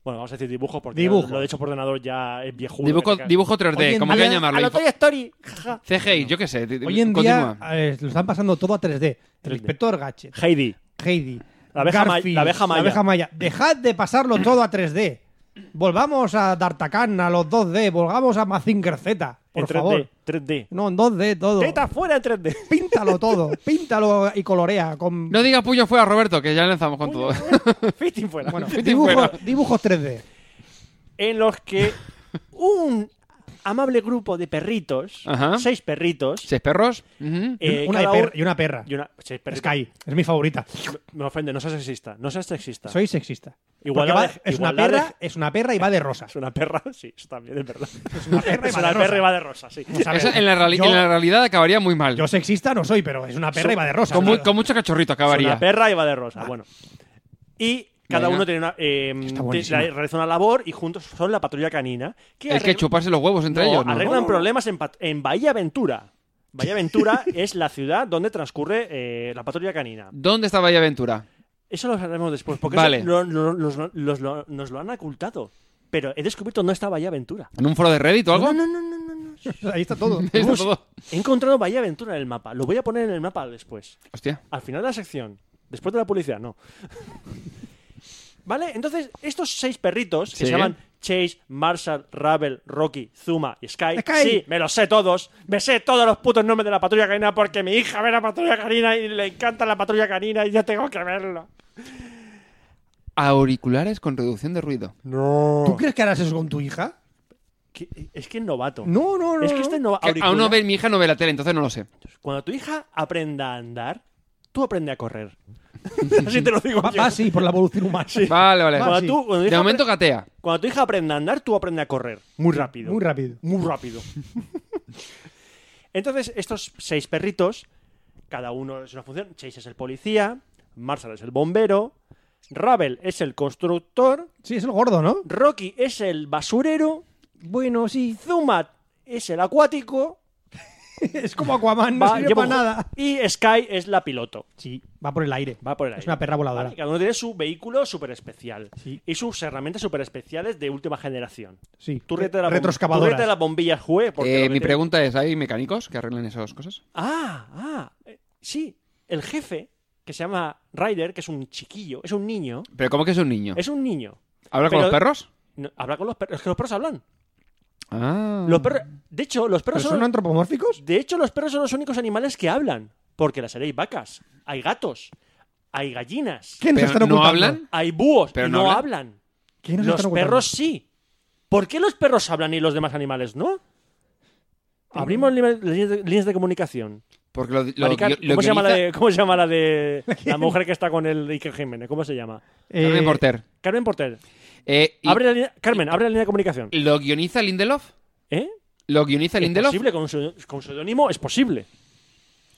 Speaker 12: Bueno, vamos a decir dibujos porque
Speaker 11: Dibujos.
Speaker 12: lo de hecho por ordenador ya es viejo.
Speaker 11: Dibujo, dibujo 3D, como quieran llamarlo.
Speaker 12: A lo
Speaker 11: info-
Speaker 12: Toy Story. jaja.
Speaker 11: CGI, yo qué sé. di- di-
Speaker 10: Hoy en
Speaker 11: continúa.
Speaker 10: día eh, lo están pasando todo a 3D. El inspector Gadget.
Speaker 12: Heidi.
Speaker 10: Heidi.
Speaker 12: La abeja ma-
Speaker 10: Garfield,
Speaker 12: la abeja maya.
Speaker 10: Dejad de pasarlo todo a 3D. Volvamos a D'Artagnan, a los 2D. Volvamos a Mazinger Z. Por
Speaker 12: En 3D,
Speaker 10: favor.
Speaker 12: 3D.
Speaker 10: No, en 2D todo.
Speaker 12: Teta fuera en 3D.
Speaker 10: Píntalo todo. Píntalo y colorea. Con...
Speaker 11: No digas puño fuera, Roberto, que ya lanzamos con todo.
Speaker 12: Fisting fuera. Bueno,
Speaker 10: Dibujos- dibujos 3D.
Speaker 12: en los que un amable grupo de perritos,
Speaker 11: Ajá.
Speaker 12: seis perritos,
Speaker 11: ¿Seis perros?
Speaker 12: eh,
Speaker 10: una, de
Speaker 12: cada
Speaker 10: per-
Speaker 12: uno-
Speaker 10: y una perra.
Speaker 12: y una- seis perritos.
Speaker 10: Sky. Es mi favorita.
Speaker 12: Me ofende, no seas sexista, no seas sexista.
Speaker 10: Soy sexista.
Speaker 12: Igual
Speaker 10: Porque va- es una perra, es una perra y va de rosa.
Speaker 12: Es una perra, sí, eso también es verdad. Es
Speaker 10: una perra y va de rosa.
Speaker 12: perra y va de rosa, sí.
Speaker 10: Vamos a ver.
Speaker 11: Eso en la, reali-
Speaker 10: Yo-
Speaker 11: en la realidad acabaría muy mal. Yo
Speaker 10: sexista no soy, pero es una perra y va de rosa.
Speaker 11: Con,
Speaker 10: claro.
Speaker 11: mu- con mucho cachorrito acabaría.
Speaker 12: Es una perra y va de rosa, bueno. Y cada
Speaker 11: Venga.
Speaker 12: uno tiene una, eh,
Speaker 11: buenísima.
Speaker 12: la- realiza una labor y juntos son la patrulla canina. Que
Speaker 11: Hay que
Speaker 12: arregla-
Speaker 11: chuparse los huevos entre
Speaker 12: No,
Speaker 11: ellos. ¿no?
Speaker 12: arreglan problemas en, pat- en Bahía Ventura. Bahía Ventura es la ciudad donde transcurre eh, la patrulla canina.
Speaker 11: ¿Dónde está Bahía Aventura?
Speaker 12: Eso lo hablaremos después, porque
Speaker 11: Vale.
Speaker 12: eso lo- lo- los- los- lo- nos lo han ocultado. Pero he descubierto no está Bahía Aventura.
Speaker 11: ¿En un foro de Reddit o algo?
Speaker 12: No, no, no, no. no.
Speaker 10: Ahí está todo.
Speaker 11: Está todo.
Speaker 12: He encontrado Bahía Aventura en el mapa. Lo voy a poner en el mapa después.
Speaker 11: Hostia.
Speaker 12: Al final de la sección. Después de la publicidad, no. ¿Vale? Entonces, estos seis perritos que
Speaker 11: Sí.
Speaker 12: se llaman Chase, Marshall, Ravel, Rocky, Zuma y Sky.
Speaker 10: Sky.
Speaker 12: Sí, me los sé todos. Me sé todos los putos nombres de la patrulla canina porque mi hija ve la patrulla canina y le encanta la patrulla canina y yo tengo que verlo.
Speaker 11: Auriculares con reducción de ruido.
Speaker 12: No.
Speaker 10: ¿Tú crees que harás eso con tu hija?
Speaker 12: Que- es que es novato.
Speaker 10: No, no, no.
Speaker 12: Es que este no
Speaker 11: Que aún no ve, mi hija no ve la tele, entonces no lo sé.
Speaker 12: Cuando tu hija aprenda a andar, tú aprende a correr. Así te lo digo.
Speaker 10: Va,
Speaker 12: yo.
Speaker 10: va así, por la evolución humana.
Speaker 11: Vale, vale.
Speaker 12: Cuando tú- cuando
Speaker 11: de
Speaker 12: hija
Speaker 11: momento gatea.
Speaker 12: Cuando tu hija aprenda a andar, tú aprende a correr. Muy rápido.
Speaker 10: Muy rápido.
Speaker 12: Muy rápido. Entonces, estos seis perritos, cada uno es una función. Chase es el policía, Marshall es el bombero, Ravel es el constructor,
Speaker 10: Sí, es el gordo, ¿no?
Speaker 12: Rocky es el basurero,
Speaker 10: Bueno, sí.
Speaker 12: Zumat es el acuático
Speaker 13: es como Aquaman, no
Speaker 12: Va,
Speaker 13: sirve
Speaker 12: lleva
Speaker 13: para
Speaker 12: un jo-
Speaker 13: nada.
Speaker 12: Y Sky es la piloto.
Speaker 13: Sí, va por el aire.
Speaker 12: Va por el aire.
Speaker 13: una perra voladora.
Speaker 12: Vale, Cada uno tiene su vehículo súper especial. Y sus herramientas súper especiales de última generación.
Speaker 13: Sí.
Speaker 12: Tú ríete de la bom-
Speaker 10: Retroexcavadoras.
Speaker 12: tú ríete de las bombillas Jue. porque
Speaker 10: Eh,
Speaker 12: lo que
Speaker 10: mi
Speaker 12: te-
Speaker 10: pregunta es, ¿hay mecánicos que arreglen esas cosas?
Speaker 12: Ah, ah. eh, Sí, el jefe, que se llama Ryder, que es un chiquillo, es un niño.
Speaker 10: ¿Pero cómo que es un niño?
Speaker 12: Es un niño.
Speaker 10: ¿Habla con
Speaker 12: Pero-
Speaker 10: los perros?
Speaker 12: No, habla con los perros. Es que los perros hablan.
Speaker 10: Ah.
Speaker 12: Los perros, de hecho, los perros
Speaker 13: Mm. ¿Pero son antropomórficos?
Speaker 12: De hecho, los perros son los únicos animales que hablan. Porque las hay vacas, hay gatos, hay gallinas.
Speaker 13: ¿Qué nos Pero están ¿no ocultando? hablan?
Speaker 12: Hay búhos,
Speaker 13: ¿Pero
Speaker 12: y
Speaker 13: no
Speaker 12: no
Speaker 13: hablan?
Speaker 12: hablan.
Speaker 13: ¿Qué nos
Speaker 12: Los
Speaker 13: están ocultando?
Speaker 12: perros sí. ¿Por qué los perros hablan y los demás animales no? Abrimos li- líneas de- líneas de comunicación.
Speaker 10: Porque lo, lo
Speaker 12: Maricar-
Speaker 10: guio- lo
Speaker 12: ¿cómo, se llama la
Speaker 10: guioniza-
Speaker 12: de, ¿Cómo se llama la de la mujer que está con el Iker Jiménez? ¿Cómo se llama?
Speaker 10: Carmen Porter.
Speaker 12: Carmen Porter.
Speaker 10: Eh, y-
Speaker 12: eh, Abre la línea- Carmen, abre la línea de comunicación.
Speaker 10: ¿Lo guioniza Lindelof?
Speaker 12: ¿Eh?
Speaker 10: ¿Lo guioniza
Speaker 12: Es
Speaker 10: Lindelof?
Speaker 12: posible, con su, con seudónimo es posible.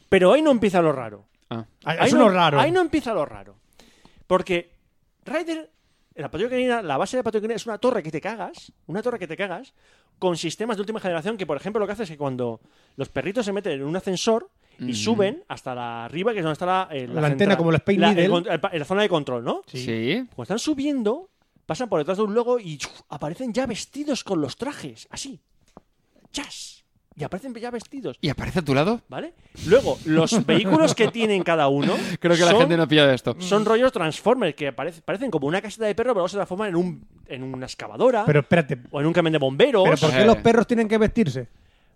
Speaker 12: Pero ahí no empieza lo raro.
Speaker 10: Ah.
Speaker 12: Ahí no- Ahí no empieza lo raro. Porque Ryder, la patrulla canina, la base de la patrulla canina es una torre que te cagas, una torre que te cagas, con sistemas de última generación que, por ejemplo, lo que hace es que cuando los perritos se meten en un ascensor y
Speaker 13: Ujú.
Speaker 12: suben hasta la arriba, que es donde está la, eh,
Speaker 13: La antena, como los Space
Speaker 12: la,
Speaker 13: Needle.
Speaker 12: el con- el pa- la zona de control, ¿no?
Speaker 10: Sí.
Speaker 12: Cuando están subiendo, pasan por detrás de un logo y ¡chuf! aparecen ya vestidos con los trajes, así. ¡Chas! Y aparecen ya vestidos.
Speaker 10: ¿Y aparece a tu lado?
Speaker 12: ¿Vale? Luego, los vehículos que tienen cada uno.
Speaker 10: Creo que la
Speaker 12: son-
Speaker 10: gente no pilla esto.
Speaker 12: Son rollos Transformers que parece- parecen como una caseta de perro, pero luego se transforman en, un, en una excavadora.
Speaker 13: Pero espérate.
Speaker 12: O en un camión de bomberos.
Speaker 13: ¿Pero por
Speaker 10: Eh.
Speaker 13: qué los perros tienen que vestirse?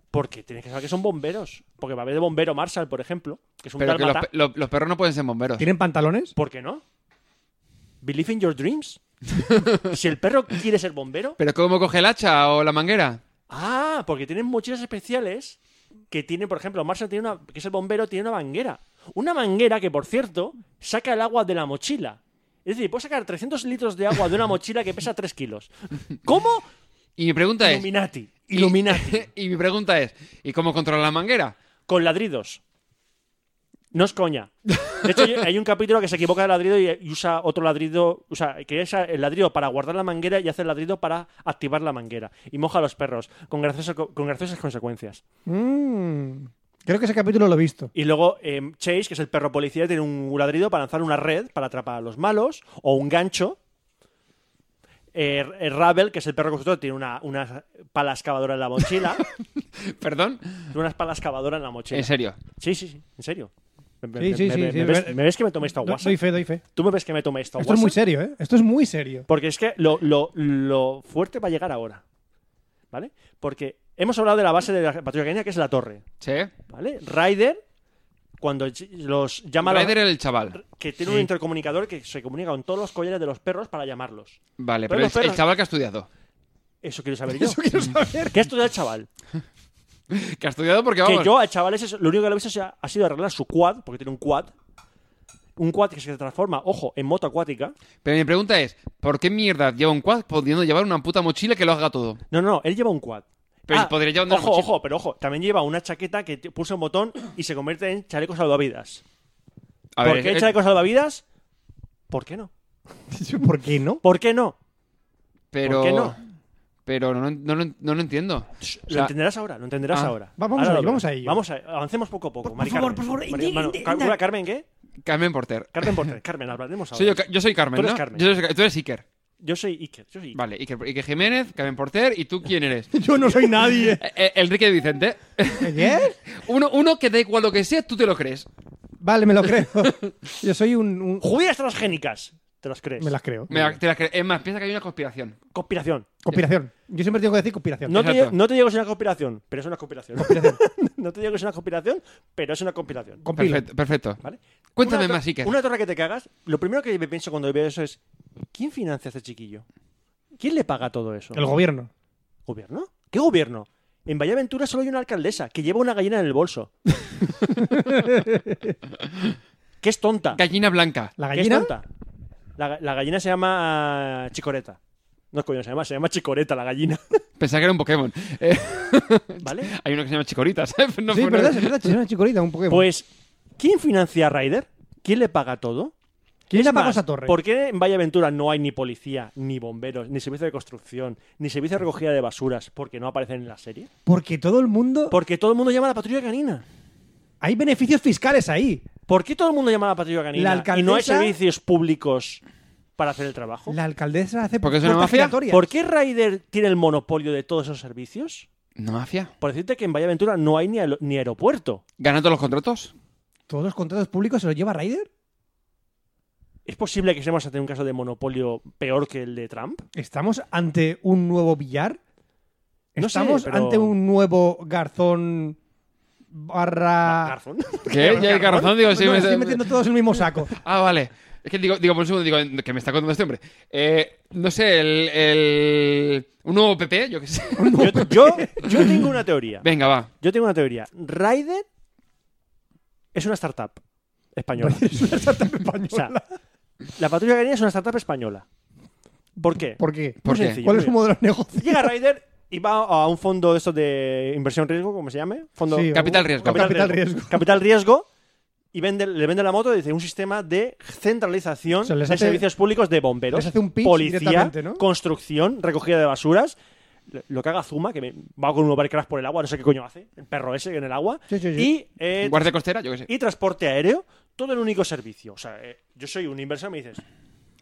Speaker 12: Porque tienes que saber que son bomberos. Porque va a haber de bombero Marshall, por ejemplo, que es un
Speaker 10: Pero que los,
Speaker 12: dálmata.
Speaker 10: pe- lo- los perros no pueden ser bomberos.
Speaker 13: ¿Tienen pantalones?
Speaker 12: ¿Por qué no? ¿Believe in your dreams? si el perro quiere ser bombero.
Speaker 10: ¿Pero cómo coge el hacha o la manguera?
Speaker 12: Ah, porque tienen mochilas especiales que tienen, por ejemplo, Marshall tiene una, que es el bombero, tiene una manguera. Una manguera que, por cierto, saca el agua de la mochila. Es decir, puedes sacar 300 litros de agua de una mochila que pesa 3 kilos. ¿Cómo?
Speaker 10: Y mi pregunta es...
Speaker 12: Illuminati.
Speaker 10: y-
Speaker 12: Illuminati.
Speaker 10: y mi pregunta es, ¿y cómo controla la manguera?
Speaker 12: Con ladridos. No es coña. De hecho, hay- hay un capítulo que se equivoca de ladrido y, y usa otro ladrido. O sea, que usa el ladrido para guardar la manguera y hace el ladrido para activar la manguera. Y moja a los perros, con, gracioso- con graciosas consecuencias.
Speaker 13: Mm, creo que ese capítulo lo he visto.
Speaker 12: Y luego em, Chase, que es el perro policía, tiene un ladrido para lanzar una red para atrapar a los malos o un gancho. Eh, eh, Ravel, que es el perro constructor, tiene una, una pala excavadora en la mochila.
Speaker 10: ¿Perdón?
Speaker 12: Tiene una pala excavadora en la mochila.
Speaker 10: ¿En serio?
Speaker 12: Sí, sí, sí, en serio. Me, me-
Speaker 13: Sí, sí,
Speaker 12: me-
Speaker 13: sí,
Speaker 12: me-
Speaker 13: sí,
Speaker 12: me
Speaker 13: ver-
Speaker 12: ves, me ves que me tomé esta
Speaker 13: Do-
Speaker 12: guasa?
Speaker 13: doy fe, doy fe.
Speaker 12: ¿Tú me ves que me tomé esta
Speaker 13: Esto es
Speaker 12: guasa?
Speaker 13: muy serio, ¿eh? Esto es muy serio.
Speaker 12: Porque es que lo, lo- lo fuerte va a llegar ahora. ¿Vale? Porque hemos hablado de la base de la patrulla canina, que es la torre.
Speaker 10: Sí.
Speaker 12: ¿Vale? Ryder, cuando ll- los llama a la-
Speaker 10: Ryder era el chaval.
Speaker 12: que tiene
Speaker 10: Sí.
Speaker 12: un intercomunicador que se comunica con todos los collares de los perros para llamarlos.
Speaker 10: Vale,
Speaker 12: Pero
Speaker 10: pero,
Speaker 12: los
Speaker 10: el, el
Speaker 12: perros-
Speaker 10: chaval que ha estudiado.
Speaker 12: Eso quiero saber yo. ¿Qué ha estudiado el chaval?
Speaker 10: Que ha estudiado porque vamos...
Speaker 12: Que yo al chaval ese, lo único que le he visto ha ha sido arreglar su quad, porque tiene un quad. Un quad que se transforma, ojo, en moto acuática.
Speaker 10: Pero mi pregunta es, ¿por qué mierda lleva un quad pudiendo llevar una puta mochila que lo haga todo?
Speaker 12: No, no, él lleva un quad.
Speaker 10: Pero
Speaker 12: Ah,
Speaker 10: podría llevar una
Speaker 12: Ojo,
Speaker 10: mochila.
Speaker 12: ojo, pero ojo. También lleva una chaqueta que te- pulsa un botón y se convierte en chaleco salvavidas.
Speaker 10: A
Speaker 12: ¿Por
Speaker 10: ver, eh,
Speaker 12: qué
Speaker 10: es-
Speaker 12: chaleco salvavidas? ¿Por qué no?
Speaker 13: ¿Por qué no?
Speaker 12: ¿Por qué no?
Speaker 10: Pero,
Speaker 12: ¿Por qué no?
Speaker 10: Pero no, no, no- no lo entiendo. O
Speaker 12: lo
Speaker 10: sea-
Speaker 12: entenderás ahora, lo entenderás
Speaker 10: Ah.
Speaker 12: ahora.
Speaker 13: Va- vamos
Speaker 12: Ahora
Speaker 13: a
Speaker 12: lo
Speaker 13: ello, vamos
Speaker 12: verás.
Speaker 13: a ello.
Speaker 12: Vamos a- avancemos poco a poco. Por,
Speaker 13: favor, por favor,
Speaker 12: Mari,
Speaker 13: indi-
Speaker 12: Manu,
Speaker 13: indi-
Speaker 12: Car-
Speaker 13: indi-
Speaker 12: hola, Carmen, ¿qué?
Speaker 10: Carmen Porter.
Speaker 12: Carmen Porter, Carmen, hablaremos ahora.
Speaker 10: Soy yo, Ca- yo soy Carmen,
Speaker 12: Tú eres
Speaker 10: ¿no?
Speaker 12: Carmen.
Speaker 10: Yo soy- tú eres Iker.
Speaker 12: Yo soy Iker, yo soy Iker.
Speaker 10: Vale, Iker, Iker Jiménez, Carmen Porter, ¿y tú quién eres?
Speaker 13: Yo no soy nadie.
Speaker 10: Eh, eh, Enrique de Vicente.
Speaker 13: ¿Qué?
Speaker 10: Uno, uno que da igual lo que sea, tú te lo crees.
Speaker 13: Vale, me lo creo. Yo soy un. un-
Speaker 12: Judías transgénicas, ¿te las crees?
Speaker 13: Me las creo.
Speaker 10: Me la- te la crees. Es más, piensa que hay una conspiración.
Speaker 12: Conspiración.
Speaker 13: Conspiración. Yo siempre tengo que decir conspiración.
Speaker 12: No te, digo- no te digo que es una conspiración, pero es una conspiración. no te digo que es una conspiración, pero es una conspiración.
Speaker 13: Compila.
Speaker 10: Perfecto. perfecto.
Speaker 12: ¿Vale?
Speaker 10: Cuéntame
Speaker 12: Una to-
Speaker 10: más, Iker.
Speaker 12: Una torre que te cagas, lo primero que me pienso cuando veo eso es, ¿quién financia a este chiquillo? ¿Quién le paga todo eso?
Speaker 13: El gobierno.
Speaker 12: ¿Gobierno? ¿Qué gobierno? En Vallaventura solo hay una alcaldesa que lleva una gallina en el bolso. que es tonta.
Speaker 10: Gallina blanca.
Speaker 13: ¿La
Speaker 12: Que es
Speaker 13: gallina?
Speaker 12: tonta. La, ga- la gallina se llama ah, Chicoreta. No es coño, se llama, se llama Chicoreta la gallina.
Speaker 10: Pensaba que era un Pokémon. Eh,
Speaker 12: ¿Vale?
Speaker 10: hay uno que se llama Chicorita, ¿sabes? No
Speaker 13: sí,
Speaker 10: fue-
Speaker 13: verdad, es verdad, es una chicorita, un Pokémon.
Speaker 12: Pues, ¿quién financia a Ryder? ¿Quién le paga todo?
Speaker 10: ¿Quién
Speaker 12: Es
Speaker 10: apagó
Speaker 12: más,
Speaker 10: esa torre?
Speaker 12: ¿Por qué en Valle Aventura no hay ni policía, ni bomberos, ni servicio de construcción, ni servicio de recogida de basuras? Porque no aparecen en la serie.
Speaker 10: Porque todo el mundo.
Speaker 12: Porque todo el mundo llama a la patrulla canina.
Speaker 10: Hay beneficios fiscales ahí.
Speaker 12: ¿Por qué todo el mundo llama a la patrulla
Speaker 10: La
Speaker 12: canina
Speaker 10: alcaldesa-
Speaker 12: y no hay servicios públicos para hacer el trabajo?
Speaker 10: La alcaldesa hace
Speaker 11: Porque es una
Speaker 10: puertas
Speaker 11: mafia.
Speaker 10: giratorias.
Speaker 12: ¿Por qué Raider tiene el monopolio de todos esos servicios?
Speaker 11: No mafia.
Speaker 12: Por decirte que en Valle Aventura no hay ni, aer- ni aeropuerto.
Speaker 11: ¿Ganan todos los contratos?
Speaker 10: ¿Todos los contratos públicos se los lleva Ryder?
Speaker 12: ¿Es posible que estemos ante un caso de monopolio peor que el de Trump?
Speaker 10: ¿Estamos ante un nuevo billar?
Speaker 12: No sé,
Speaker 10: ¿Estamos
Speaker 12: pero-
Speaker 10: ante un nuevo garzón barra.
Speaker 12: Garzón.
Speaker 11: ¿Qué? ¿Ya hay Garzón? Digo, sí,
Speaker 10: No,
Speaker 11: me-
Speaker 10: estoy metiendo todos en el mismo saco.
Speaker 11: Ah, vale. Es que digo, digo por un segundo, digo, que me está contando este hombre. Eh, no sé, el, el- Un nuevo PP, yo qué sé.
Speaker 12: Yo, yo, yo tengo una teoría.
Speaker 11: Venga, va.
Speaker 12: Yo tengo una teoría. Raider es una startup española. O sea, la patrulla canina es una startup española. ¿Por qué?
Speaker 10: ¿Por qué?
Speaker 11: ¿Por
Speaker 12: Muy
Speaker 11: qué?
Speaker 12: sencillo,
Speaker 10: ¿Cuál es su
Speaker 12: mira.
Speaker 10: modelo de negocio?
Speaker 12: Llega Raider y va a un fondo de estos de inversión riesgo, como se llame. Fondo
Speaker 10: Sí,
Speaker 11: Capital riesgo.
Speaker 12: Capital,
Speaker 10: Capital
Speaker 12: riesgo.
Speaker 10: riesgo.
Speaker 12: Capital riesgo. Y vende, le vende la moto y dice un sistema de centralización
Speaker 10: O sea, les
Speaker 12: de
Speaker 10: hace-
Speaker 12: servicios públicos de bomberos,
Speaker 10: les hace un pitch
Speaker 12: policía,
Speaker 10: directamente, ¿no?
Speaker 12: construcción, recogida de basuras. Lo- Lo que haga Zuma, que me- va con un overcrash por el agua, no sé qué coño hace, el perro ese en el agua.
Speaker 10: Sí, sí, sí.
Speaker 12: Y, eh,
Speaker 11: Guardia costera, yo qué sé.
Speaker 12: y transporte aéreo, todo en un único servicio. O sea, eh, yo soy un inversor y me dices,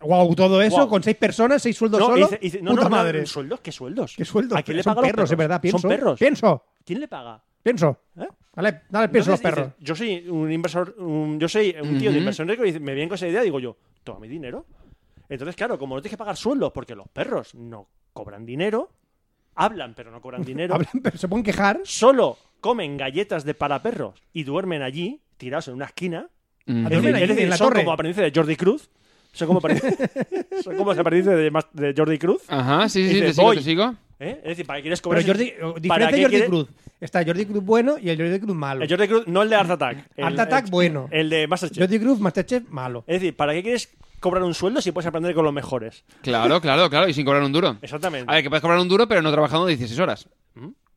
Speaker 10: Wow, todo eso
Speaker 12: Guau.
Speaker 10: con seis personas, seis sueldos
Speaker 12: no, y
Speaker 10: solo.
Speaker 12: dice- y dice, no,
Speaker 10: Puta
Speaker 12: no, no,
Speaker 10: madre.
Speaker 12: ¿sueldos? ¿Qué sueldos?
Speaker 10: ¿Qué sueldo?
Speaker 12: ¿A quién le
Speaker 10: son
Speaker 12: pagan los
Speaker 10: perros, es verdad, pienso. ¿eh?
Speaker 12: Son perros.
Speaker 10: Pienso,
Speaker 12: ¿Quién le paga?
Speaker 10: pienso.
Speaker 12: ¿Eh?
Speaker 10: Dale, dale pienso a los
Speaker 12: Entonces,
Speaker 10: perros.
Speaker 12: dices, yo soy un inversor, un- yo soy un tío de
Speaker 11: Ujú.
Speaker 12: inversión rico y dice, me viene con esa idea, digo yo, toma mi dinero. Entonces, claro, como no tienes que pagar sueldos porque los perros no cobran dinero, hablan pero no cobran dinero,
Speaker 10: Hablan, pero se pueden quejar.
Speaker 12: solo comen galletas de para perros y duermen allí, tirados en una esquina.
Speaker 11: Mm.
Speaker 10: A dormir
Speaker 12: Es
Speaker 10: allí,
Speaker 12: decir,
Speaker 10: en la
Speaker 12: son
Speaker 10: torre.
Speaker 12: como aprendices de Jordi Cruz. Son como aprendices, son como los aprendices de, Mas- de Jordi Cruz.
Speaker 11: Ajá, sí, sí, sí,
Speaker 12: Dice,
Speaker 11: te sigo,
Speaker 12: voy.
Speaker 11: te sigo.
Speaker 12: ¿eh? Es decir, ¿para qué quieres cobrar?
Speaker 10: Pero
Speaker 12: si-
Speaker 10: Jordi, eh,
Speaker 12: ¿para
Speaker 10: diferencia
Speaker 12: qué
Speaker 10: de Jordi
Speaker 12: quieres-
Speaker 10: Cruz. Está el Jordi Cruz bueno y el Jordi Cruz malo.
Speaker 12: El Jordi Cruz, no el de Art Attack. El,
Speaker 10: Art Attack,
Speaker 12: el-
Speaker 10: bueno.
Speaker 12: El de Masterchef.
Speaker 10: Jordi Cruz, Masterchef, malo.
Speaker 12: Es decir, ¿para qué quieres cobrar un sueldo si puedes aprender con los mejores?
Speaker 11: Claro, claro, claro. Y sin cobrar un duro.
Speaker 12: Exactamente.
Speaker 11: A ver, que puedes cobrar un duro, pero no trabajando 16 horas.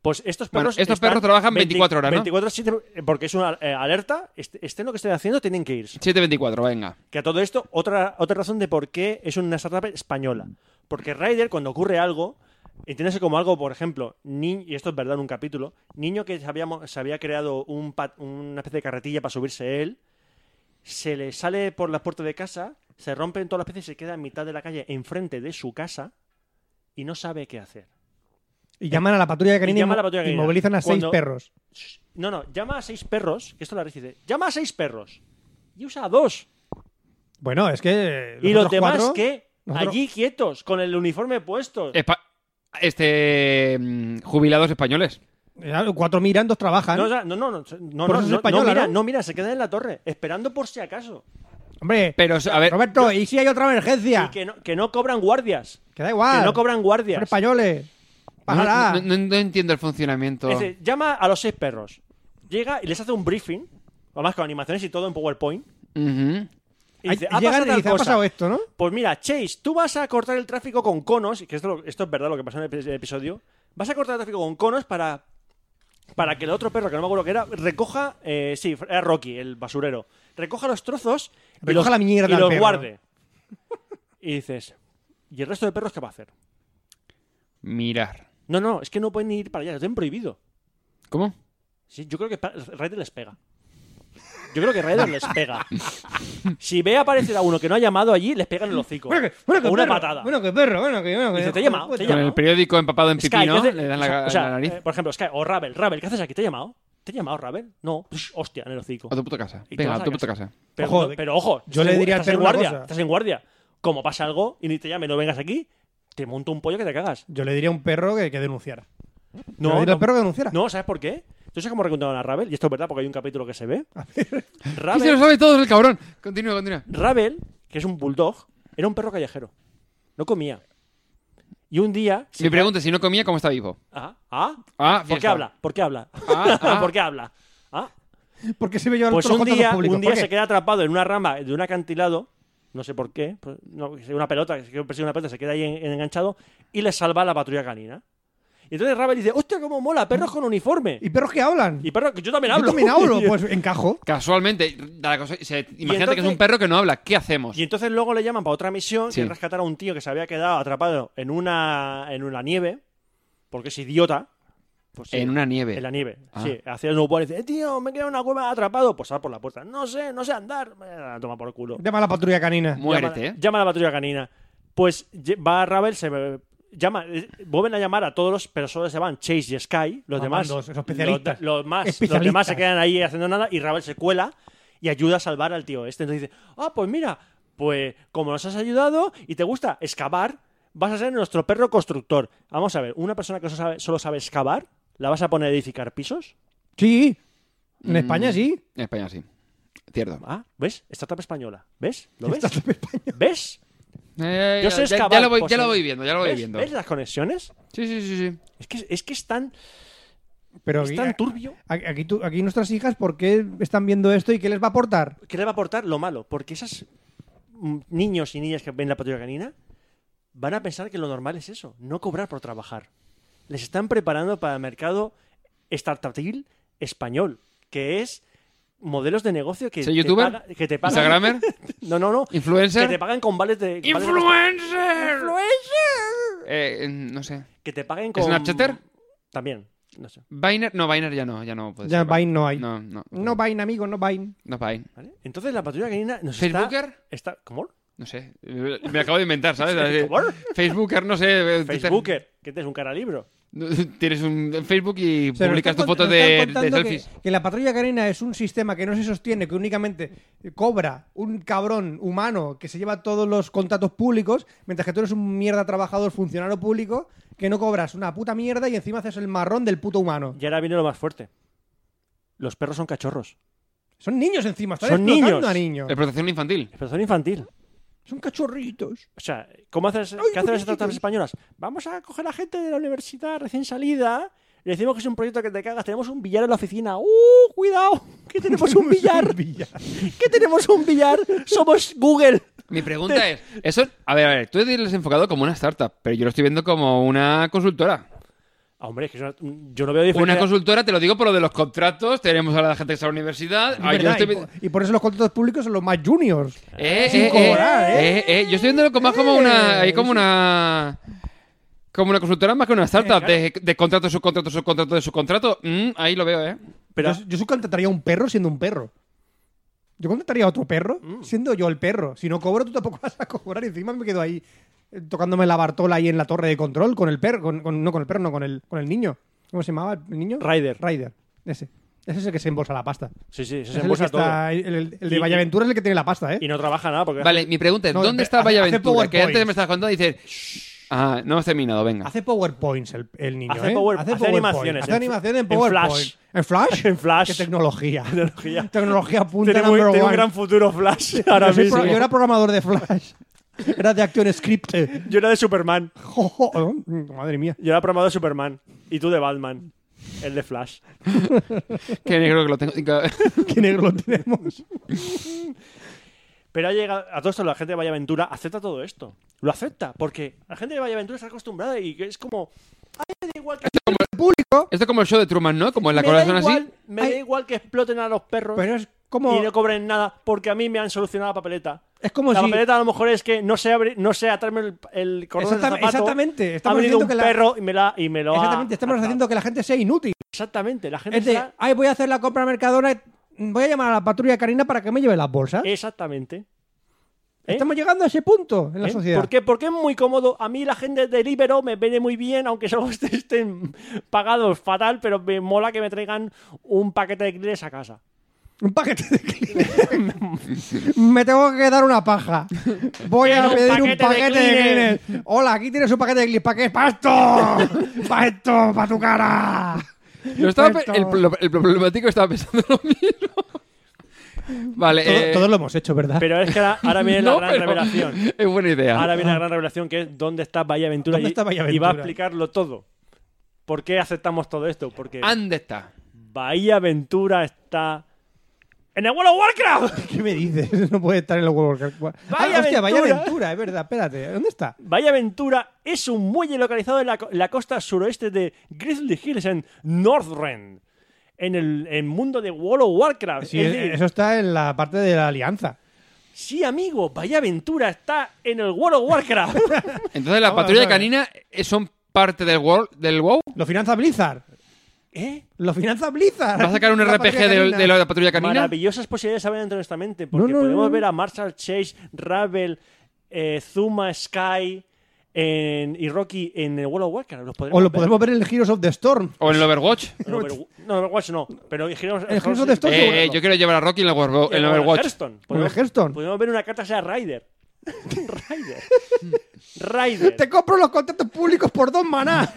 Speaker 12: Pues estos
Speaker 11: Bueno,
Speaker 12: perros.
Speaker 11: estos
Speaker 12: están
Speaker 11: perros trabajan
Speaker 12: 20
Speaker 11: 24 horas, ¿no?
Speaker 12: 24 7, porque es una eh, alerta. Este, estén lo que estén haciendo, tienen que irse.
Speaker 11: 7.24, venga.
Speaker 12: Que a todo esto, otra, otra razón de por qué es una startup española. Porque Ryder, cuando ocurre algo, entiéndase como algo, por ejemplo, ni- y esto es verdad en un capítulo, niño que se había, mo- se había creado un pat- una especie de carretilla para subirse él, se le sale por la puerta de casa, se rompen todas las piezas y se queda en mitad de la calle, enfrente de su casa, y no sabe qué hacer.
Speaker 10: Y llaman a la patrulla de canina y,
Speaker 12: llama a la patrulla
Speaker 10: mo- y
Speaker 12: canina.
Speaker 10: movilizan a seis
Speaker 12: Cuando-
Speaker 10: perros.
Speaker 12: Shh, No, no, llama a seis perros, que esto la red dice, llama a seis perros, y usa a dos.
Speaker 10: Bueno, es que. eh,
Speaker 12: y los
Speaker 10: otros
Speaker 12: demás,
Speaker 10: cuatro-
Speaker 12: ¿qué?
Speaker 10: nosotros-
Speaker 12: Allí quietos, con el uniforme puesto.
Speaker 10: Eh,
Speaker 11: Espa- este. mm, jubilados españoles.
Speaker 10: eh, Cuatro miran, dos trabajan.
Speaker 12: No, o sea, no, no, no, no,
Speaker 10: Por
Speaker 12: no,
Speaker 10: eso es
Speaker 12: no,
Speaker 10: española,
Speaker 12: no, mira,
Speaker 10: ¿no?
Speaker 12: no, mira, se queda en la torre, esperando por si acaso.
Speaker 10: Hombre,
Speaker 11: Pero, a ver.
Speaker 10: Roberto, ¿y si hay otra emergencia?
Speaker 12: Y que no, que no cobran guardias.
Speaker 10: Que da igual.
Speaker 12: Que no cobran
Speaker 10: Son
Speaker 12: guardias.
Speaker 10: españoles.
Speaker 11: no,
Speaker 10: Pájala.
Speaker 11: no- no- no entiendo el funcionamiento.
Speaker 12: Es decir, llama a los seis perros, llega y les hace un briefing, además con animaciones y todo en PowerPoint.
Speaker 11: Ujú.
Speaker 12: Y
Speaker 10: Ahí
Speaker 12: dice, ha
Speaker 10: llegan
Speaker 12: pasado
Speaker 10: y
Speaker 12: tal
Speaker 10: dicen, ha
Speaker 12: cosa.
Speaker 10: pasado esto, ¿no?
Speaker 12: Pues mira, Chase, tú vas a cortar el tráfico con conos, y que esto, lo- esto es verdad lo que pasó en el epi- el episodio, vas a cortar el tráfico con conos para, para que el otro perro, que no me acuerdo que era, recoja, eh, sí, era Rocky, el basurero, recoja los trozos y
Speaker 10: Recoja
Speaker 12: los-
Speaker 10: la mierda
Speaker 12: y
Speaker 10: al
Speaker 12: los
Speaker 10: perro.
Speaker 12: guarde. Y dices, ¿y el resto de perros qué va a hacer?
Speaker 11: Mirar.
Speaker 12: No, no, es que no pueden ni ir para allá, lo tienen prohibido.
Speaker 11: ¿Cómo?
Speaker 12: Sí, yo creo que pa- Raider les pega. Yo creo que Raider les pega. Si ve aparecer a uno que no ha llamado allí, les pegan el hocico. O una
Speaker 10: perro,
Speaker 12: patada.
Speaker 10: Bueno, que perro, bueno, que. Bueno, que
Speaker 12: Dice, te he llamado, te he
Speaker 11: Con el
Speaker 12: llamado.
Speaker 11: periódico empapado en
Speaker 12: Sky,
Speaker 11: pipí, ¿no?
Speaker 12: ¿qué hace-
Speaker 11: Le dan la,
Speaker 12: o sea,
Speaker 11: la
Speaker 12: o sea,
Speaker 11: nariz.
Speaker 12: eh, por ejemplo, Sky, o Ravel. Ravel, ¿qué haces aquí? ¿Te he llamado? ¿Te he llamado, Ravel? No. Psh, hostia, en el hocico.
Speaker 11: A tu puta casa.
Speaker 12: Y te
Speaker 11: Venga,
Speaker 12: vas
Speaker 11: a
Speaker 12: a
Speaker 11: tu
Speaker 12: casa.
Speaker 11: puta casa.
Speaker 12: Pero
Speaker 10: Ojo,
Speaker 12: pero, pero ojo,
Speaker 10: yo le
Speaker 12: estás en-
Speaker 10: diría al
Speaker 12: estás en
Speaker 10: perro una
Speaker 12: guardia.
Speaker 10: cosa.
Speaker 12: Estás en guardia. Como pasa algo y ni te llame, no vengas aquí, te monto un pollo que te cagas.
Speaker 10: Yo le diría a un perro que, que denunciara.
Speaker 12: No,
Speaker 10: Yo le diría
Speaker 12: no.
Speaker 10: al perro que denunciara.
Speaker 12: No, ¿sabes por qué? Tú sabes cómo recomendaban a Ravel, y esto es verdad porque hay un capítulo que se ve.
Speaker 11: Y se lo
Speaker 12: Ravel,
Speaker 11: sabe todo el cabrón. Continúa, continúa.
Speaker 12: Ravel, que es un bulldog, era un perro callejero. No comía. Y un día. se
Speaker 11: Mi
Speaker 12: fue-
Speaker 11: pregunta es si no comía, ¿cómo está vivo?
Speaker 12: Ah, ah,
Speaker 11: Ah,
Speaker 12: ¿Por qué
Speaker 11: fiesta.
Speaker 12: habla? ¿Por qué habla?
Speaker 11: Ah, ah.
Speaker 12: ¿Por qué habla? Ah,
Speaker 10: Porque se me llevan
Speaker 12: Pues un
Speaker 10: todos los
Speaker 12: día,
Speaker 10: contratos públicos.
Speaker 12: un día
Speaker 10: ¿Por qué?
Speaker 12: se queda atrapado en una rama de un acantilado, no sé por qué, pues, no, una pelota, que se queda- persigue una pelota, se queda ahí en- enganchado y le salva a la patrulla canina. Y entonces Ravel dice, hostia, cómo mola, perros con uniforme. Y
Speaker 10: perros que hablan.
Speaker 12: Y perros que yo también hablo.
Speaker 10: Yo también hablo, pues encajo.
Speaker 11: Casualmente, da la cosa- se- imagínate que es
Speaker 12: entonces-
Speaker 11: un perro que no habla, ¿qué hacemos?
Speaker 12: Y entonces luego le llaman para otra misión
Speaker 11: Sí.
Speaker 12: que es rescatar a un tío que se había quedado atrapado en una en una nieve, porque es idiota. Pues sí,
Speaker 11: En una nieve.
Speaker 12: En la nieve,
Speaker 11: Ah.
Speaker 12: sí. Hacía snowboard y dice, "Eh, tío, me he quedado en una cueva atrapado. Pues sal por la puerta. No sé, no sé andar. Eh, Toma por culo.
Speaker 10: Llama a la patrulla canina.
Speaker 12: Llama,
Speaker 10: ¿eh?
Speaker 11: ¿eh?
Speaker 12: llama a la patrulla canina. Pues lle- va Ravel, se eh, llama, eh, vuelven a llamar a todos los, pero solo se van Chase y Sky, los
Speaker 10: Van
Speaker 12: demás.
Speaker 10: dos, esos
Speaker 12: los de-
Speaker 10: especialistas.
Speaker 12: Los, más, los
Speaker 10: Especialistas.
Speaker 12: demás se quedan ahí haciendo nada y Ravel se cuela y ayuda a salvar al tío este. Entonces dice, ah, pues mira, pues como nos has ayudado y te gusta excavar, vas a ser nuestro perro constructor. Vamos a ver, una persona que solo sabe, solo sabe excavar, ¿la vas a poner a edificar pisos?
Speaker 10: Sí. En
Speaker 11: Mm,
Speaker 10: España sí.
Speaker 11: En España sí. Cierto.
Speaker 12: Ah, ¿ves? Startup española. ¿Ves? ¿Lo ves? ¿Ves?
Speaker 11: Eh,
Speaker 12: Yo sé
Speaker 11: ya- ya,
Speaker 12: excavar
Speaker 11: lo voy, ya
Speaker 12: cosas.
Speaker 11: lo voy viendo, ya lo voy
Speaker 12: ¿Ves?
Speaker 11: viendo.
Speaker 12: ¿Ves las conexiones?
Speaker 11: Sí, sí, sí, sí.
Speaker 12: Es que es, que es tan,
Speaker 10: Pero
Speaker 12: es
Speaker 10: aquí-
Speaker 12: tan turbio.
Speaker 10: Aquí, aquí tú- aquí nuestras hijas, ¿por qué están viendo esto y qué les va a aportar?
Speaker 12: ¿Qué le va a aportar? Lo malo. Porque esas mm, niños y niñas que ven la patrulla canina van a pensar que lo normal es eso, no cobrar por trabajar. Les están preparando para el mercado startupil español, que es modelos de negocio que
Speaker 11: ¿Ser
Speaker 12: te,
Speaker 11: youtuber?
Speaker 12: paga- que te pagan.
Speaker 11: ¿Instagramer?
Speaker 12: No, no, no.
Speaker 11: ¿Influencer?
Speaker 12: Que te pagan con vales de. vales de-
Speaker 11: ¡Influencer! Eh, no sé.
Speaker 12: Que te paguen con.
Speaker 11: ¿Snapchatter?
Speaker 12: También. No sé.
Speaker 11: Viner, no, Viner ya no, ya no puede
Speaker 10: Ya
Speaker 11: ser.
Speaker 10: Vine no hay.
Speaker 11: No, no.
Speaker 10: No vain, amigo, no vain.
Speaker 11: No es Vine.
Speaker 12: Entonces la patrulla canina nos
Speaker 11: ¿Facebooker?
Speaker 12: está. está ¿Cómo?
Speaker 11: No sé. Eh, Me acabo de inventar, ¿sabes? Así,
Speaker 12: ¿Cómo?
Speaker 11: Facebooker, no sé. eh,
Speaker 12: Facebooker, que te es un cara libro.
Speaker 11: Tienes un Facebook y
Speaker 10: Se nos
Speaker 11: publicas
Speaker 10: están
Speaker 11: tus
Speaker 10: cont-
Speaker 11: fotos
Speaker 10: nos están
Speaker 11: de, de
Speaker 10: contando que-
Speaker 11: selfies.
Speaker 10: Que, la patrulla canina es un sistema que no se sostiene, que únicamente cobra un cabrón humano que se lleva todos los contratos públicos, mientras que tú eres un mierda trabajador, funcionario público, que no cobras una puta mierda y encima haces el marrón del puto humano.
Speaker 12: Y ahora viene lo más fuerte. Los perros son cachorros.
Speaker 10: Son niños encima, están
Speaker 12: Son
Speaker 10: explotando
Speaker 12: niños.
Speaker 10: a niños.
Speaker 11: Explotación infantil.
Speaker 12: Explotación infantil.
Speaker 10: Son cachorritos.
Speaker 12: O sea, ¿cómo haces, ¿qué hacen las startups españolas? Vamos a coger a gente de la universidad recién salida. Le decimos que es un proyecto que te cagas. Tenemos un billar en la oficina. ¡Uh! ¡Cuidado! ¡Que tenemos un billar! ¡Que tenemos un billar! ¡Somos Google!
Speaker 11: Mi pregunta es, eso, a ver, a ver, tú eres enfocado como una startup, pero yo lo estoy viendo como una consultora.
Speaker 12: Ah, Hombre, es que es una- yo no veo diferencia.
Speaker 11: Una consultora, te lo digo por lo de los contratos, tenemos a la gente que está a la universidad.
Speaker 10: Es
Speaker 11: Ah, yo
Speaker 10: verdad,
Speaker 11: estoy
Speaker 10: y,
Speaker 11: vi-
Speaker 10: po- y por eso los contratos públicos son los más juniors.
Speaker 11: Eh,
Speaker 10: Sin
Speaker 11: eh,
Speaker 10: cobrar,
Speaker 11: eh, eh, eh, Yo estoy viéndolo como más como
Speaker 10: Eh,
Speaker 11: una. Hay como una. Como una consultora más que una startup.
Speaker 10: Eh,
Speaker 11: de, de contrato, subcontrato, subcontrato, de subcontrato. Mm, ahí lo veo, ¿eh?
Speaker 12: Pero-
Speaker 10: yo, yo subcontrataría a un perro siendo un perro. Yo contrataría a otro perro
Speaker 12: Mm.
Speaker 10: siendo yo el perro. Si no cobro, tú tampoco vas a cobrar. Y encima me quedo ahí eh, tocándome la bartola ahí en la torre de control con el perro. Con, con- no con el perro, no con el, con el niño. ¿Cómo se llamaba el niño?
Speaker 12: Ryder.
Speaker 10: Ryder. Ese. Ese es el que se embolsa la pasta.
Speaker 12: Sí, sí, eso
Speaker 10: Ese
Speaker 12: se
Speaker 10: es el
Speaker 12: embolsa
Speaker 10: que
Speaker 12: todo.
Speaker 10: está- el- el- el de
Speaker 12: Y-
Speaker 10: Vallaventura es el que tiene la pasta, ¿eh?
Speaker 12: Y no trabaja nada porque.
Speaker 11: Vale, mi pregunta es:
Speaker 10: No,
Speaker 11: ¿dónde
Speaker 10: espera,
Speaker 11: está
Speaker 10: hace-
Speaker 11: Vallaventura?
Speaker 10: hace
Speaker 11: Que antes
Speaker 10: PowerPoints.
Speaker 11: me estabas contando y dices. Ah, no hemos terminado, venga.
Speaker 10: Hace PowerPoints el, el niño.
Speaker 12: Hace
Speaker 10: ¿eh?
Speaker 12: power- hace
Speaker 10: PowerPoint.
Speaker 12: animaciones
Speaker 10: Hace
Speaker 12: en-
Speaker 10: animaciones
Speaker 12: en
Speaker 10: en PowerPoint.
Speaker 12: Flash.
Speaker 10: ¿En Flash?
Speaker 12: En Flash.
Speaker 10: ¿Qué tecnología?
Speaker 12: Tecnología.
Speaker 10: tecnología punta
Speaker 12: Tiene, muy-
Speaker 10: number
Speaker 12: tiene un
Speaker 10: one.
Speaker 12: gran futuro Flash ahora
Speaker 10: yo, soy
Speaker 12: mismo.
Speaker 10: pro- yo era programador de Flash. Era de Action Script.
Speaker 12: Yo era de Superman.
Speaker 10: Jo, jo, oh, madre mía.
Speaker 12: Yo era programador de Superman. Y tú de Batman. El de Flash.
Speaker 11: Qué negro que lo tengo.
Speaker 10: Qué negro lo tenemos.
Speaker 12: Pero ha llegado a todo esto, la gente de Vallaventura acepta todo esto. Lo acepta, porque la gente de Vallaventura está acostumbrada y que es como. "Ay, me da igual que,
Speaker 11: Esto es como el show de Truman, ¿no? Como en la
Speaker 12: me da
Speaker 11: colaboración así.
Speaker 12: igual- me da igual que exploten a los perros
Speaker 10: Pero es como,
Speaker 12: y no cobren nada, porque a mí me han solucionado la papeleta.
Speaker 10: es como
Speaker 12: la
Speaker 10: si...
Speaker 12: papeleta a lo mejor es que no sé, abrir- no sé atarme el, el cordón del
Speaker 10: Exactam-
Speaker 12: zapato.
Speaker 10: exactamente.
Speaker 12: Ha
Speaker 10: Estamos
Speaker 12: venido
Speaker 10: diciendo
Speaker 12: un
Speaker 10: que la-
Speaker 12: perro y me, la, y me lo ha
Speaker 10: Exactamente, estamos
Speaker 12: atado.
Speaker 10: haciendo que la gente sea inútil.
Speaker 12: Exactamente, la gente
Speaker 10: Es de,
Speaker 12: está-
Speaker 10: ay, voy a hacer la compra a Mercadona, voy a llamar a la patrulla Karina para que me lleve las bolsas.
Speaker 12: eh. Exactamente. ¿Eh?
Speaker 10: Estamos llegando a ese punto en la
Speaker 12: ¿Eh?
Speaker 10: sociedad.
Speaker 12: ¿Por qué? Porque es muy cómodo. A mí la gente de Libero me viene muy bien, aunque solo est- estén pagados fatal, pero me mola que me traigan un paquete de clines a casa.
Speaker 10: Un paquete de Kleenex. Me tengo que dar una paja. Voy a
Speaker 12: Un
Speaker 10: pedir
Speaker 12: paquete
Speaker 10: un
Speaker 12: de
Speaker 10: paquete de
Speaker 12: Kleenex.
Speaker 10: Kleenex. Hola, aquí tienes un paquete de Kleenex. ¿Para qué? ¡Para esto! ¡Para esto! ¡Para tu cara!
Speaker 11: Lo estaba pe-
Speaker 10: Esto.
Speaker 11: el, pro- el problemático estaba pensando lo mismo. Vale.
Speaker 10: Todo-
Speaker 11: eh,
Speaker 10: Todos lo hemos hecho, ¿verdad?
Speaker 12: Pero es que ahora, ahora viene
Speaker 11: no,
Speaker 12: la gran
Speaker 11: pero
Speaker 12: revelación.
Speaker 11: Es buena idea.
Speaker 12: Ahora viene la gran revelación que es dónde está Bahía Aventura,
Speaker 10: ¿Dónde
Speaker 12: y-
Speaker 10: está Bahía
Speaker 12: y va a
Speaker 10: Aventura?
Speaker 12: explicarlo todo.
Speaker 11: Ah,
Speaker 12: ¿Por qué aceptamos todo esto? Porque
Speaker 11: ¿Dónde está?
Speaker 12: Bahía Aventura está ¡En el World of Warcraft!
Speaker 10: ¿Qué me dices? No puede estar en el World of Warcraft. Ah,
Speaker 12: Vaya
Speaker 10: hostia, vaya
Speaker 12: aventura.
Speaker 10: aventura, es verdad. Espérate, ¿dónde está?
Speaker 12: Bahía Ventura es un muelle localizado en la, co- la costa suroeste de Grizzly Hills en Northrend, en el, en mundo de World of Warcraft.
Speaker 10: Sí,
Speaker 12: Es
Speaker 10: eh,
Speaker 12: decir,
Speaker 10: eso está en la parte de la alianza.
Speaker 12: sí, amigo, Bahía Ventura está en el World of Warcraft.
Speaker 11: Entonces, la
Speaker 12: Vamos,
Speaker 11: patrulla
Speaker 12: vamos a ver.
Speaker 11: canina eh, son parte del, world, del WoW.
Speaker 10: Lo finanza Blizzard.
Speaker 12: ¿Eh?
Speaker 10: Lo finanza Blizzard.
Speaker 11: ¿Va a sacar un
Speaker 10: La
Speaker 11: RPG
Speaker 10: patrulla
Speaker 11: de,
Speaker 10: canina.
Speaker 11: de la patrulla canina?
Speaker 12: Maravillosas posibilidades abren ante nuestra mente, porque
Speaker 10: No, no,
Speaker 12: podemos
Speaker 10: no, no.
Speaker 12: ver a Marshall Chase, Ravel, eh, Zuma, Sky en- y Rocky en el World of Warcraft. Los podremos
Speaker 10: O lo
Speaker 12: ver.
Speaker 10: podemos ver en el Heroes of the Storm.
Speaker 11: ¿O en el Overwatch?
Speaker 12: En Overwatch- no, en Overwatch no, pero en Heroes-
Speaker 10: En Heroes of the Storm,
Speaker 11: Eh,
Speaker 10: seguro.
Speaker 11: eh, yo quiero llevar a Rocky en el, Warbo- en el
Speaker 12: en
Speaker 11: Overwatch.
Speaker 12: Hearthstone.
Speaker 10: O en el Hearthstone.
Speaker 12: Podemos ver una carta sea Ryder. Ryder. Ryder.
Speaker 10: Hmm. Te compro los contratos públicos por dos maná.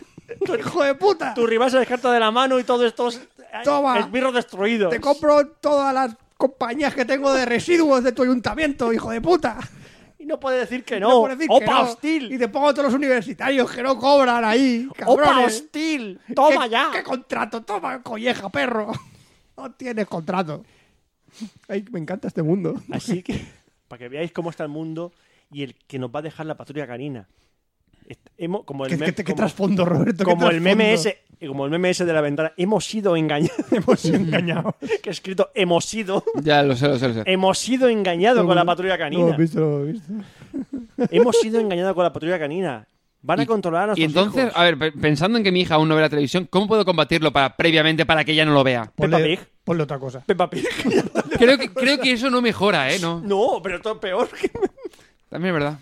Speaker 10: hijo de puta.
Speaker 12: Tu rival se descarta de la mano y todo esto es
Speaker 10: Toma.
Speaker 12: esbirros destruidos.
Speaker 10: Te compro todas las compañías que tengo de residuos de tu ayuntamiento, hijo de puta.
Speaker 12: Y no puede decir que
Speaker 10: No
Speaker 12: no.
Speaker 10: puedes decir que
Speaker 12: Opa
Speaker 10: no.
Speaker 12: hostil.
Speaker 10: Y te pongo a todos los universitarios que no cobran ahí.
Speaker 12: Opa
Speaker 10: Cabrones.
Speaker 12: hostil. Toma
Speaker 10: ¿Qué-
Speaker 12: ya.
Speaker 10: ¿Qué contrato? Toma, colleja, perro. No tienes contrato. Ay, me encanta este mundo.
Speaker 12: Así que, para que veáis cómo está el mundo y el que nos va a dejar la patrulla canina. Est- hemo- como el
Speaker 10: ¿Qué-
Speaker 12: me-
Speaker 10: qué te- qué
Speaker 12: como-
Speaker 10: trasfondo, Roberto? ¿Qué
Speaker 12: Como el meme
Speaker 10: trasfondo?
Speaker 12: ese, como el meme ese de la ventana, hemos sido engañados.
Speaker 10: hemos sido engañados.
Speaker 12: que he escrito hemos sido,
Speaker 11: Ya lo sé, lo sé, lo sé.
Speaker 12: hemos sido engañados
Speaker 10: No,
Speaker 12: con la
Speaker 10: no,
Speaker 12: patrulla
Speaker 10: No,
Speaker 12: canina.
Speaker 10: he visto, no, he visto.
Speaker 12: hemos sido engañados con la patrulla canina. Van a controlar a nuestros
Speaker 11: Y entonces,
Speaker 12: hijos.
Speaker 11: a ver, pe- pensando en que mi hija aún no ve la televisión, ¿cómo puedo combatirlo para, previamente para que ella no lo vea?
Speaker 12: Peppa
Speaker 10: Ponle,
Speaker 12: Pig.
Speaker 10: ponle otra cosa.
Speaker 12: Peppa Pig.
Speaker 11: Creo que, creo que eso no mejora, ¿eh? No,
Speaker 12: no, pero esto es peor. que-
Speaker 11: también es verdad.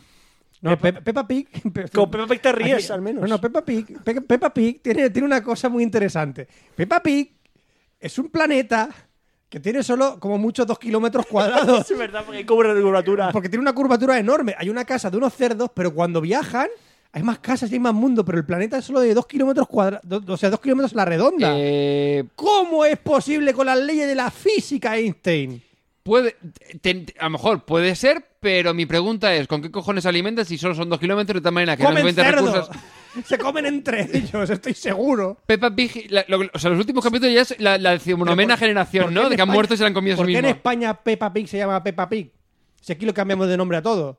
Speaker 10: No, Eh, Pe- Peppa Pig. Pe-
Speaker 12: Con Peppa Pig te ríes,
Speaker 10: Aquí-
Speaker 12: al menos.
Speaker 10: No, no, Peppa Pig, Pe- Peppa Pig tiene, tiene una cosa muy interesante. Peppa Pig es un planeta que tiene solo como mucho dos kilómetros cuadrados.
Speaker 12: es verdad, porque cubre de curvatura.
Speaker 10: Porque tiene una curvatura enorme. Hay una casa de unos cerdos, pero cuando viajan hay más casas y hay más mundo, pero el planeta es solo de dos kilómetros cuadrados, o sea, dos kilómetros a la redonda.
Speaker 11: Eh,
Speaker 10: ¿Cómo es posible con las leyes de la física, Einstein?
Speaker 11: puede, te- te- a lo mejor puede ser, pero mi pregunta es, ¿con qué cojones alimentas si solo son dos kilómetros de tal manera que no
Speaker 10: ¡Comen
Speaker 11: alimentas
Speaker 10: cerdos!
Speaker 11: recursos?
Speaker 10: Se comen entre ellos, estoy seguro.
Speaker 11: Peppa Pig, la- lo- o sea, los últimos capítulos ya es la, la decimonovena
Speaker 10: Pero por- ¿por
Speaker 11: generación,
Speaker 10: qué
Speaker 11: ¿no?
Speaker 10: en
Speaker 11: De que han
Speaker 10: España-
Speaker 11: muerto y se la han comido a sí
Speaker 10: ¿Por qué en
Speaker 11: mismos.
Speaker 10: España Peppa Pig se llama Peppa Pig? Si aquí lo cambiamos de nombre a todo.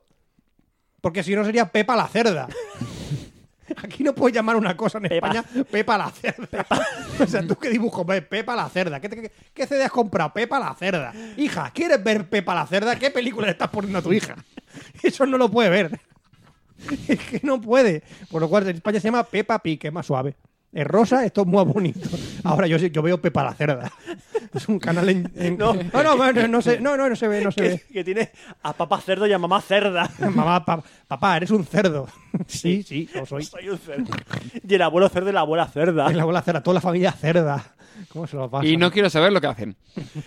Speaker 10: Porque si no sería Pepa la cerda. Aquí no puedes llamar una cosa en
Speaker 12: Pepa.
Speaker 10: España Pepa la cerda. O sea, ¿tú qué dibujo ves? Pepa la cerda. ¿Qué, te- qué, qué CD has comprado? Pepa la cerda. Hija, ¿quieres ver Pepa la cerda? ¿Qué película le estás poniendo a tu hija? Eso no lo puede ver. Es que no puede. Por lo cual en España se llama Pepa Pig, que es más suave. Es rosa, esto es muy bonito. Ahora yo, sí- yo veo Pepa la cerda. Es un canal en... en-
Speaker 12: No.
Speaker 10: No, no, no, no, se, no, no, no se ve, no se
Speaker 12: que,
Speaker 10: ve.
Speaker 12: que tiene a papá cerdo y a mamá cerda.
Speaker 10: Mamá, pa- papá, eres un cerdo. Sí, sí, lo soy.
Speaker 12: Soy un cerdo. Y el abuelo cerdo y la abuela cerda.
Speaker 10: Es la abuela cerda, toda la familia cerda. ¿Cómo se lo pasa?
Speaker 11: Y no quiero saber lo que hacen.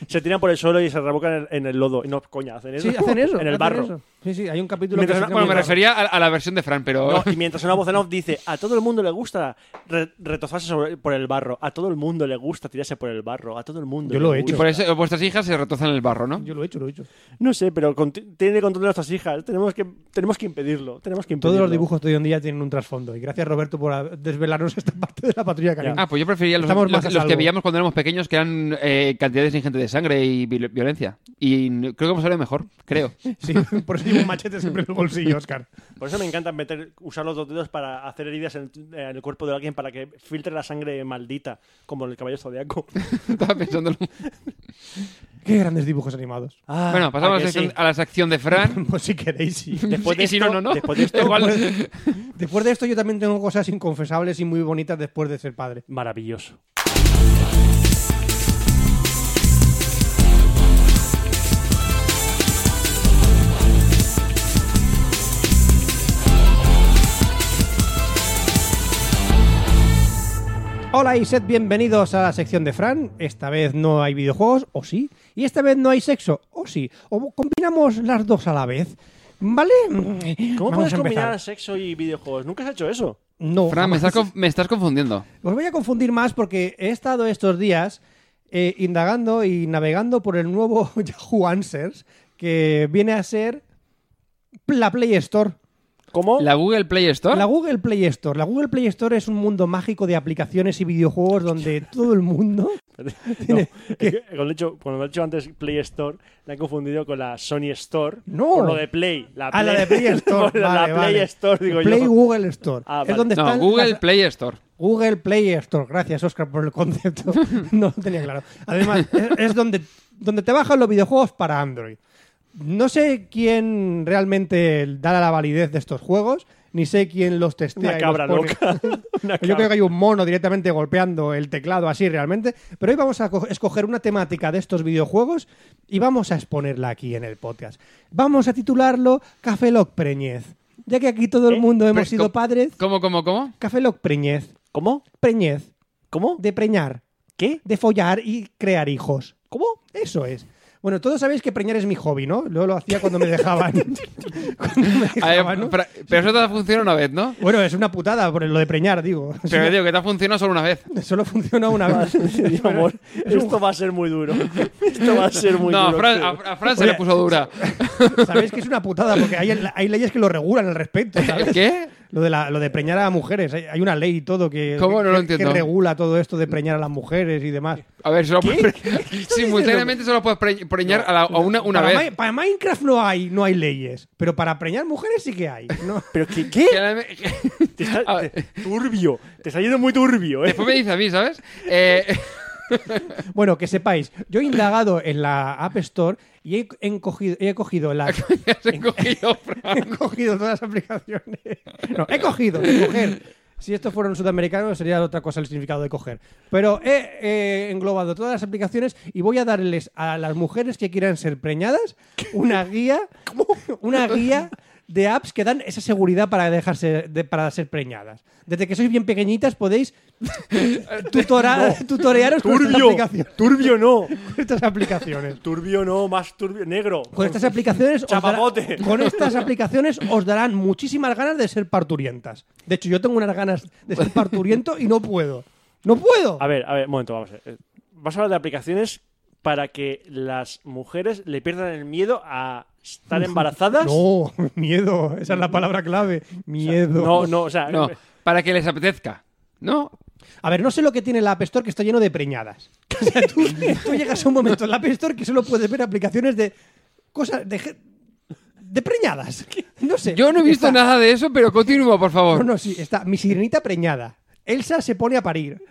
Speaker 12: Se tiran por el suelo y se revocan en el, en el lodo. Y no, coña, hacen eso.
Speaker 10: Sí, hacen eso.
Speaker 12: En el
Speaker 10: hacen
Speaker 12: barro.
Speaker 10: eso. Sí, sí, hay un capítulo
Speaker 11: Mientras-
Speaker 10: que se
Speaker 11: bueno, me
Speaker 10: llama-
Speaker 11: refería a, a la versión de Fran, pero...
Speaker 12: No, y mientras una voz en off dice, a todo el mundo le gusta re- retozarse sobre- por el barro, a todo el mundo le gusta tirarse por el barro, a todo el mundo.
Speaker 10: Yo
Speaker 12: le
Speaker 10: lo he hecho.
Speaker 11: y
Speaker 12: gusta".
Speaker 11: por eso vuestras hijas se retozan en el barro, ¿no?
Speaker 10: Yo lo he hecho, lo he hecho.
Speaker 12: No sé, pero con- tiene control de nuestras hijas. Tenemos que, tenemos que impedirlo. Tenemos que
Speaker 10: Todos
Speaker 12: impedirlo.
Speaker 10: los dibujos de hoy en día tienen un trasfondo. Y gracias, Roberto, por a- desvelarnos esta parte de la patrulla canina.
Speaker 11: Ah, pues yo prefería los,
Speaker 10: Estamos
Speaker 11: los-
Speaker 10: más a
Speaker 11: los que
Speaker 10: salvo.
Speaker 11: veíamos cuando éramos pequeños, que eran eh, cantidades ingentes de sangre y viol- violencia. Y n- creo que hemos salido mejor, creo.
Speaker 10: Sí, por eso llevo un machete siempre en el bolsillo, Oscar.
Speaker 12: Por eso me encanta meter, usar los dos dedos para hacer heridas en, en el cuerpo de alguien para que filtre la sangre maldita, como el caballo zodiaco.
Speaker 11: Estaba pensándolo.
Speaker 10: Qué grandes dibujos animados.
Speaker 12: Ah,
Speaker 11: bueno, pasamos a
Speaker 12: ¿a
Speaker 11: la,
Speaker 12: que
Speaker 11: sección-
Speaker 12: sí?
Speaker 11: a la sección de Fran.
Speaker 10: Pues si queréis, sí.
Speaker 12: Después de
Speaker 11: Y si
Speaker 12: esto-
Speaker 11: no, no, no.
Speaker 12: después de esto-
Speaker 11: Igual-
Speaker 10: Después de esto, yo también tengo cosas inconfesables y muy bonitas después de ser padre.
Speaker 12: Maravilloso.
Speaker 10: Hola y sed bienvenidos a la sección de Fran. Esta vez no hay videojuegos, o sí. Y esta vez no hay sexo, o sí. O combinamos las dos a la vez. ¿Vale?
Speaker 12: ¿Cómo
Speaker 10: Vamos
Speaker 12: puedes
Speaker 10: a empezar.
Speaker 12: combinar sexo y videojuegos? Nunca has hecho eso.
Speaker 10: No,
Speaker 11: Fran, me
Speaker 10: jamás.
Speaker 11: estás, conf- me estás confundiendo.
Speaker 10: Os voy a confundir más porque he estado estos días eh, indagando y navegando por el nuevo Yahoo Answers que viene a ser la Play Store.
Speaker 12: ¿Cómo?
Speaker 11: ¿La Google Play Store?
Speaker 10: La Google Play Store. La Google Play Store es un mundo mágico de aplicaciones y videojuegos donde todo el mundo.
Speaker 12: No, es que cuando, he dicho, cuando he dicho antes Play Store, la he confundido con la Sony Store.
Speaker 10: No.
Speaker 12: Por lo de Play. La
Speaker 10: Ah, la de Play Store.
Speaker 12: por la
Speaker 10: Vale,
Speaker 12: Play
Speaker 10: vale.
Speaker 12: Store, digo
Speaker 10: Play
Speaker 12: yo.
Speaker 10: Google Store.
Speaker 12: Ah,
Speaker 10: Es
Speaker 12: vale.
Speaker 10: donde
Speaker 11: No,
Speaker 10: están
Speaker 11: Google
Speaker 10: las-
Speaker 11: Play Store.
Speaker 10: Google Play Store. Gracias, Oscar, por el concepto. No lo tenía claro. Además, es, es donde, donde te bajan los videojuegos para Android. No sé quién realmente da la validez de estos juegos, ni sé quién los testea.
Speaker 12: Una
Speaker 10: y
Speaker 12: cabra
Speaker 10: los pone.
Speaker 12: loca. Una
Speaker 10: Yo creo
Speaker 12: cabra.
Speaker 10: que hay un mono directamente golpeando el teclado así realmente. Pero hoy vamos a co- escoger una temática de estos videojuegos y vamos a exponerla aquí en el podcast. Vamos a titularlo Café Lock Preñez. Ya que aquí todo el mundo hemos sido padres.
Speaker 11: ¿Eh? Pues, ¿Cómo, cómo, cómo?
Speaker 10: Café Lock Preñez.
Speaker 12: ¿Cómo?
Speaker 10: Preñez.
Speaker 12: ¿Cómo?
Speaker 10: De preñar.
Speaker 12: ¿Qué?
Speaker 10: De follar y crear hijos.
Speaker 12: ¿Cómo?
Speaker 10: Eso es. Bueno, todos sabéis que preñar es mi hobby, ¿no? Yo lo hacía cuando me dejaban. Cuando me
Speaker 11: A ver,
Speaker 10: dejaban, ¿no?
Speaker 11: pero, pero eso te ha funcionado una vez, ¿no?
Speaker 10: Bueno, es una putada por lo de preñar, digo.
Speaker 11: Pero digo que te ha funcionado solo una vez.
Speaker 10: Solo funciona una vez.
Speaker 12: Dios, amor, esto va a ser muy duro. Esto va a ser muy
Speaker 11: no, a
Speaker 12: duro.
Speaker 11: Fran,
Speaker 12: creo.
Speaker 11: a, a Fran se
Speaker 10: este. Oye,
Speaker 11: le puso dura.
Speaker 10: Sabéis que es una putada porque hay, hay leyes que lo regulan al respecto. ¿sabes?
Speaker 11: ¿Qué?
Speaker 10: Lo de, la- lo de preñar a mujeres. Hay, hay una ley y todo que,
Speaker 11: ¿Cómo? No lo
Speaker 10: que-
Speaker 11: entiendo.
Speaker 10: que regula todo esto de preñar a las mujeres y demás.
Speaker 11: A ver, solo puedes pre- simultáneamente solo puedes pre- preñar a, la- a una, una
Speaker 10: para,
Speaker 11: vez.
Speaker 10: Mi- para Minecraft no hay, no hay leyes, pero para preñar mujeres sí que hay. ¿no?
Speaker 12: ¿Pero qué? qué?
Speaker 11: Que la-
Speaker 12: Te está-
Speaker 11: A
Speaker 12: te- turbio. Te está yendo muy turbio, ¿eh?
Speaker 11: Después me dice a mí, ¿sabes? Eh,
Speaker 10: bueno, que sepáis, yo he indagado en la App Store y he, encogido- he cogido las,
Speaker 11: se cogido, Fran.
Speaker 10: he cogido todas las aplicaciones. No, he cogido, de coger. Si estos fueran sudamericanos sería otra cosa el significado de coger. Pero he eh, englobado todas las aplicaciones y voy a darles a las mujeres que quieran ser preñadas una guía, una guía de apps que dan esa seguridad para dejarse de- para ser preñadas. Desde que sois bien pequeñitas podéis tutora- tutorearos con estas,
Speaker 12: Turbio.
Speaker 10: aplicaciones,
Speaker 12: Turbio no.
Speaker 10: con estas aplicaciones.
Speaker 12: Turbio no, más turbio. Negro.
Speaker 10: Con estas aplicaciones os dará-
Speaker 12: Chapapote.
Speaker 10: con estas aplicaciones os darán muchísimas ganas de ser parturientas. De hecho, yo tengo unas ganas de ser parturiento y no puedo. No puedo.
Speaker 12: A ver, a ver, un momento, vamos a ver. Eh, Vas a hablar de aplicaciones para que las mujeres le pierdan el miedo a estar embarazadas.
Speaker 10: No, miedo, esa es la palabra clave. Miedo.
Speaker 12: no, no, o sea, eh,
Speaker 11: No, para que les apetezca. ¿No?
Speaker 10: A ver, no sé lo que tiene la App Store que está lleno de preñadas. O sea, tú, tú llegas a un momento en la App Store que solo puedes ver aplicaciones de cosas de ge- de preñadas. No sé.
Speaker 11: Yo no he visto
Speaker 10: Está-
Speaker 11: nada de eso, pero continúa, por favor.
Speaker 10: No, no, sí, está mi sirenita preñada. Elsa se pone a parir.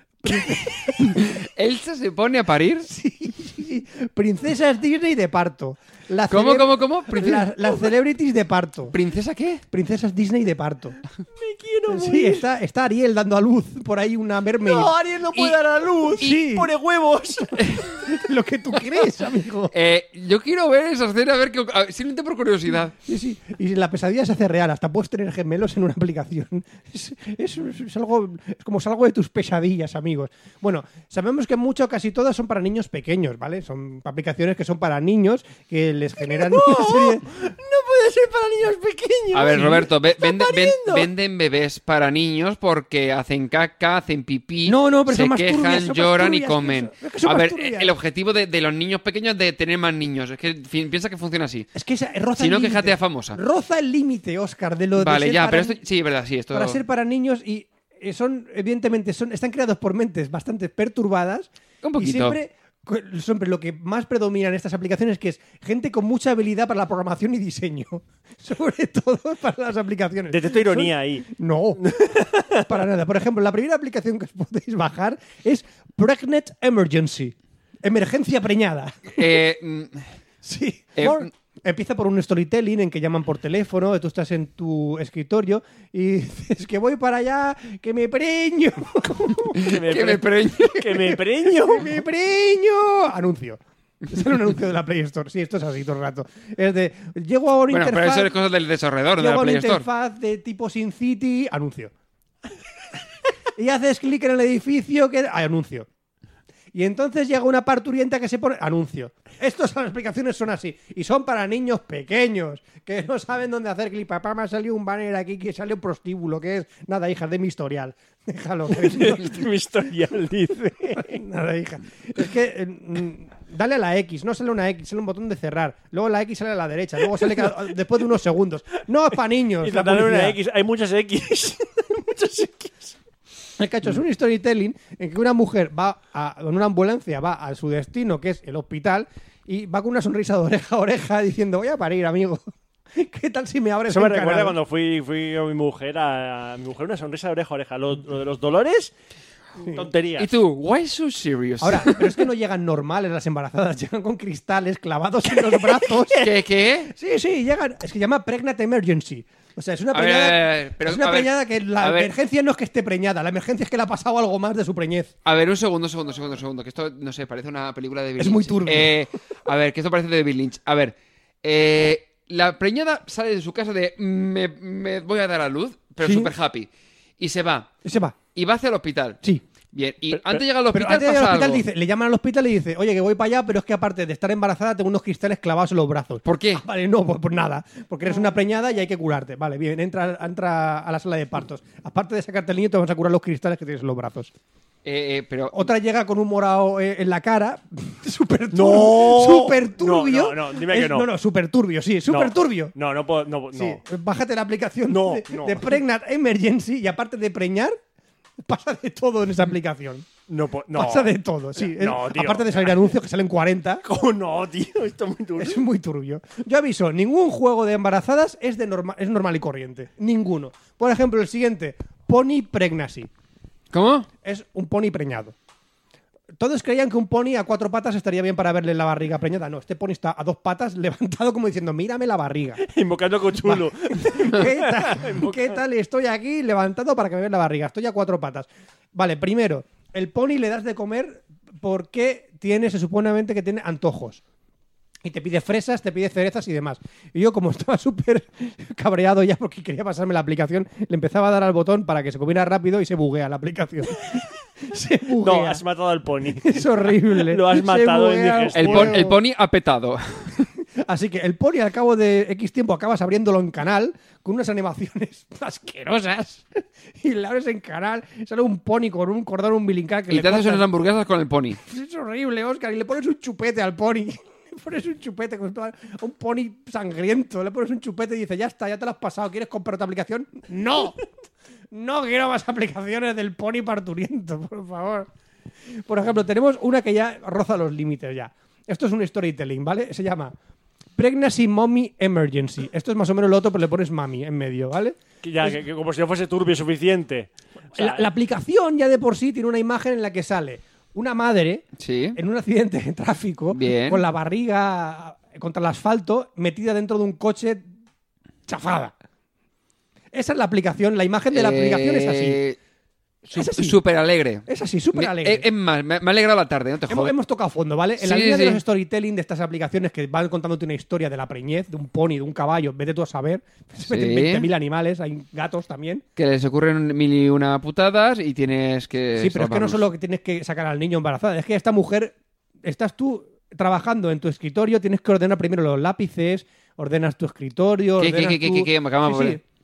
Speaker 11: ¿Elsa se pone a parir?
Speaker 10: Princesas Disney de parto. La
Speaker 11: ¿Cómo,
Speaker 10: cele-
Speaker 11: cómo, cómo? Princes-
Speaker 10: Las, las celebrities de parto.
Speaker 11: ¿Princesa qué?
Speaker 10: Princesas Disney de parto. Me quiero Sí, está, está Ariel dando a luz por ahí una mermaid.
Speaker 12: Ariel no
Speaker 11: puede dar
Speaker 12: a luz.
Speaker 10: Sí.
Speaker 12: Pone huevos.
Speaker 10: Lo que tú crees, amigo.
Speaker 11: Eh, yo quiero ver esa escena, a ver qué. a- Simplemente por curiosidad.
Speaker 10: Sí, sí. Y si la pesadilla se hace real, hasta puedes tener gemelos en una aplicación. Es, es- es algo, es como salgo de tus pesadillas, amigos. Bueno, sabemos que mucho, casi todas son para niños pequeños, ¿vale? Son aplicaciones que son para niños que les generan una serie.
Speaker 9: No puede ser para niños pequeños.
Speaker 11: A ver, Roberto, ve-
Speaker 9: Está
Speaker 11: vende- ven-
Speaker 9: pariendo.
Speaker 11: venden bebés para niños porque hacen caca, hacen pipí,
Speaker 10: No, no, pero
Speaker 11: se
Speaker 10: son más
Speaker 11: quejan,
Speaker 10: turbias, son más
Speaker 11: lloran y
Speaker 10: turbias,
Speaker 11: comen.
Speaker 10: que son- que son
Speaker 11: a
Speaker 10: más
Speaker 11: ver,
Speaker 10: turbias.
Speaker 11: el objetivo de, de los niños pequeños es de tener más niños. Es que fi- piensa que funciona así.
Speaker 10: Es que esa, roza
Speaker 11: Si
Speaker 10: el
Speaker 11: no,
Speaker 10: límite.
Speaker 11: quéjate a famosa.
Speaker 10: Roza el límite, Oscar, de lo de
Speaker 11: Vale,
Speaker 10: ser
Speaker 11: ya,
Speaker 10: para
Speaker 11: pero esto. Sí, es verdad, sí, esto.
Speaker 10: para ser para niños y eh, son, evidentemente, son, están creados por mentes bastante perturbadas.
Speaker 11: Un poquito.
Speaker 10: Y siempre, cu- siempre lo que más predomina en estas aplicaciones que es gente con mucha habilidad para la programación y diseño. Sobre todo para las aplicaciones.
Speaker 12: Detecto ironía
Speaker 10: Son-
Speaker 12: ahí.
Speaker 10: No, para nada. Por ejemplo, la primera aplicación que os podéis bajar es Pregnant Emergency. Emergencia preñada.
Speaker 11: Eh, mm,
Speaker 10: Sí.
Speaker 11: Eh,
Speaker 10: Bueno, empieza por un storytelling en que llaman por teléfono, tú estás en tu escritorio y dices que voy para allá, que me preño,
Speaker 12: Que me,
Speaker 11: que me
Speaker 12: pre-
Speaker 11: preñe.
Speaker 12: que me preño.
Speaker 10: que me preño. Anuncio. Sale un anuncio de la Play Store. Sí, esto es así todo el rato. Es de, llego a una
Speaker 11: Bueno, pero
Speaker 10: interfaz,
Speaker 11: eso es cosa del desarrollador de
Speaker 10: llego
Speaker 11: la
Speaker 10: a una
Speaker 11: Play Store.
Speaker 10: interfaz de tipo Sin City, anuncio. y haces clic en el edificio que... Hay anuncio. Y entonces llega una parturienta que se pone. Anuncio. Estas las explicaciones son así. Y son para niños pequeños que no saben dónde hacer clic. Papá, me ha salido un banner aquí que sale un prostíbulo. que es? Nada, hija, de mi historial. Déjalo. que-
Speaker 12: De mi historial, dice.
Speaker 10: Nada, hija. Es que. eh, mm, Dale a la X, no sale una X, sale un botón de cerrar. Luego la X sale a la derecha, luego sale cada- después de unos segundos. No es para niños.
Speaker 12: Y
Speaker 10: la
Speaker 12: dale una
Speaker 10: publicidad.
Speaker 12: X. Hay muchas X.
Speaker 10: El cacho es un storytelling en que una mujer va a- con una ambulancia, va a su destino, que es el hospital, y va con una sonrisa de oreja a oreja diciendo, voy a parir, amigo. ¿Qué tal si me abres
Speaker 12: Eso me
Speaker 10: un canal?".
Speaker 12: recuerda cuando fui, fui a mi mujer a, a mi mujer una sonrisa de oreja a oreja. Lo, lo de los dolores, tontería.
Speaker 11: ¿Y tú? Why so serious?
Speaker 10: Ahora, pero es que no llegan normales las embarazadas, llegan con cristales clavados en los brazos.
Speaker 11: ¿Qué? ¿Qué?
Speaker 10: Sí, sí, llegan. Es que llama Pregnant Emergency. O sea, es una
Speaker 11: A ver,
Speaker 10: preñada,
Speaker 11: a ver, a ver, pero,
Speaker 10: es una
Speaker 11: a ver,
Speaker 10: preñada que la
Speaker 11: a ver.
Speaker 10: emergencia no es que esté preñada, la emergencia es que le ha pasado algo más de su preñez.
Speaker 11: A ver, un segundo, segundo, segundo, segundo. Que esto, no sé, parece una película de Bill
Speaker 10: Es
Speaker 11: Lynch.
Speaker 10: muy turbio.
Speaker 11: Eh, a ver, que esto parece de Bill Lynch. A ver, eh, la preñada sale de su casa de me, me voy a dar a luz, pero
Speaker 10: Sí.
Speaker 11: súper happy. Y se va.
Speaker 10: Y se va.
Speaker 11: Y va hacia el hospital.
Speaker 10: Sí.
Speaker 11: Bien, y
Speaker 10: Pero-
Speaker 11: antes de llegar al hospital
Speaker 10: pero antes de
Speaker 11: pasa
Speaker 10: llegar al hospital
Speaker 11: algo.
Speaker 10: dice, le llaman al hospital y dice, oye, que voy para allá, pero es que aparte de estar embarazada tengo unos cristales clavados en los brazos.
Speaker 11: ¿Por qué? Ah.
Speaker 10: vale, no, pues, pues nada, porque eres una preñada y hay que curarte. Vale, bien, entra, entra a la sala de partos. Aparte de sacarte el niño, te vamos a curar los cristales que tienes en los brazos.
Speaker 11: Eh, eh, pero
Speaker 10: Otra llega con un morado eh, en la cara, súper tur-
Speaker 12: No.
Speaker 10: súper turbio.
Speaker 12: No, no, no, dime
Speaker 10: Es-
Speaker 12: que no.
Speaker 10: No, no, súper turbio, sí, súper turbio.
Speaker 12: No, no puedo. No, no.
Speaker 10: Sí, bájate la aplicación
Speaker 12: No,
Speaker 10: de,
Speaker 12: no.
Speaker 10: de Pregnant Emergency y aparte de preñar, pasa de todo en esa aplicación.
Speaker 12: No, po- no.
Speaker 10: Pasa de todo, sí. Es-
Speaker 12: No, tío.
Speaker 10: Aparte de salir anuncios que salen 40.
Speaker 12: ¿Cómo no, tío? Esto es muy turbio.
Speaker 10: Es muy turbio. Yo aviso, ningún juego de embarazadas es, de norma- es normal y corriente. Ninguno. Por ejemplo, el siguiente, Pony Pregnancy.
Speaker 11: ¿Cómo?
Speaker 10: Es un pony preñado. Todos creían que un pony a cuatro patas estaría bien para verle la barriga preñada. No, este pony está a dos patas levantado como diciendo, mírame la barriga.
Speaker 12: Invocando con chulo.
Speaker 10: ¿Qué tal, qué tal Estoy aquí levantado para que me veas la barriga. Estoy a cuatro patas. Vale, primero, el pony le das de comer porque tiene, se supone que tiene antojos. Y te pide fresas, te pide cerezas y demás. Y yo, como estaba súper cabreado ya porque quería pasarme la aplicación, le empezaba a dar al botón para que se comiera rápido y se buguea la aplicación. se buguea.
Speaker 12: No, has matado al pony.
Speaker 10: Es horrible.
Speaker 12: Lo has
Speaker 10: Se
Speaker 12: matado en
Speaker 10: buguea
Speaker 12: digestión.
Speaker 11: el, pon- el pony ha petado.
Speaker 10: Así que el pony al cabo de X tiempo acabas abriéndolo en canal con unas animaciones asquerosas. Y la abres en canal, sale un pony con un cordón umbilical que
Speaker 11: Y
Speaker 10: le
Speaker 11: te haces
Speaker 10: cortas.
Speaker 11: unas hamburguesas con el pony.
Speaker 10: Es horrible, Oscar. Y le pones un chupete al pony. Le pones un chupete con toda- a un pony sangriento. Le pones un chupete y dice, ya está, ya te lo has pasado. ¿Quieres comprar otra aplicación? ¡No! No quiero más aplicaciones del pony parturiento, por favor. Por ejemplo, tenemos una que ya roza los límites ya. Esto es un storytelling, ¿vale? Se llama Pregnancy Mommy Emergency. Esto es más o menos lo otro, pero le pones mami en medio, ¿vale?
Speaker 12: Que ya, que- que como si no fuese turbio suficiente. O sea,
Speaker 10: la, la aplicación ya de por sí tiene una imagen en la que sale una madre en un accidente de tráfico
Speaker 11: Bien.
Speaker 10: con la barriga contra el asfalto metida dentro de un coche chafada. Esa es la aplicación, la imagen de la aplicación es así.
Speaker 11: Eh, su-
Speaker 10: Es así.
Speaker 11: Súper alegre.
Speaker 10: Es así, súper
Speaker 11: Me-
Speaker 10: alegre.
Speaker 11: eh, Es más, me me ha alegrado la tarde, no te
Speaker 10: Hemos,
Speaker 11: jodas.
Speaker 10: hemos tocado fondo, ¿vale? En la
Speaker 11: Sí,
Speaker 10: línea de
Speaker 11: sí.
Speaker 10: los storytelling de estas aplicaciones que van contándote una historia de la preñez, de un pony, de un caballo, vete tú a saber. Se meten
Speaker 11: Sí.
Speaker 10: 20.000 animales, hay gatos también.
Speaker 11: Que les ocurren mil y una putadas y tienes que.
Speaker 10: Sí, pero es que no
Speaker 11: salvarlos.
Speaker 10: solo que tienes que sacar al niño embarazada, es que esta mujer, estás tú trabajando en tu escritorio, tienes que ordenar primero los lápices, ordenas tu escritorio.
Speaker 11: ¿Qué, qué,
Speaker 10: ordenas
Speaker 11: qué, qué,
Speaker 10: tu-
Speaker 11: qué, qué? Me acabo de
Speaker 10: Sí, sí.
Speaker 11: poner.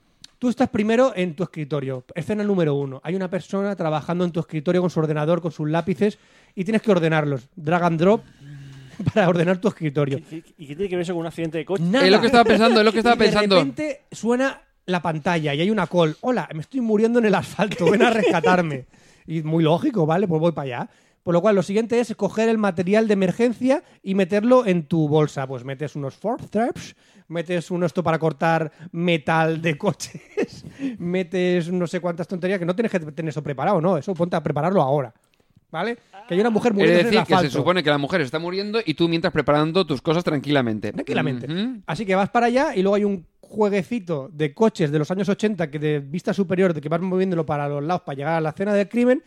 Speaker 10: Tú estás primero en tu escritorio. Escena número uno. Hay una persona trabajando en tu escritorio con su ordenador, con sus lápices, y tienes que ordenarlos. Drag and drop para ordenar tu escritorio.
Speaker 12: ¿Y y qué tiene que ver eso con un accidente de coche?
Speaker 10: Nada.
Speaker 11: Es lo que estaba pensando, es lo que estaba
Speaker 10: Y
Speaker 11: pensando.
Speaker 10: De repente suena la pantalla y hay una call. Hola, me estoy muriendo en el asfalto, ven a rescatarme. Y muy lógico, ¿vale? Pues voy para allá. Por lo cual, lo siguiente es coger el material de emergencia y meterlo en tu bolsa. Pues metes unos forceps, metes un esto para cortar metal de coches, metes no sé cuántas tonterías, que no tienes que tener eso preparado, ¿no? Eso ponte a prepararlo ahora, ¿vale? Que hay una mujer
Speaker 11: Es
Speaker 10: muriendo en el
Speaker 11: decir, que
Speaker 10: asfalto.
Speaker 11: se supone que la mujer está muriendo y tú mientras preparando tus cosas tranquilamente.
Speaker 10: Tranquilamente.
Speaker 11: Ujú.
Speaker 10: Así que vas para allá y luego hay un jueguecito de coches de los años 80 que de vista superior, de que vas moviéndolo para los lados para llegar a la cena del crimen.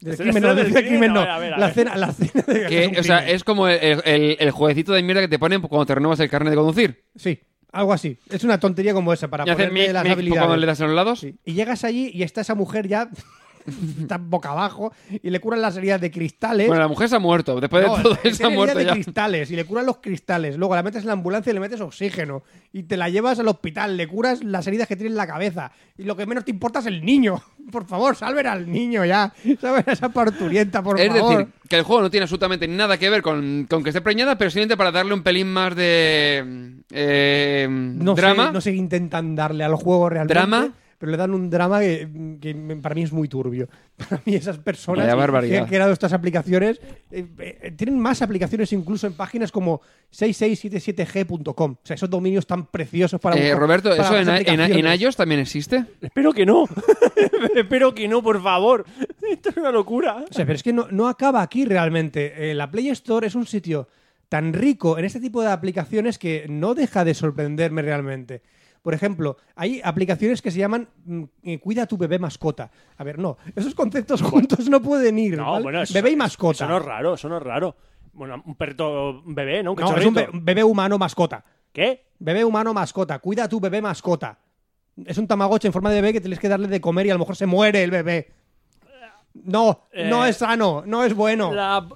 Speaker 10: Del
Speaker 12: Escena
Speaker 10: crimen, no,
Speaker 12: del
Speaker 10: del, del
Speaker 12: crimen,
Speaker 10: crimen
Speaker 12: a
Speaker 10: no.
Speaker 12: ver, a ver, a
Speaker 10: La
Speaker 12: ver.
Speaker 10: cena, la cena de
Speaker 11: Que,
Speaker 10: es un
Speaker 11: o sea,
Speaker 10: crimen.
Speaker 11: es como el, el- el jueguecito de mierda que te ponen cuando te renuevas el carnet de conducir.
Speaker 10: Sí, algo así. Es una tontería como esa para
Speaker 11: Y haces
Speaker 10: ponerte
Speaker 11: mic,
Speaker 10: las
Speaker 11: mic
Speaker 10: habilidades.
Speaker 11: cuando le das a los lados.
Speaker 10: Y llegas allí y está esa mujer ya están boca abajo y le curan las heridas de cristales.
Speaker 11: Bueno, la mujer se ha muerto. Después
Speaker 10: No,
Speaker 11: de todo
Speaker 10: tiene
Speaker 11: eso ha
Speaker 10: herida
Speaker 11: muerto
Speaker 10: de
Speaker 11: ya.
Speaker 10: cristales y le curan los cristales. Luego la metes en la ambulancia y le metes oxígeno. Y te la llevas al hospital, le curas las heridas que tiene en la cabeza. Y lo que menos te importa es el niño. Por favor, salven al niño ya. Salven a esa parturienta, por
Speaker 11: es
Speaker 10: favor.
Speaker 11: decir, que el juego no tiene absolutamente nada que ver con, con que esté preñada, pero simplemente para darle un pelín más de eh,
Speaker 10: no sé-
Speaker 11: drama.
Speaker 10: no sé qué intentan darle al juego realmente.
Speaker 11: ¿Drama?
Speaker 10: Pero le dan un drama que, que para mí es muy turbio. Para mí esas personas
Speaker 11: Vaya
Speaker 10: que
Speaker 11: barbaridad.
Speaker 10: han creado estas aplicaciones eh, eh, tienen más aplicaciones incluso en páginas como 6677g.com. O sea, esos dominios tan preciosos para...
Speaker 11: Eh,
Speaker 10: buscar-
Speaker 11: Roberto,
Speaker 10: para
Speaker 11: ¿eso
Speaker 10: las
Speaker 11: en, en,
Speaker 10: aplicaciones.
Speaker 11: en iOS también existe?
Speaker 12: Espero que no. Espero que no, por favor. Esto es una locura.
Speaker 10: O sea, pero es que no, no acaba aquí realmente. Eh, la Play Store es un sitio tan rico en este tipo de aplicaciones que no deja de sorprenderme realmente. Por ejemplo, hay aplicaciones que se llaman mm, eh, Cuida a tu bebé mascota. A ver, no, esos conceptos juntos no pueden ir.
Speaker 12: No,
Speaker 10: ¿vale?
Speaker 12: bueno, eso-
Speaker 10: bebé y mascota.
Speaker 12: Eso no es raro, eso no es raro. Bueno, un perrito un bebé, ¿no? Un
Speaker 10: No, es un be-
Speaker 12: cachorrito.
Speaker 10: un bebé humano mascota.
Speaker 12: ¿Qué?
Speaker 10: Bebé humano mascota. Cuida a tu bebé mascota. Es un tamagotchi en forma de bebé que tienes que darle de comer y a lo mejor se muere el bebé. No, no
Speaker 12: Eh,
Speaker 10: es sano, no es bueno.
Speaker 12: La-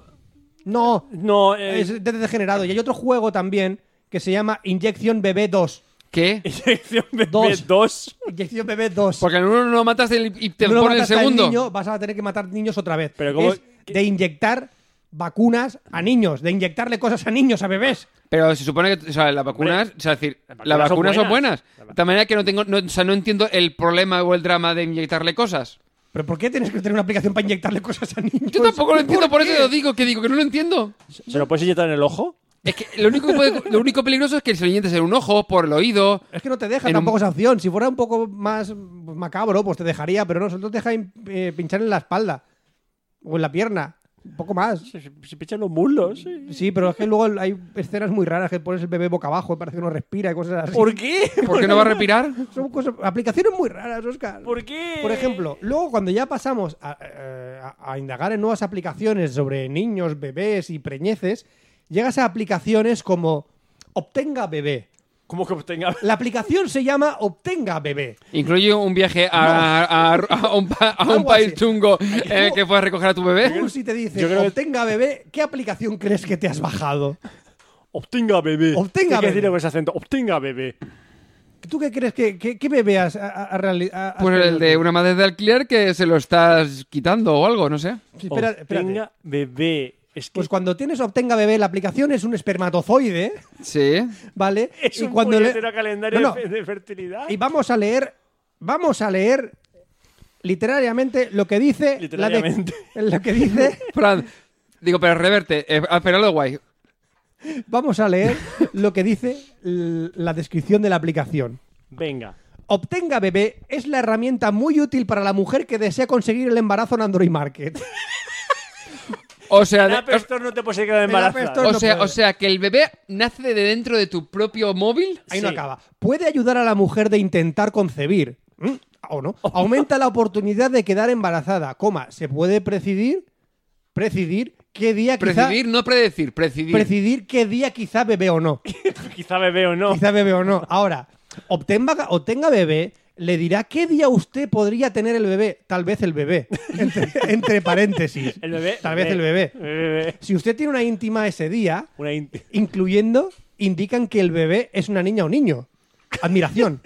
Speaker 10: No,
Speaker 12: No, eh,
Speaker 10: es de degenerado. Y hay otro juego también que se llama Inyección Bebé 2.
Speaker 11: ¿Qué?
Speaker 12: Inyección Bebé
Speaker 10: Dos.
Speaker 12: 2.
Speaker 10: Inyección Bebé 2.
Speaker 11: Porque en uno no lo matas el- y te
Speaker 10: No lo
Speaker 11: pone el
Speaker 10: matas al
Speaker 11: segundo.
Speaker 10: niño, vas a tener que matar niños otra vez.
Speaker 12: Pero ¿cómo-
Speaker 10: Es de inyectar vacunas a niños, de inyectarle cosas a niños, a bebés.
Speaker 11: Pero se supone que o sea, las vacunas, o sea, es decir, las vacunas, son buenas. De tal manera que no tengo, no, o sea, no entiendo el problema o el drama de inyectarle cosas.
Speaker 10: ¿Pero por qué tienes que tener una aplicación para inyectarle cosas a niños?
Speaker 11: Yo tampoco lo entiendo, por eso te lo digo, que digo que no lo entiendo.
Speaker 12: ¿Se lo puedes inyectar en el ojo?
Speaker 11: Es que lo único, que puede- lo único peligroso es que se lo inyectes en un ojo, por el oído.
Speaker 10: Es que no te deja
Speaker 11: En un-
Speaker 10: tampoco esa opción. Si fuera un poco más pues, macabro, pues te dejaría, pero no, solo te deja eh, pinchar en la espalda o en la pierna. Un poco más.
Speaker 12: Se, se pinchan los muslos. sí.
Speaker 10: Sí, pero es que luego hay escenas muy raras que pones el bebé boca abajo y parece que no respira y cosas así.
Speaker 12: ¿Por qué?
Speaker 11: ¿Por qué no va a respirar?
Speaker 10: Son cosas, aplicaciones muy raras, Oscar.
Speaker 12: ¿Por qué?
Speaker 10: Por ejemplo, luego cuando ya pasamos a, eh, a- a indagar en nuevas aplicaciones sobre niños, bebés y preñeces, llegas a aplicaciones como Obtenga Bebé.
Speaker 12: ¿Cómo que obtenga?
Speaker 10: La aplicación se llama Obtenga Bebé.
Speaker 11: Incluye un viaje a, a- a un, pa- a un
Speaker 10: Algo
Speaker 11: país
Speaker 10: así.
Speaker 11: chungo en el que puedas recoger a tu bebé.
Speaker 10: Tú si te dices
Speaker 12: Yo creo que-
Speaker 10: Obtenga Bebé, ¿qué aplicación crees que te has bajado?
Speaker 12: Obtenga bebé.
Speaker 10: Obtenga
Speaker 12: Hay que
Speaker 10: bebé.
Speaker 12: decirlo con ese acento. Obtenga bebé.
Speaker 10: ¿Tú qué crees que qué, qué bebé has, realizado?
Speaker 11: Pues el de una madre de alquiler que se lo estás quitando o algo, no sé.
Speaker 10: Espera, espérate.
Speaker 12: Obtenga bebé. Es que
Speaker 10: Pues cuando tienes Obtenga Bebé, la aplicación es un espermatozoide,
Speaker 11: Sí.
Speaker 10: ¿vale?
Speaker 12: es un
Speaker 10: cuando le-
Speaker 12: puñetero calendario
Speaker 10: No, no.
Speaker 12: de fe- de fertilidad.
Speaker 10: Y vamos a leer, vamos a leer literariamente lo que dice... la de-
Speaker 12: Literariamente.
Speaker 10: lo que dice...
Speaker 11: Fran, digo, pero reverte, eh, pero lo guay.
Speaker 10: Vamos a leer lo que dice l- la descripción de la aplicación.
Speaker 12: Venga.
Speaker 10: Obtenga Bebé es la herramienta muy útil para la mujer que desea conseguir el embarazo en Android Market.
Speaker 11: O sea,
Speaker 12: En
Speaker 11: de-
Speaker 12: App Store no te puedes quedar
Speaker 10: En App Store
Speaker 12: embarazada.
Speaker 10: no
Speaker 11: o, sea,
Speaker 10: puede.
Speaker 11: o sea, que el bebé nace de dentro de tu propio móvil.
Speaker 10: Ahí no
Speaker 12: Sí.
Speaker 10: acaba. Puede ayudar a la mujer de intentar concebir. ¿Mm? ¿O no? Aumenta la oportunidad de quedar embarazada. Coma, se puede precidir, precidir qué día quizá...
Speaker 11: Precidir, no predecir, precidir.
Speaker 10: Precidir qué día quizá bebé o no.
Speaker 12: Quizá bebé o no.
Speaker 10: Quizá bebé o no. Ahora, obtenga, obtenga bebé, le dirá qué día usted podría tener el bebé. Tal vez el bebé. Entre, entre paréntesis.
Speaker 12: El bebé.
Speaker 10: Tal vez el bebé.
Speaker 12: bebé.
Speaker 10: Si usted tiene una íntima ese día,
Speaker 12: Una in-
Speaker 10: incluyendo, indican que el bebé es una niña o niño. Admiración.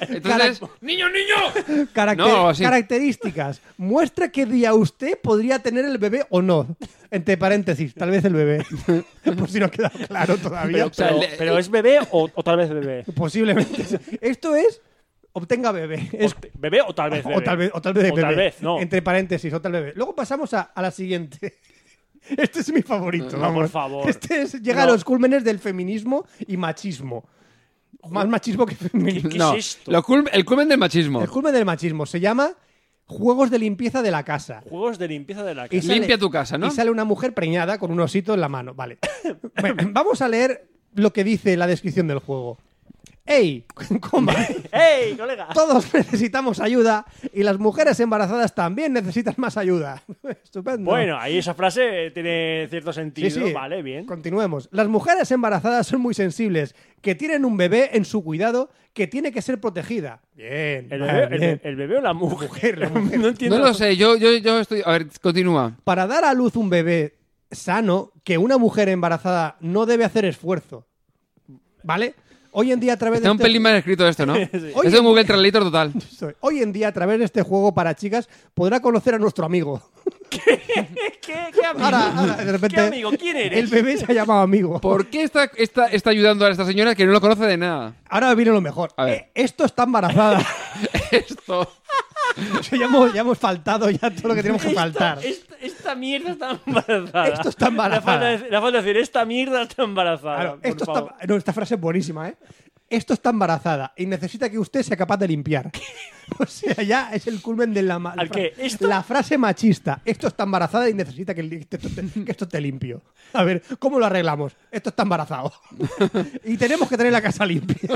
Speaker 11: Entonces, ¡niño, niño!
Speaker 10: Caracter-
Speaker 11: No, así.
Speaker 10: Características. Muestra qué día usted podría tener el bebé o no. Entre paréntesis, tal vez el bebé. Por si no ha quedado claro todavía.
Speaker 12: Pero, pero-
Speaker 11: le-
Speaker 12: pero es bebé o, o tal vez bebé.
Speaker 10: Posiblemente. Esto es obtenga bebé. Es-
Speaker 12: Obte- bebé o tal vez bebé.
Speaker 10: o tal vez, o tal vez
Speaker 12: O
Speaker 10: bebé.
Speaker 12: tal vez, no.
Speaker 10: Entre paréntesis, o tal bebé. Luego pasamos a, a la siguiente. Este es mi favorito.
Speaker 12: No,
Speaker 10: vamos.
Speaker 12: por favor.
Speaker 10: Este es- llega
Speaker 12: No.
Speaker 10: a los cúlmenes del feminismo y machismo. Más machismo que feminismo.
Speaker 12: ¿Qué
Speaker 11: No,
Speaker 12: es esto?
Speaker 11: lo cul- el culmen del machismo.
Speaker 10: El culmen del machismo se llama Juegos de limpieza de la casa.
Speaker 12: Juegos de limpieza de la
Speaker 10: Y
Speaker 12: casa.
Speaker 10: sale-
Speaker 11: Limpia tu casa, ¿no?
Speaker 10: Y sale una mujer preñada con un osito en la mano. Vale. Bueno, vamos a leer lo que dice la descripción del juego. ¡Ey! Coma.
Speaker 12: ¡Ey, colega!
Speaker 10: Todos necesitamos ayuda y las mujeres embarazadas también necesitan más ayuda. Estupendo.
Speaker 12: Bueno, ahí esa frase eh, tiene cierto sentido,
Speaker 10: Sí, sí.
Speaker 12: ¿vale? Bien.
Speaker 10: Continuemos. Las mujeres embarazadas son muy sensibles, que tienen un bebé en su cuidado que tiene que ser protegida. Bien.
Speaker 12: ¿El
Speaker 10: vale,
Speaker 12: bebé, el-
Speaker 10: Ah, bien.
Speaker 12: el bebé o la mujer?
Speaker 10: La mujer.
Speaker 12: No
Speaker 11: No lo sé, yo, yo, yo estoy. A ver, continúa.
Speaker 10: Para dar a luz un bebé sano, que una mujer embarazada no debe hacer esfuerzo. ¿Vale? Hoy en día a través
Speaker 11: Está
Speaker 10: de
Speaker 11: un
Speaker 10: este-
Speaker 11: pelín mal escrito esto, ¿no?
Speaker 10: Sí.
Speaker 11: Es
Speaker 10: Oye,
Speaker 11: un Google Translator total.
Speaker 10: Soy- Hoy en día, a través de este juego para chicas, podrá conocer a nuestro amigo.
Speaker 12: ¿Qué, qué amigo?
Speaker 10: Ahora, ahora, de repente,
Speaker 12: ¿Qué amigo? ¿Quién eres?
Speaker 10: El bebé se ha llamado amigo.
Speaker 11: ¿Por qué está, está, está ayudando a esta señora que no lo conoce de nada?
Speaker 10: Ahora viene lo mejor.
Speaker 11: A ver.
Speaker 10: Eh, esto está embarazada.
Speaker 11: esto.
Speaker 10: ya, hemos, ya hemos faltado ya todo lo que tenemos que
Speaker 12: Esta-
Speaker 10: faltar.
Speaker 12: Esta, esta mierda está embarazada.
Speaker 10: Esto está embarazada.
Speaker 12: La falta, de- la falta de decir, esta mierda está embarazada.
Speaker 10: Claro,
Speaker 12: por
Speaker 10: esto
Speaker 12: favor.
Speaker 10: está, no, esta frase es buenísima, ¿eh? Esto está embarazada y necesita que usted sea capaz de limpiar. O sea, ya es el culmen de la, ma-
Speaker 12: ¿Al qué? ¿Esto?
Speaker 10: la frase machista. Esto está embarazada y necesita que, li- que esto te, que esto te limpio. A ver, ¿cómo lo arreglamos? Esto está embarazado. y tenemos que tener la casa limpia.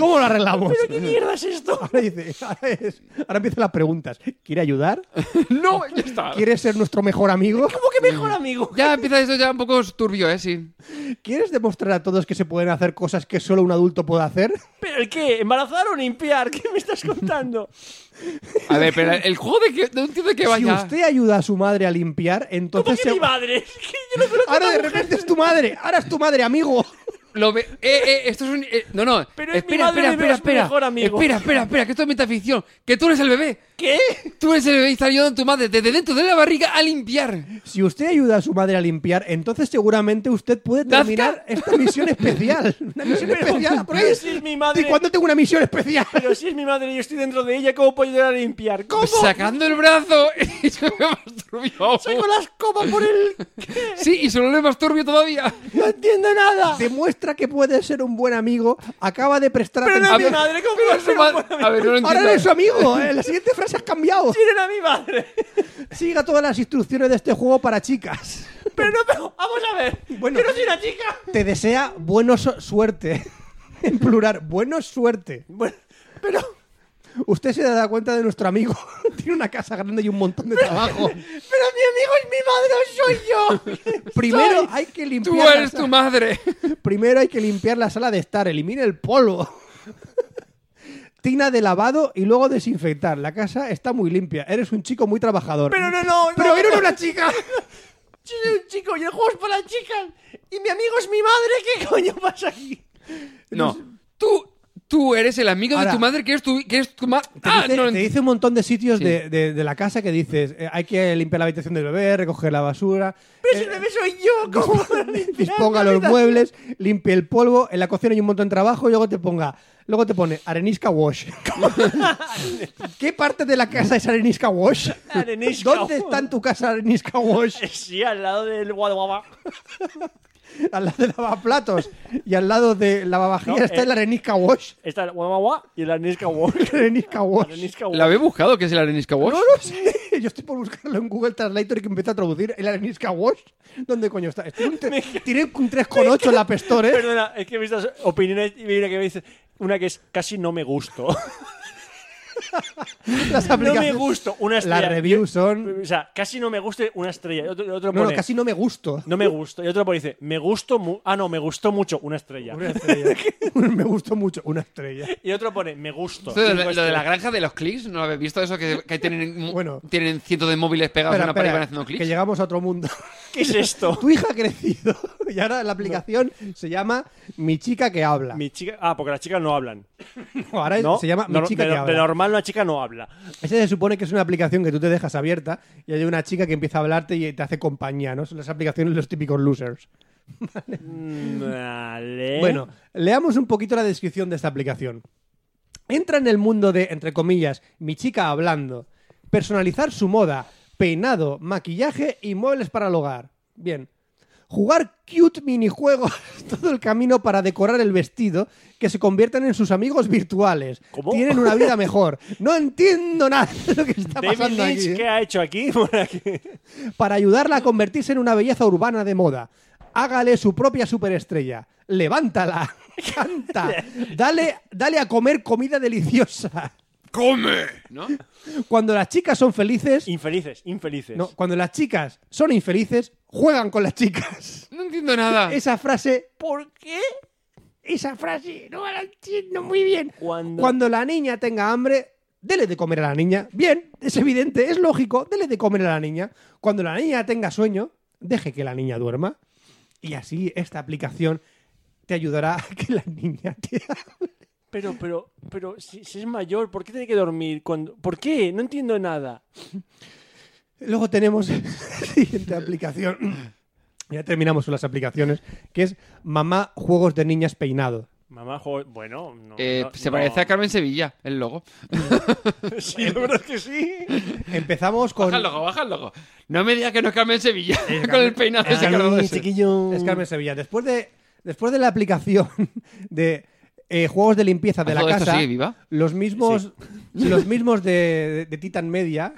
Speaker 10: ¿Cómo lo arreglamos?
Speaker 12: ¿Pero qué mierda es esto?
Speaker 10: Ahora, dice, ahora, es- ahora empiezan las preguntas. ¿Quiere ayudar?
Speaker 11: No, ya está.
Speaker 10: ¿Quieres ser nuestro mejor amigo?
Speaker 12: ¿Cómo que mejor amigo?
Speaker 11: Ya empieza esto ya un poco turbio, ¿eh? Sí.
Speaker 10: ¿Quieres demostrar a todos que se pueden hacer cosas que solo un adulto puede hacer?
Speaker 12: ¿Pero el qué? ¿Embarazar o limpiar? ¿Qué me estás contando?
Speaker 11: A ver, pero el juego de que. No entiendo de qué va
Speaker 10: si
Speaker 11: ya.
Speaker 10: usted ayuda a su madre a limpiar, entonces
Speaker 12: ¿Por qué
Speaker 10: se-
Speaker 12: mi madre? Es que yo no conozco
Speaker 10: ahora
Speaker 12: a
Speaker 10: de
Speaker 12: esta
Speaker 10: repente
Speaker 12: mujer.
Speaker 10: es tu madre, ahora es tu madre, amigo.
Speaker 11: Lo ve- eh, eh, esto es un. eh, no, no.
Speaker 12: Pero es mi
Speaker 11: espera,
Speaker 12: madre,
Speaker 11: espera, espera,
Speaker 12: mi bebé es mi
Speaker 11: espera.
Speaker 12: mejor amigo.
Speaker 11: Espera, espera, espera, que esto es metaficción. Que tú eres el bebé.
Speaker 12: ¿Qué?
Speaker 11: Tú eres el bebé y estás ayudando a tu madre desde dentro de la barriga a limpiar.
Speaker 10: Si usted ayuda a su madre a limpiar, entonces seguramente usted puede
Speaker 11: ¿Nazca?
Speaker 10: terminar esta misión especial. Una misión
Speaker 12: Pero,
Speaker 10: especial. ¿por
Speaker 12: pero
Speaker 11: pues.
Speaker 10: qué?
Speaker 12: si es mi madre.
Speaker 10: ¿Y cuándo tengo una misión especial?
Speaker 12: Pero si es mi madre y yo estoy dentro de ella, ¿cómo puedo ayudar a limpiar? ¿Cómo?
Speaker 11: Sacando el brazo y se ve más turbio. aún.
Speaker 12: Saco las comas por el... ¿Qué?
Speaker 11: Sí, y solo le más turbio todavía.
Speaker 12: No entiendo nada.
Speaker 10: Demuestra que puede ser un buen amigo, acaba de prestar
Speaker 12: Pero no
Speaker 11: A
Speaker 12: es mi
Speaker 11: ver,
Speaker 10: atención.
Speaker 12: madre, ¿cómo que
Speaker 11: pero
Speaker 12: va a
Speaker 11: su
Speaker 12: ser un
Speaker 11: madre-
Speaker 12: buen amigo?
Speaker 11: A ver, no lo
Speaker 10: Ahora
Speaker 11: entiendo.
Speaker 10: eres su amigo. eh, La siguiente frase has cambiado.
Speaker 12: Tienen a mi madre.
Speaker 10: Siga todas las instrucciones de este juego para chicas.
Speaker 12: Pero no, pero vamos a ver.
Speaker 10: Bueno.
Speaker 12: que no soy una chica.
Speaker 10: Te desea buena suerte. En plural, buena suerte.
Speaker 12: Bueno, pero
Speaker 10: Usted se da cuenta de nuestro amigo. Tiene una casa grande y un montón de trabajo.
Speaker 12: pero mi amigo es mi madre, soy yo.
Speaker 10: Primero
Speaker 12: Soy-
Speaker 10: hay que
Speaker 11: Tú
Speaker 10: limpiar. la
Speaker 11: eres
Speaker 10: sala-
Speaker 11: tu madre.
Speaker 10: Primero hay que limpiar la sala de estar. Elimine el polvo. Tina de lavado y luego desinfectar. La casa está muy limpia. Eres un chico muy trabajador.
Speaker 12: Pero no, no, no.
Speaker 10: Pero eres una chica.
Speaker 12: Yo soy un chico y el juego es para las chicas. Y mi amigo es mi madre, ¿qué coño pasa aquí?
Speaker 11: No. Tú, tú eres el amigo
Speaker 10: Ahora-
Speaker 11: de tu madre que es tu, que es tu Ah, madre.
Speaker 10: Te,
Speaker 12: Ah,
Speaker 10: dice, te dice un montón de sitios
Speaker 11: Sí.
Speaker 10: de, de- de la casa que dices, eh, hay que limpiar la habitación del bebé, recoger la basura,
Speaker 12: Pero
Speaker 10: eh,
Speaker 12: si el bebé soy yo, ¿cómo? voy a limpiar
Speaker 10: disponga
Speaker 12: mi
Speaker 10: los
Speaker 12: habitación?
Speaker 10: muebles, limpie el polvo, en la cocina hay un montón de trabajo y luego te ponga, luego te pone arenisca wash. ¿Qué parte de la casa es arenisca wash?
Speaker 12: Arenisca
Speaker 10: ¿Dónde
Speaker 12: wash.
Speaker 10: está en tu casa arenisca wash?
Speaker 12: Sí, al lado del guaduaba.
Speaker 10: Al lado de lavaplatos y al lado de lavavajillas
Speaker 12: No,
Speaker 10: está el
Speaker 12: eh.
Speaker 10: arenisca wash.
Speaker 12: Está el guaduaba y el anisca walk.
Speaker 10: Arenisca wash.
Speaker 12: Anisca
Speaker 11: ¿La habéis buscado que es el arenisca wash?
Speaker 10: No, no sé. Yo estoy por buscarlo en Google Translator y que empiece a traducir el arenisca wash. ¿Dónde coño está? Estoy un tre- Tiene un 3,8 en la Pestor, ¿eh?
Speaker 12: Perdona, es que he visto opiniones y vi una que me dice una que es casi no me gusto.
Speaker 10: Las
Speaker 12: no me
Speaker 10: aplicaciones-
Speaker 12: gusto, una estrella.
Speaker 10: Las reviews son.
Speaker 12: O sea, casi no me guste una estrella. Y Otro, y otro
Speaker 10: No,
Speaker 12: pone,
Speaker 10: no, casi no me gusto.
Speaker 12: "No me gusto. Y otro pone dice, me gusto mu- Ah, no, me gustó mucho una estrella.
Speaker 10: Una estrella. me gustó mucho. Una estrella.
Speaker 12: Y otro pone, me gusto. pues,
Speaker 11: Esto de-
Speaker 12: cinco
Speaker 11: lo, de la
Speaker 12: estrellas".
Speaker 11: granja de los clics, ¿no lo habéis visto? Eso que, que tienen,
Speaker 10: Bueno.
Speaker 11: tienen cientos de móviles pegados en
Speaker 10: Espera,
Speaker 11: una pared y van
Speaker 10: espera,
Speaker 11: haciendo
Speaker 10: que
Speaker 11: clics.
Speaker 10: llegamos a otro mundo.
Speaker 12: ¿Qué es esto?
Speaker 10: Tu hija ha crecido y ahora la aplicación se llama Mi chica que habla.
Speaker 12: Mi chica... Ah, porque las chicas no hablan.
Speaker 10: No, ahora es-
Speaker 12: No,
Speaker 10: se llama Mi
Speaker 12: no,
Speaker 10: chica
Speaker 12: de,
Speaker 10: que
Speaker 12: de
Speaker 10: habla.
Speaker 12: normal una chica no habla.
Speaker 10: Esa se supone que es una aplicación que tú te dejas abierta y hay una chica que empieza a hablarte y te hace compañía, ¿no? Son las aplicaciones de los típicos losers.
Speaker 12: Vale.
Speaker 10: Bueno, leamos un poquito la descripción de esta aplicación. Entra en el mundo de, entre comillas, mi chica hablando. Personalizar su moda, peinado, maquillaje y muebles para el hogar. Bien. Jugar cute minijuegos todo el camino para decorar el vestido que se convierten en sus amigos virtuales.
Speaker 12: ¿Cómo?
Speaker 10: Tienen una vida mejor. No entiendo nada de lo que está
Speaker 12: David
Speaker 10: pasando
Speaker 12: Lynch,
Speaker 10: aquí. ¿eh?
Speaker 12: ¿qué ha hecho aquí? Por aquí.
Speaker 10: para ayudarla a convertirse en una belleza urbana de moda. Hágale su propia superestrella. Levántala. encanta. Dale, dale a comer comida deliciosa.
Speaker 5: ¡Come! ¿No?
Speaker 10: Cuando las chicas son felices.
Speaker 12: Infelices, infelices.
Speaker 10: No, cuando las chicas son infelices, juegan con las chicas.
Speaker 11: No entiendo nada.
Speaker 10: Esa frase, ¿por qué? Esa frase no la entiendo muy bien.
Speaker 12: Cuando,
Speaker 10: la niña tenga hambre, dele de comer a la niña. Bien, es evidente, es lógico, dele de comer a la niña. Cuando la niña tenga sueño, deje que la niña duerma. Y así esta aplicación te ayudará a que la niña te
Speaker 12: Pero, pero, pero, si, si es mayor, ¿por qué tiene que dormir? Cuando, ¿Por qué? No entiendo nada.
Speaker 10: Luego tenemos la siguiente aplicación. Ya terminamos con las aplicaciones, que es Mamá Juegos de Niñas Peinado.
Speaker 12: Mamá, jo- bueno, no,
Speaker 11: Eh,
Speaker 12: no-
Speaker 11: se
Speaker 12: no.
Speaker 11: parece a Carmen Sevilla, el logo.
Speaker 12: Sí, la verdad es que sí.
Speaker 10: Empezamos con...
Speaker 11: Baja
Speaker 10: Eh,
Speaker 11: el logo, baja el logo. No me digas que no es Carmen Sevilla con el peinado ese que lo-
Speaker 10: Carmen, es
Speaker 11: Mm.
Speaker 10: Carmen Sevilla. Después de, después de la aplicación de eh, juegos de limpieza de
Speaker 11: ¿A
Speaker 10: la
Speaker 11: todo esto
Speaker 10: casa,
Speaker 11: sigue viva?
Speaker 10: los mismos, los mismos de, de Titan Media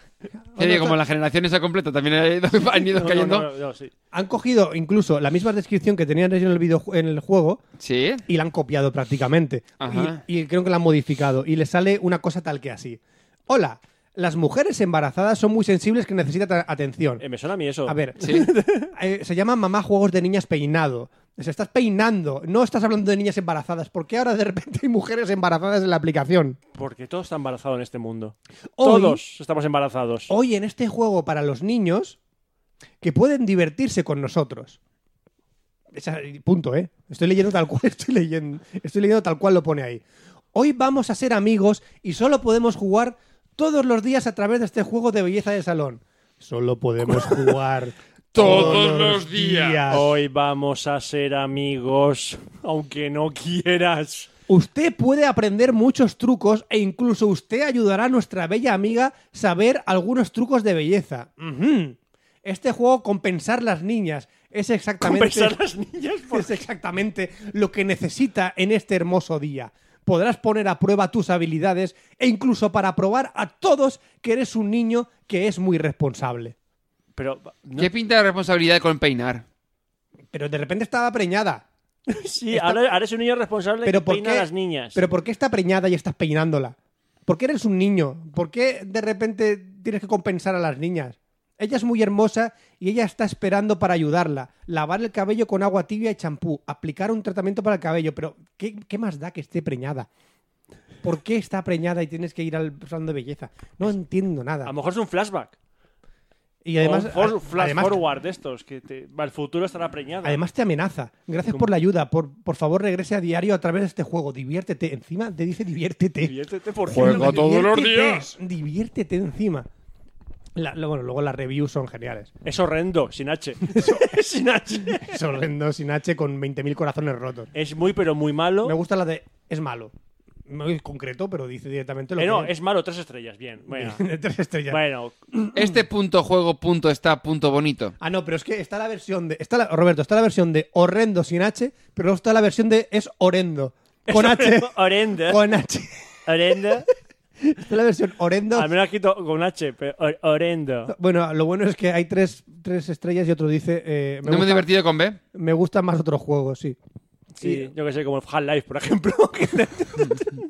Speaker 11: Que digo, como la generación esa completa también ha ido- han ido
Speaker 12: No, no,
Speaker 11: cayendo.
Speaker 12: no, no, sí.
Speaker 10: han cogido incluso la misma descripción que tenían en el, video, en el juego
Speaker 11: Sí.
Speaker 10: y la han copiado prácticamente.
Speaker 11: Ajá.
Speaker 10: Y, y creo que la han modificado. Y le sale una cosa tal que así. Hola, las mujeres embarazadas son muy sensibles que necesitan a- atención.
Speaker 12: Eh, me suena a mí eso.
Speaker 10: A ver,
Speaker 11: Sí.
Speaker 10: eh, se llama Mamá Juegos de Niñas Peinado. Se estás peinando, no estás hablando de niñas embarazadas. ¿Por qué ahora de repente hay mujeres embarazadas en la aplicación?
Speaker 12: Porque todos están embarazados en este mundo.
Speaker 10: Hoy-
Speaker 12: Todos estamos embarazados.
Speaker 10: Hoy en este juego para los niños que pueden divertirse con nosotros. Esa- punto, ¿eh? Estoy leyendo tal cual, estoy leyendo, estoy leyendo tal cual lo pone ahí. Hoy vamos a ser amigos y solo podemos jugar todos los días a través de este juego de belleza de salón. Solo podemos jugar
Speaker 11: Todos los días.
Speaker 12: Hoy vamos a ser amigos, aunque no quieras.
Speaker 10: Usted puede aprender muchos trucos e incluso usted ayudará a nuestra bella amiga saber algunos trucos de belleza. Ujú. Este juego compensar las niñas es exactamente
Speaker 12: Compensar a las niñas por
Speaker 10: es exactamente lo que necesita en este hermoso día. Podrás poner a prueba tus habilidades e incluso para probar a todos que eres un niño que es muy responsable.
Speaker 12: Pero no-
Speaker 11: ¿Qué pinta de responsabilidad con peinar?
Speaker 10: Pero de repente estaba preñada.
Speaker 12: sí,
Speaker 10: está-
Speaker 12: ahora, ahora es un niño responsable
Speaker 10: Pero
Speaker 12: que
Speaker 10: ¿por
Speaker 12: peina
Speaker 10: qué?
Speaker 12: a las niñas.
Speaker 10: ¿Pero por qué está preñada y estás peinándola? ¿Por qué eres un niño? ¿Por qué de repente tienes que compensar a las niñas? Ella es muy hermosa y ella está esperando para ayudarla. Lavar el cabello con agua tibia y champú. Aplicar un tratamiento para el cabello. Pero, ¿qué, qué más da que esté preñada? ¿Por qué está preñada y tienes que ir al salón de belleza? No entiendo
Speaker 12: A
Speaker 10: nada.
Speaker 12: lo mejor es un flashback.
Speaker 10: Y además,
Speaker 12: O un for-
Speaker 10: a-
Speaker 12: flash
Speaker 10: además,
Speaker 12: forward de estos, que te- al futuro estará preñado.
Speaker 10: además te amenaza. Gracias por la ayuda. Por, por favor, regrese a diario a través de este juego. Diviértete. Encima te dice diviértete.
Speaker 12: Diviértete por
Speaker 11: Juega todos los
Speaker 10: Diviértete,
Speaker 11: días.
Speaker 10: Diviértete encima. La- lo- bueno, luego las reviews son geniales.
Speaker 12: Es horrendo, sin H. sin H.
Speaker 10: Es horrendo, sin H con 20.000 corazones rotos.
Speaker 12: Es muy, pero muy malo.
Speaker 10: Me gusta la de es malo. Muy concreto, pero dice directamente lo
Speaker 12: Eh, no,
Speaker 10: que
Speaker 12: es malo, tres estrellas. Bien, bueno.
Speaker 10: de tres estrellas.
Speaker 12: bueno,
Speaker 11: Este punto juego, punto está, punto bonito.
Speaker 10: Ah, no, pero es que está la versión de está la- Roberto, está la versión de horrendo sin H, pero luego está la versión de es horrendo con H.
Speaker 12: horrendo.
Speaker 10: con H.
Speaker 12: Horrendo.
Speaker 10: Está la versión horrendo.
Speaker 12: Al menos aquí to- con H, pero hor- horrendo.
Speaker 10: Bueno, lo bueno es que hay tres, tres estrellas y otro dice eh, me,
Speaker 11: ¿No me he
Speaker 10: gusta-
Speaker 11: divertido con B?
Speaker 10: me gustan más otros juegos, sí.
Speaker 12: Sí, yo que sé, como el Half-Life, por ejemplo.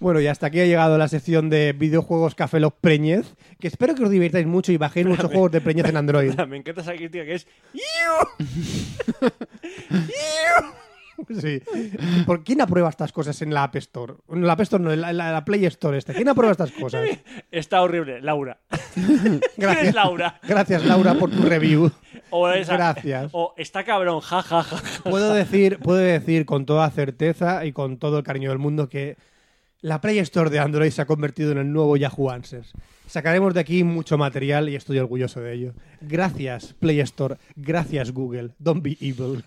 Speaker 10: Bueno, y hasta aquí ha llegado la sección de videojuegos Café Lock Preñez, que espero que os divirtáis mucho y bajéis muchos juegos de Preñez en Android.
Speaker 12: Me encanta esa crítica que es.
Speaker 10: Sí. ¿Por quién aprueba estas cosas en la App Store? En la App Store no, en la, en la Play Store esta. ¿Quién aprueba estas cosas?
Speaker 12: Está horrible, Laura. ¿Quién
Speaker 10: Gracias.
Speaker 12: es Laura?
Speaker 10: Gracias, Laura, por tu review.
Speaker 12: O esa-
Speaker 10: Gracias.
Speaker 12: O está cabrón, ja, ja, ja.
Speaker 10: Puedo decir, puedo decir con toda certeza y con todo el cariño del mundo que la Play Store de Android se ha convertido en el nuevo Yahoo Answers. Sacaremos de aquí mucho material y estoy orgulloso de ello. Gracias, Play Store. Gracias, Google. Don't be evil.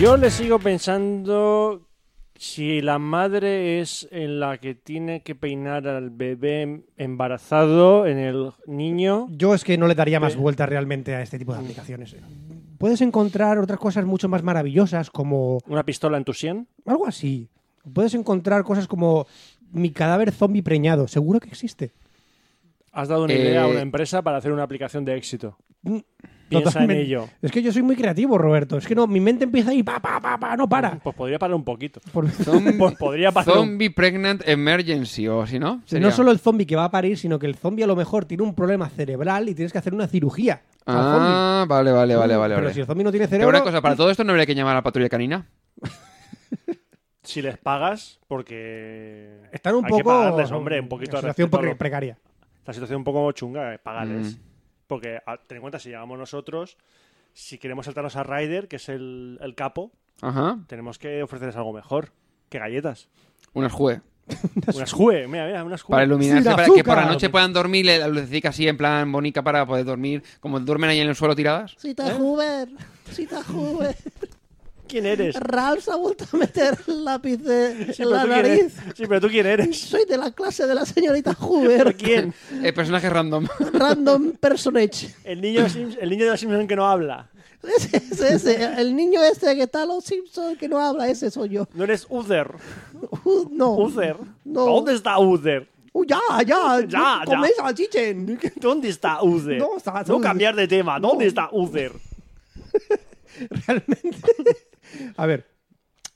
Speaker 12: Yo le sigo pensando Si la madre es en la que tiene que peinar al bebé embarazado, en el niño.
Speaker 10: Yo es que no le daría más vuelta realmente a este tipo de aplicaciones. eh. Puedes encontrar otras cosas mucho más maravillosas como...
Speaker 12: ¿Una pistola en tu sien?
Speaker 10: Algo así. Puedes encontrar cosas como mi cadáver zombie preñado. Seguro que existe.
Speaker 12: Has dado una
Speaker 10: Eh,
Speaker 12: idea a una empresa para hacer una aplicación de éxito. Piensa
Speaker 10: Totalmente.
Speaker 12: en ello.
Speaker 10: Es que yo soy muy creativo, Roberto. Es que no, mi mente empieza ahí, pa, pa, pa, pa, no para.
Speaker 12: Pues podría parar un poquito.
Speaker 10: Pues
Speaker 12: podría
Speaker 10: parar un-
Speaker 11: Zombie Pregnant Emergency, o si no. sería.
Speaker 10: No solo el zombie que va a parir, sino que el zombie a lo mejor tiene un problema cerebral y tienes que hacer una cirugía. al zombie.
Speaker 11: Ah, vale, vale, vale, vale.
Speaker 10: Pero
Speaker 11: vale.
Speaker 10: si el zombie no tiene
Speaker 11: Pero una
Speaker 10: cerebro-
Speaker 11: cosa, para todo esto no habría que llamar a la patrulla canina.
Speaker 12: Si les pagas, porque.
Speaker 10: Están un
Speaker 12: hay
Speaker 10: poco-
Speaker 12: Que pagarles, hombre, un poquito
Speaker 10: la
Speaker 12: de
Speaker 10: situación
Speaker 12: respeto a
Speaker 10: pre-
Speaker 12: los-
Speaker 10: precaria.
Speaker 12: La situación un poco chunga, eh, pagarles.
Speaker 10: Mm.
Speaker 12: Porque, a- ten en cuenta, si llamamos nosotros, si queremos saltarnos a Ryder, que es el, el capo,
Speaker 11: Ajá.
Speaker 12: tenemos que ofrecerles algo mejor que galletas.
Speaker 11: Unas jue.
Speaker 12: unas jue, mira, mira, unas jue.
Speaker 11: Para iluminarse, para que por la noche puedan dormir, eh, la lucecica así en plan bonita para poder dormir, como duermen ahí en el suelo tiradas.
Speaker 15: Cita Hoover, cita Hoover.
Speaker 12: ¿Quién eres?
Speaker 15: Ralph
Speaker 11: ¿Eh?
Speaker 15: se ha vuelto a meter el lápiz de,
Speaker 12: Sí,
Speaker 15: en
Speaker 12: pero
Speaker 15: la
Speaker 12: tú quién
Speaker 15: nariz.
Speaker 12: eres. Sí, pero tú quién eres.
Speaker 15: Soy de la clase de la señorita Hoover.
Speaker 12: quién?
Speaker 11: Eh, personaje random.
Speaker 15: Random personage.
Speaker 12: El niño, Sims- el niño de los Simpsons que no habla.
Speaker 15: Ese, ese, ese. El niño este que está en los Simpsons que no habla, ese soy yo.
Speaker 12: No eres Uther.
Speaker 15: Uh, no.
Speaker 12: Uther.
Speaker 15: No.
Speaker 12: ¿Dónde está Uther?
Speaker 15: Uh, ya, ya,
Speaker 12: Ya,
Speaker 15: ya.
Speaker 12: ya.
Speaker 15: Coméis a Chichen.
Speaker 12: ¿Dónde está Uther?
Speaker 15: No, está-
Speaker 12: No cambiar de tema. ¿Dónde está Uther?
Speaker 10: A ver,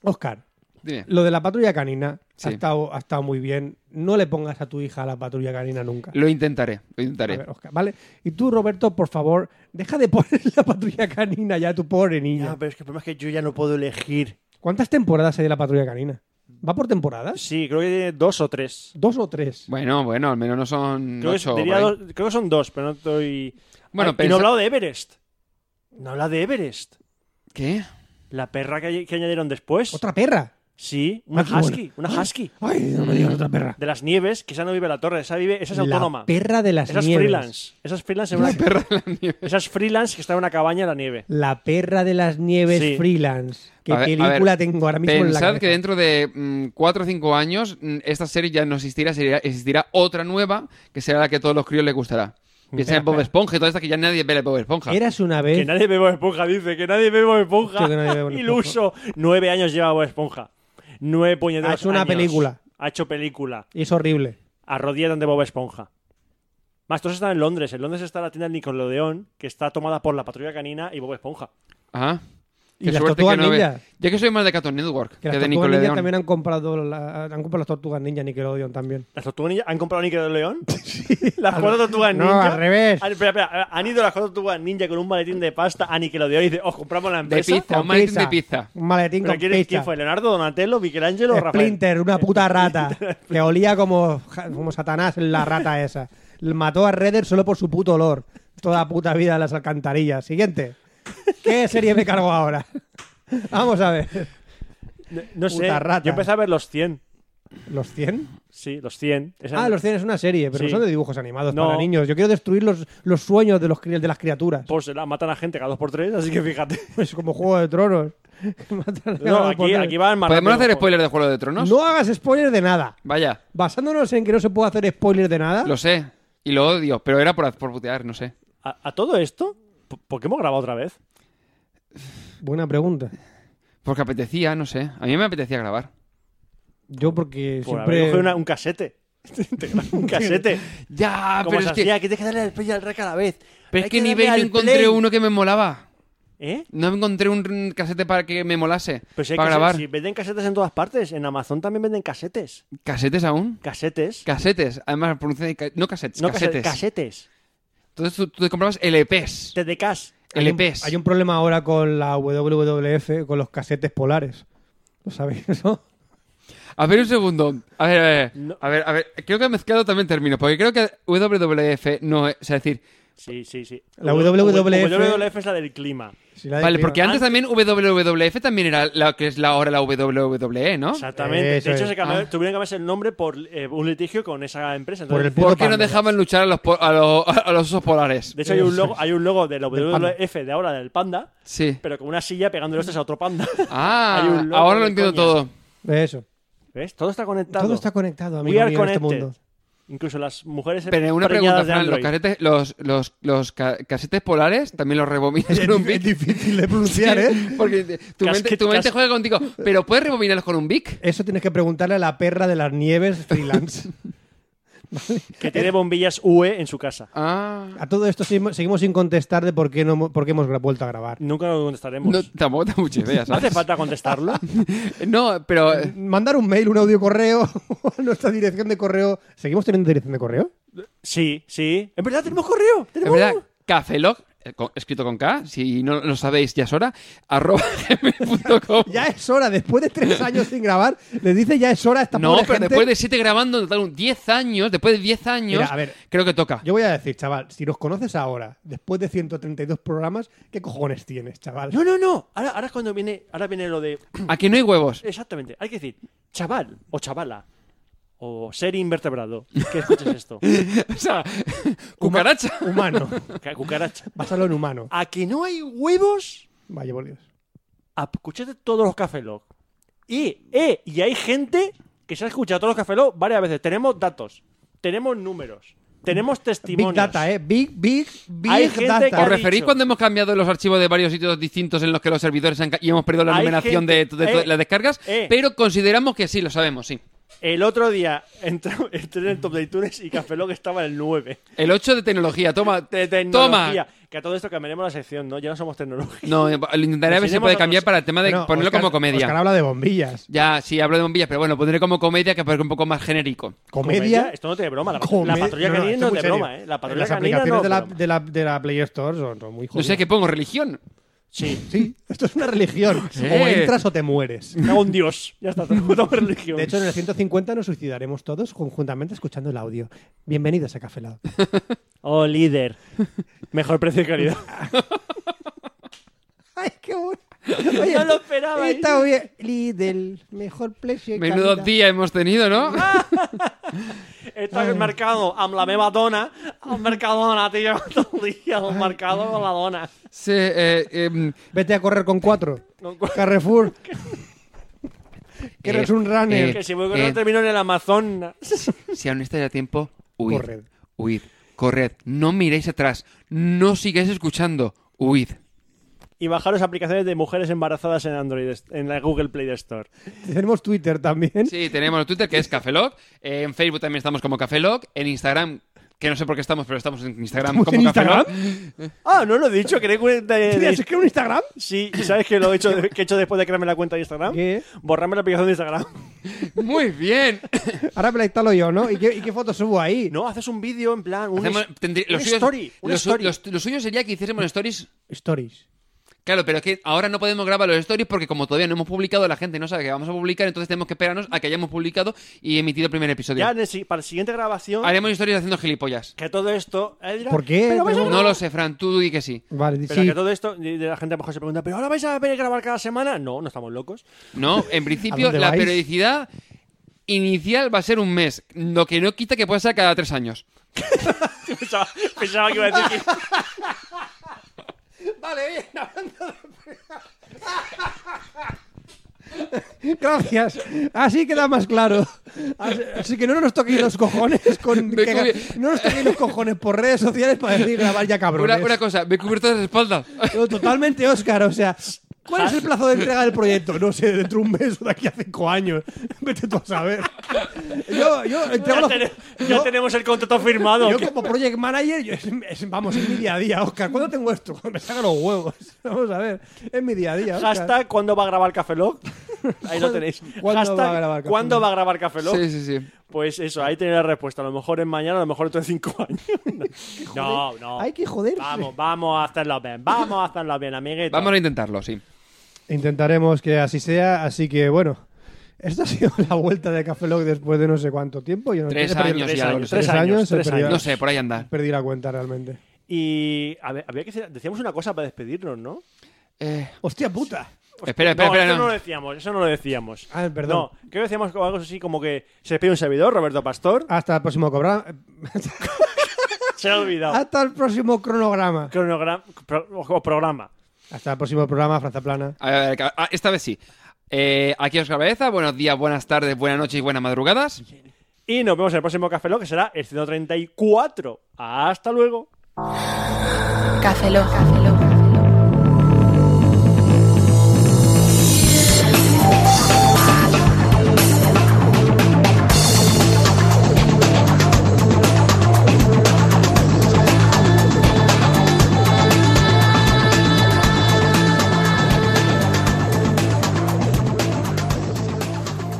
Speaker 10: Oscar,
Speaker 11: Dime.
Speaker 10: lo de la patrulla canina
Speaker 11: Sí.
Speaker 10: ha, estado, ha estado muy bien. No le pongas a tu hija a la patrulla canina nunca.
Speaker 11: Lo intentaré, lo
Speaker 10: A
Speaker 11: intentaré.
Speaker 10: ver, Oscar, ¿vale? Y tú, Roberto, por favor, deja de poner la patrulla canina ya, tu pobre niña.
Speaker 12: pero es que el problema es que yo ya no puedo elegir.
Speaker 10: ¿Cuántas temporadas hay de la patrulla canina? ¿Va por temporadas?
Speaker 12: Sí, creo que tiene dos o tres.
Speaker 10: ¿Dos o tres?
Speaker 11: Bueno, bueno, al menos no son
Speaker 12: Creo, que,
Speaker 11: Mm, ocho,
Speaker 12: diría
Speaker 11: por ahí.
Speaker 12: dos- creo que son dos, pero no estoy.
Speaker 11: Bueno,
Speaker 12: Ay, y no
Speaker 11: pensa-
Speaker 12: he hablado de Everest. No habla de Everest.
Speaker 11: ¿Qué?
Speaker 12: La perra que, que añadieron después.
Speaker 10: ¿Otra perra?
Speaker 12: Sí, una
Speaker 10: Ah, qué
Speaker 12: husky. Una husky. Ay, no me digas otra perra. De las nieves, que esa no vive en la torre, esa vive, esa es
Speaker 10: La
Speaker 12: autónoma.
Speaker 10: perra de las
Speaker 12: esa es
Speaker 10: nieves.
Speaker 12: freelance. Esa es freelance en una Esa es freelance que está en una cabaña en la nieve.
Speaker 10: La perra de las nieves
Speaker 12: Sí.
Speaker 10: freelance. ¿Qué
Speaker 11: A ver, a ver,
Speaker 10: película tengo ahora mismo en la
Speaker 11: Pensad
Speaker 10: cabeza?
Speaker 11: que dentro de mm, cuatro o cinco años mm, esta serie ya no existirá, sería- existirá otra nueva que será la que a todos los críos les gustará. Piensa
Speaker 10: Espera,
Speaker 11: en Bob
Speaker 10: espera.
Speaker 11: Esponja y toda esta que ya nadie ve Bob Esponja.
Speaker 10: Eras una vez.
Speaker 12: Que nadie ve Bob Esponja, dice, que nadie ve Bob Esponja.
Speaker 10: Tío, que nadie ve Bob Esponja.
Speaker 12: Iluso. Nueve años lleva Bob Esponja. Nueve puñeteros
Speaker 10: Ha hecho una
Speaker 12: años.
Speaker 10: película.
Speaker 12: Ha hecho película.
Speaker 10: Y es horrible.
Speaker 12: Arrodillan de Bob Esponja. Más, todos están en Londres. En Londres está la tienda del Nickelodeon, que está tomada por la patrulla canina y Bob Esponja.
Speaker 11: Ajá.
Speaker 10: Y
Speaker 11: Qué
Speaker 10: las
Speaker 11: suerte
Speaker 10: tortugas
Speaker 11: que no ve-
Speaker 10: ninja.
Speaker 11: Ya que soy más de Cartoon Network
Speaker 10: Que
Speaker 11: que,
Speaker 10: las
Speaker 11: de
Speaker 10: tortugas ninja
Speaker 11: Nickelodeon.
Speaker 10: también han comprado, la- han comprado las tortugas ninja Nickelodeon también.
Speaker 12: ¿Las tortugas ninja han comprado Nickelodeon? Las cuatro tortugas
Speaker 10: No,
Speaker 12: ninja.
Speaker 10: al revés.
Speaker 12: Han, espera, espera, eh, han ido las cuatro tortugas ninja con un maletín de pasta a Nickelodeon y dice, os compramos la empresa.
Speaker 11: pizza, un maletín de pizza.
Speaker 10: Un maletín
Speaker 12: ¿Pero
Speaker 10: con
Speaker 12: quién,
Speaker 10: pizza.
Speaker 12: quién fue? ¿Leonardo, Donatello, Michelangelo o Rafael?
Speaker 10: Splinter, una puta rata. que olía como, ja- como Satanás la rata esa. Mató a Redder solo por su puto olor. Toda puta vida en las alcantarillas. Siguiente. ¿Qué serie me cargo ahora? Vamos a ver.
Speaker 12: No, no sé.
Speaker 10: Puta rata.
Speaker 12: Yo empecé a ver los 100.
Speaker 10: ¿Los 100?
Speaker 12: Sí, los 100. Esa-
Speaker 10: Ah, los 100 es una serie, pero
Speaker 12: Sí.
Speaker 10: no son de dibujos animados
Speaker 12: No.
Speaker 10: para niños. Yo quiero destruir los, los sueños de, los, cri- de las criaturas.
Speaker 12: Pues la matan a gente cada dos por tres, así que fíjate.
Speaker 10: Es como Juego de Tronos. Que matan a
Speaker 12: No,
Speaker 10: cada
Speaker 12: aquí,
Speaker 10: poder.
Speaker 12: aquí va el maratón.
Speaker 11: ¿Podemos hacer spoilers de Juego de Tronos?
Speaker 10: No hagas spoiler de nada.
Speaker 11: Vaya,
Speaker 10: Basándonos en que no se puede hacer spoiler de nada.
Speaker 11: lo sé. Y lo odio, pero era por, por putear, no sé.
Speaker 12: ¿A, a todo esto? ¿Por- ¿Por qué hemos grabado otra vez?
Speaker 10: Buena pregunta.
Speaker 11: Porque apetecía, no sé. A mí me apetecía grabar.
Speaker 10: Yo porque
Speaker 12: Por haber
Speaker 10: siempre...
Speaker 12: cogido una- un casete. Te grabo un casete.
Speaker 11: ya,
Speaker 12: Como
Speaker 11: Ah, pero
Speaker 12: se
Speaker 11: es que-
Speaker 12: hacía, que tienes que darle al play y al rec a la vez.
Speaker 11: Pero
Speaker 12: Hay
Speaker 11: es que
Speaker 12: que
Speaker 11: ni
Speaker 12: darle
Speaker 11: veis, no
Speaker 12: al
Speaker 11: encontré
Speaker 12: play.
Speaker 11: uno que me molaba.
Speaker 12: ¿Eh?
Speaker 11: No encontré un casete para que me molase.
Speaker 12: Pero si, hay
Speaker 11: para
Speaker 12: casetes-
Speaker 11: grabar.
Speaker 12: si venden casetes en todas partes, en Amazon también venden casetes.
Speaker 11: ¿Casetes aún?
Speaker 12: Casetes.
Speaker 11: Casetes. Además, pronuncia de ca- no casetes,
Speaker 12: No,
Speaker 11: casetes.
Speaker 12: casetes. Casetes.
Speaker 11: Entonces tú, tú te comprabas LPs.
Speaker 12: TDKs.
Speaker 10: Hay un,
Speaker 11: LPs.
Speaker 10: hay un problema ahora con la WWF, con los casetes polares. ¿Lo sabéis eso?
Speaker 11: A ver un segundo. A ver, a ver. A ver, a ver. Creo que he mezclado también términos. Porque creo que WWF no es. O sea, es decir.
Speaker 12: Sí, sí, sí.
Speaker 10: La WWF.
Speaker 12: WWF es la del clima.
Speaker 10: la del
Speaker 11: Vale,
Speaker 10: clima.
Speaker 11: porque antes también WWF también era la que es la ahora la WWE, ¿no?
Speaker 12: Exactamente. de hecho, se cambió-
Speaker 11: Ah.
Speaker 12: tuvieron que cambiarse el nombre por eh, un litigio con esa empresa.
Speaker 11: ¿Por,
Speaker 12: Entonces,
Speaker 11: qué no dejaban luchar a los, po- a los, a los osos polares?
Speaker 12: De hecho, hay un logo, hay un logo de la WWF de ahora del panda,
Speaker 11: Sí.
Speaker 12: pero con una silla pegándole hostias a otro panda.
Speaker 11: Ah,
Speaker 12: Hay un logo
Speaker 11: ahora lo
Speaker 12: de
Speaker 11: entiendo
Speaker 12: coña.
Speaker 11: todo.
Speaker 10: Eso.
Speaker 12: ¿Ves? Todo está conectado.
Speaker 10: Todo está conectado, amigo
Speaker 12: We are
Speaker 10: mío, en este
Speaker 12: connected.
Speaker 10: mundo.
Speaker 12: Incluso las mujeres
Speaker 11: Pero una pregunta,
Speaker 12: preñadas de
Speaker 11: Fran, los
Speaker 12: Android.
Speaker 11: casetes, los, los, los ca- casetes polares también los rebobinas con un bic. Es
Speaker 10: difícil de pronunciar, ¿eh?
Speaker 11: Porque tu mente,
Speaker 10: Casquet-
Speaker 11: tu mente
Speaker 10: cas-
Speaker 11: juega contigo. Pero puedes rebobinarlos con un bic.
Speaker 10: Eso tienes que preguntarle a la perra de las nieves freelance.
Speaker 12: Que tiene bombillas UE en su casa.
Speaker 11: Ah.
Speaker 10: A todo esto seguimos seguimos sin contestar de por qué, no, por qué hemos gra- vuelto a grabar.
Speaker 12: Nunca lo contestaremos.
Speaker 11: No, tampoco tengo mucha idea,
Speaker 12: ¿No
Speaker 11: ¿sabes?
Speaker 12: hace falta contestarlo?
Speaker 11: No, pero. eh,
Speaker 10: Mandar un mail, un audio correo, a nuestra dirección de correo. ¿Seguimos teniendo dirección de correo?
Speaker 12: Sí, sí. En verdad, tenemos correo.
Speaker 11: Es
Speaker 12: ¿Tenemos?
Speaker 11: verdad, Cafelog, eh, con- escrito con K, si no lo sabéis ya es hora, arroba gmail.com.
Speaker 10: Ya es hora, después de tres años sin grabar, les dice ya es hora a esta
Speaker 11: No,
Speaker 10: pobre
Speaker 11: pero
Speaker 10: gente.
Speaker 11: después de 7 grabando, en total, un 10 años, después de 10 años,
Speaker 10: Mira, a ver.
Speaker 11: creo que toca.
Speaker 10: Yo voy a decir, chaval, si nos conoces ahora, después de 132 programas, ¿qué cojones tienes, chaval?
Speaker 12: No, no, no. Ahora, ahora es cuando viene, ahora viene lo de.
Speaker 11: Aquí no hay huevos.
Speaker 12: Exactamente. Hay que decir, chaval o chavala. O ser invertebrado. ¿Qué escuches esto?
Speaker 11: o sea, cucaracha.
Speaker 10: Humano.
Speaker 12: Ca- Cucaracha.
Speaker 10: Pásalo en humano.
Speaker 12: A que no hay huevos,
Speaker 10: Vaya, por Dios.
Speaker 12: a- escuchate todos los Café Lock. Y, eh, y hay gente que se ha escuchado todos los Café Lock varias veces. Tenemos datos, tenemos números, tenemos testimonios.
Speaker 10: Big data, ¿eh? Big, big, big
Speaker 12: Hay gente
Speaker 10: data.
Speaker 12: que
Speaker 11: ¿Os
Speaker 12: ha
Speaker 11: referís
Speaker 12: dicho-
Speaker 11: cuando hemos cambiado los archivos de varios sitios distintos en los que los servidores han ca- y hemos perdido la
Speaker 12: Hay
Speaker 11: numeración de-
Speaker 12: gente-
Speaker 11: de, de
Speaker 12: eh,
Speaker 11: las descargas?
Speaker 12: eh.
Speaker 11: Pero consideramos que sí, lo sabemos, sí.
Speaker 12: El otro día entré, entré en el Top de iTunes y Café Lock estaba en el 9.
Speaker 11: El 8 de tecnología, toma.
Speaker 12: De tecnología.
Speaker 11: toma.
Speaker 12: Que a todo esto cambiaremos la sección, ¿no? Ya no somos tecnología.
Speaker 11: No, eh, lo intentaré a ver si se puede cambiar para el tema de
Speaker 10: Bueno,
Speaker 11: ponerlo
Speaker 10: Oscar-
Speaker 11: como comedia.
Speaker 10: Oscar habla de bombillas.
Speaker 11: Ya, sí, hablo de bombillas, pero bueno, pondré como comedia que parezca un poco más genérico.
Speaker 10: ¿Comedia?
Speaker 12: Esto no tiene broma. La,
Speaker 10: Come-
Speaker 12: la patrulla
Speaker 10: No, no,
Speaker 12: canina
Speaker 10: esto
Speaker 12: no,
Speaker 10: es muy
Speaker 12: es de
Speaker 10: serio.
Speaker 12: broma, ¿eh? La patrulla
Speaker 10: Las
Speaker 12: canina
Speaker 10: aplicaciones
Speaker 12: no.
Speaker 10: de,
Speaker 12: es
Speaker 10: la,
Speaker 12: broma.
Speaker 10: de, la, de la Play Store son, son muy
Speaker 11: No
Speaker 10: jodidas.
Speaker 11: sé qué pongo, religión.
Speaker 12: Sí.
Speaker 10: Sí, esto es una religión. O
Speaker 11: Eh.
Speaker 10: entras o te mueres.
Speaker 12: Cago en Dios. Ya está, tenemos dos religión.
Speaker 10: De hecho, en el 150 nos suicidaremos todos conjuntamente escuchando el audio. Bienvenidos a Café Lock.
Speaker 12: Oh, líder. Mejor precio y calidad.
Speaker 10: ¡Ay, qué bueno!
Speaker 12: No lo esperaba. ¿eh?
Speaker 10: Está bien. Lidl, mejor precio y
Speaker 11: Menudo
Speaker 10: calidad.
Speaker 11: día hemos tenido, ¿no?
Speaker 12: Está el mercado amb la meva dona, al Mercadona, tío, todo el día, al mercado con la dona.
Speaker 11: Sí, eh, em,
Speaker 10: Vete a correr con cuatro.
Speaker 12: em
Speaker 11: Eh,
Speaker 10: Carrefour. que eres un runner.
Speaker 11: eh,
Speaker 12: que si voy con
Speaker 11: eh.
Speaker 12: no termino en el Amazon.
Speaker 11: si aún estáis a tiempo, huid.
Speaker 10: Corred.
Speaker 11: Huid. Corred. No miréis atrás. No sigáis escuchando. Huid.
Speaker 12: Y bajaros aplicaciones de mujeres embarazadas en Android, en la Google Play Store.
Speaker 10: Tenemos Twitter también.
Speaker 11: Sí, tenemos Twitter que es Cafelog. Eh, en Facebook también estamos como Cafelog. En Instagram, que no sé por qué estamos, pero estamos en Instagram
Speaker 10: ¿Estamos
Speaker 11: como
Speaker 10: en
Speaker 11: Cafelog.
Speaker 12: Ah, no lo he dicho, ¿queréis que de-
Speaker 10: ¿Tienes
Speaker 12: de-
Speaker 10: que un Instagram?
Speaker 12: Sí, ¿y ¿sabes qué lo he hecho, que he hecho después de crearme la cuenta de Instagram?
Speaker 10: ¿Qué?
Speaker 12: Borrarme la aplicación de Instagram.
Speaker 11: Muy bien.
Speaker 10: Ahora me la instalo yo, ¿no? ¿Y qué, y qué fotos subo ahí?
Speaker 12: No, haces un vídeo en plan, un
Speaker 11: Hacemos-
Speaker 12: is-
Speaker 11: tendrí-
Speaker 12: una
Speaker 11: lo suyo-
Speaker 12: story, una
Speaker 11: lo su-
Speaker 12: story.
Speaker 11: lo- lo suyo sería que hiciésemos stories
Speaker 10: Stories.
Speaker 11: Claro, pero es que ahora no podemos grabar los stories porque como todavía no hemos publicado, la gente no sabe que vamos a publicar, entonces tenemos que esperarnos a que hayamos publicado y emitido el primer episodio.
Speaker 12: Ya en el si- para la siguiente grabación,
Speaker 11: Haremos historias haciendo gilipollas.
Speaker 12: que todo esto... eh, dirá,
Speaker 10: ¿Por qué?
Speaker 12: Ah. "Pero vais a
Speaker 10: Pero-
Speaker 11: No lo sé, Fran, tú di que sí.
Speaker 10: Vale,
Speaker 12: Pero
Speaker 10: sí.
Speaker 12: que todo esto, y la gente a lo mejor se pregunta, ¿pero ahora vais a venir a grabar cada semana? No, no estamos locos.
Speaker 11: No, en principio
Speaker 10: ¿A dónde
Speaker 11: la
Speaker 10: vais?
Speaker 11: periodicidad inicial va a ser un mes, lo que no quita que pueda ser cada tres años.
Speaker 12: pensaba, pensaba que iba a decir que...
Speaker 10: Vale, bien, hablando de... Gracias. Así queda más claro. Así, así que no nos toquéis los cojones con
Speaker 11: Me
Speaker 10: que-
Speaker 11: cubrí-
Speaker 10: no nos toquéis los cojones por redes sociales para decir grabar ya cabrones.
Speaker 11: Una, una cosa, me he cubierto las espaldas.
Speaker 10: Pero totalmente Oscar, o sea, ¿cuál es el plazo de entrega del proyecto? No sé, dentro de un mes o de aquí a cinco años. Vete tú a saber. Yo, yo entrego
Speaker 12: Ya,
Speaker 10: los-
Speaker 12: ten- ya
Speaker 10: yo-
Speaker 12: tenemos el contrato firmado.
Speaker 10: yo
Speaker 12: que-
Speaker 10: como project manager, yo- es- es- vamos, es mi día a día, Oscar. ¿Cuándo tengo esto? Cuando me salgan los huevos. Vamos a ver, es mi día a día. Oscar.
Speaker 12: Hashtag, ¿cuándo va a grabar Café Lock? Ahí lo tenéis.
Speaker 10: ¿Cuándo
Speaker 12: Hashtag,
Speaker 10: va a grabar Café
Speaker 12: ¿cuándo
Speaker 10: Lock?
Speaker 12: va a grabar Café Lock?
Speaker 11: Sí, sí, sí.
Speaker 12: Pues eso, ahí tenéis la respuesta. A lo mejor es mañana, a lo mejor dentro de cinco años. No, no.
Speaker 10: Hay que joderse.
Speaker 12: Vamos, vamos a hacerlo bien. Vamos a hacerlo bien, amiguito.
Speaker 11: Vamos a intentarlo, sí.
Speaker 10: Intentaremos que así sea, así que bueno. Esta ha sido la vuelta de Café Lock después de no sé cuánto tiempo. Yo no
Speaker 11: Tres
Speaker 10: he perdido-
Speaker 11: años
Speaker 12: tres
Speaker 11: ya.
Speaker 12: años,
Speaker 11: no sé.
Speaker 12: tres años,
Speaker 10: he
Speaker 12: tres
Speaker 10: perdido-
Speaker 12: años.
Speaker 11: No sé, por ahí anda.
Speaker 10: Perdí la cuenta realmente.
Speaker 12: Y a ver, había que decir- decíamos una cosa para despedirnos, ¿no?
Speaker 11: Eh,
Speaker 10: ¡Hostia puta!
Speaker 11: espera, espera,
Speaker 12: no,
Speaker 11: espera.
Speaker 12: eso no.
Speaker 11: no.
Speaker 12: lo decíamos, eso no lo decíamos.
Speaker 10: Ah, perdón.
Speaker 12: No, creo que decíamos como algo así como que se despide un servidor, Roberto Pastor.
Speaker 10: Hasta el próximo cobra-
Speaker 12: Se ha olvidado.
Speaker 10: Hasta el próximo cronograma.
Speaker 12: Cronograma, pro- o programa.
Speaker 10: Hasta el próximo programa, Franza Plana.
Speaker 11: A ver, a ver, a- esta vez sí.
Speaker 10: Eh, aquí Oscar Baeza, buenos días, buenas tardes, buenas noches y buenas madrugadas.
Speaker 12: Y nos vemos en el próximo Café Lock, que será el 134. Hasta luego.
Speaker 8: Café Lock. Café Lock.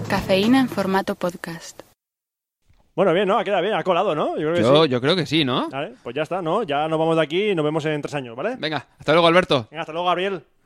Speaker 8: Cafeína en formato podcast.
Speaker 12: Bueno, bien, ¿no? Ha quedado bien, ha colado, ¿no? Yo creo que
Speaker 10: Yo,
Speaker 12: sí.
Speaker 10: yo creo que sí, ¿no?
Speaker 12: Vale, pues ya está, ¿no? Ya nos vamos de aquí y nos vemos en tres años, ¿vale?
Speaker 10: Venga, hasta luego, Alberto.
Speaker 12: Venga, hasta luego, Gabriel.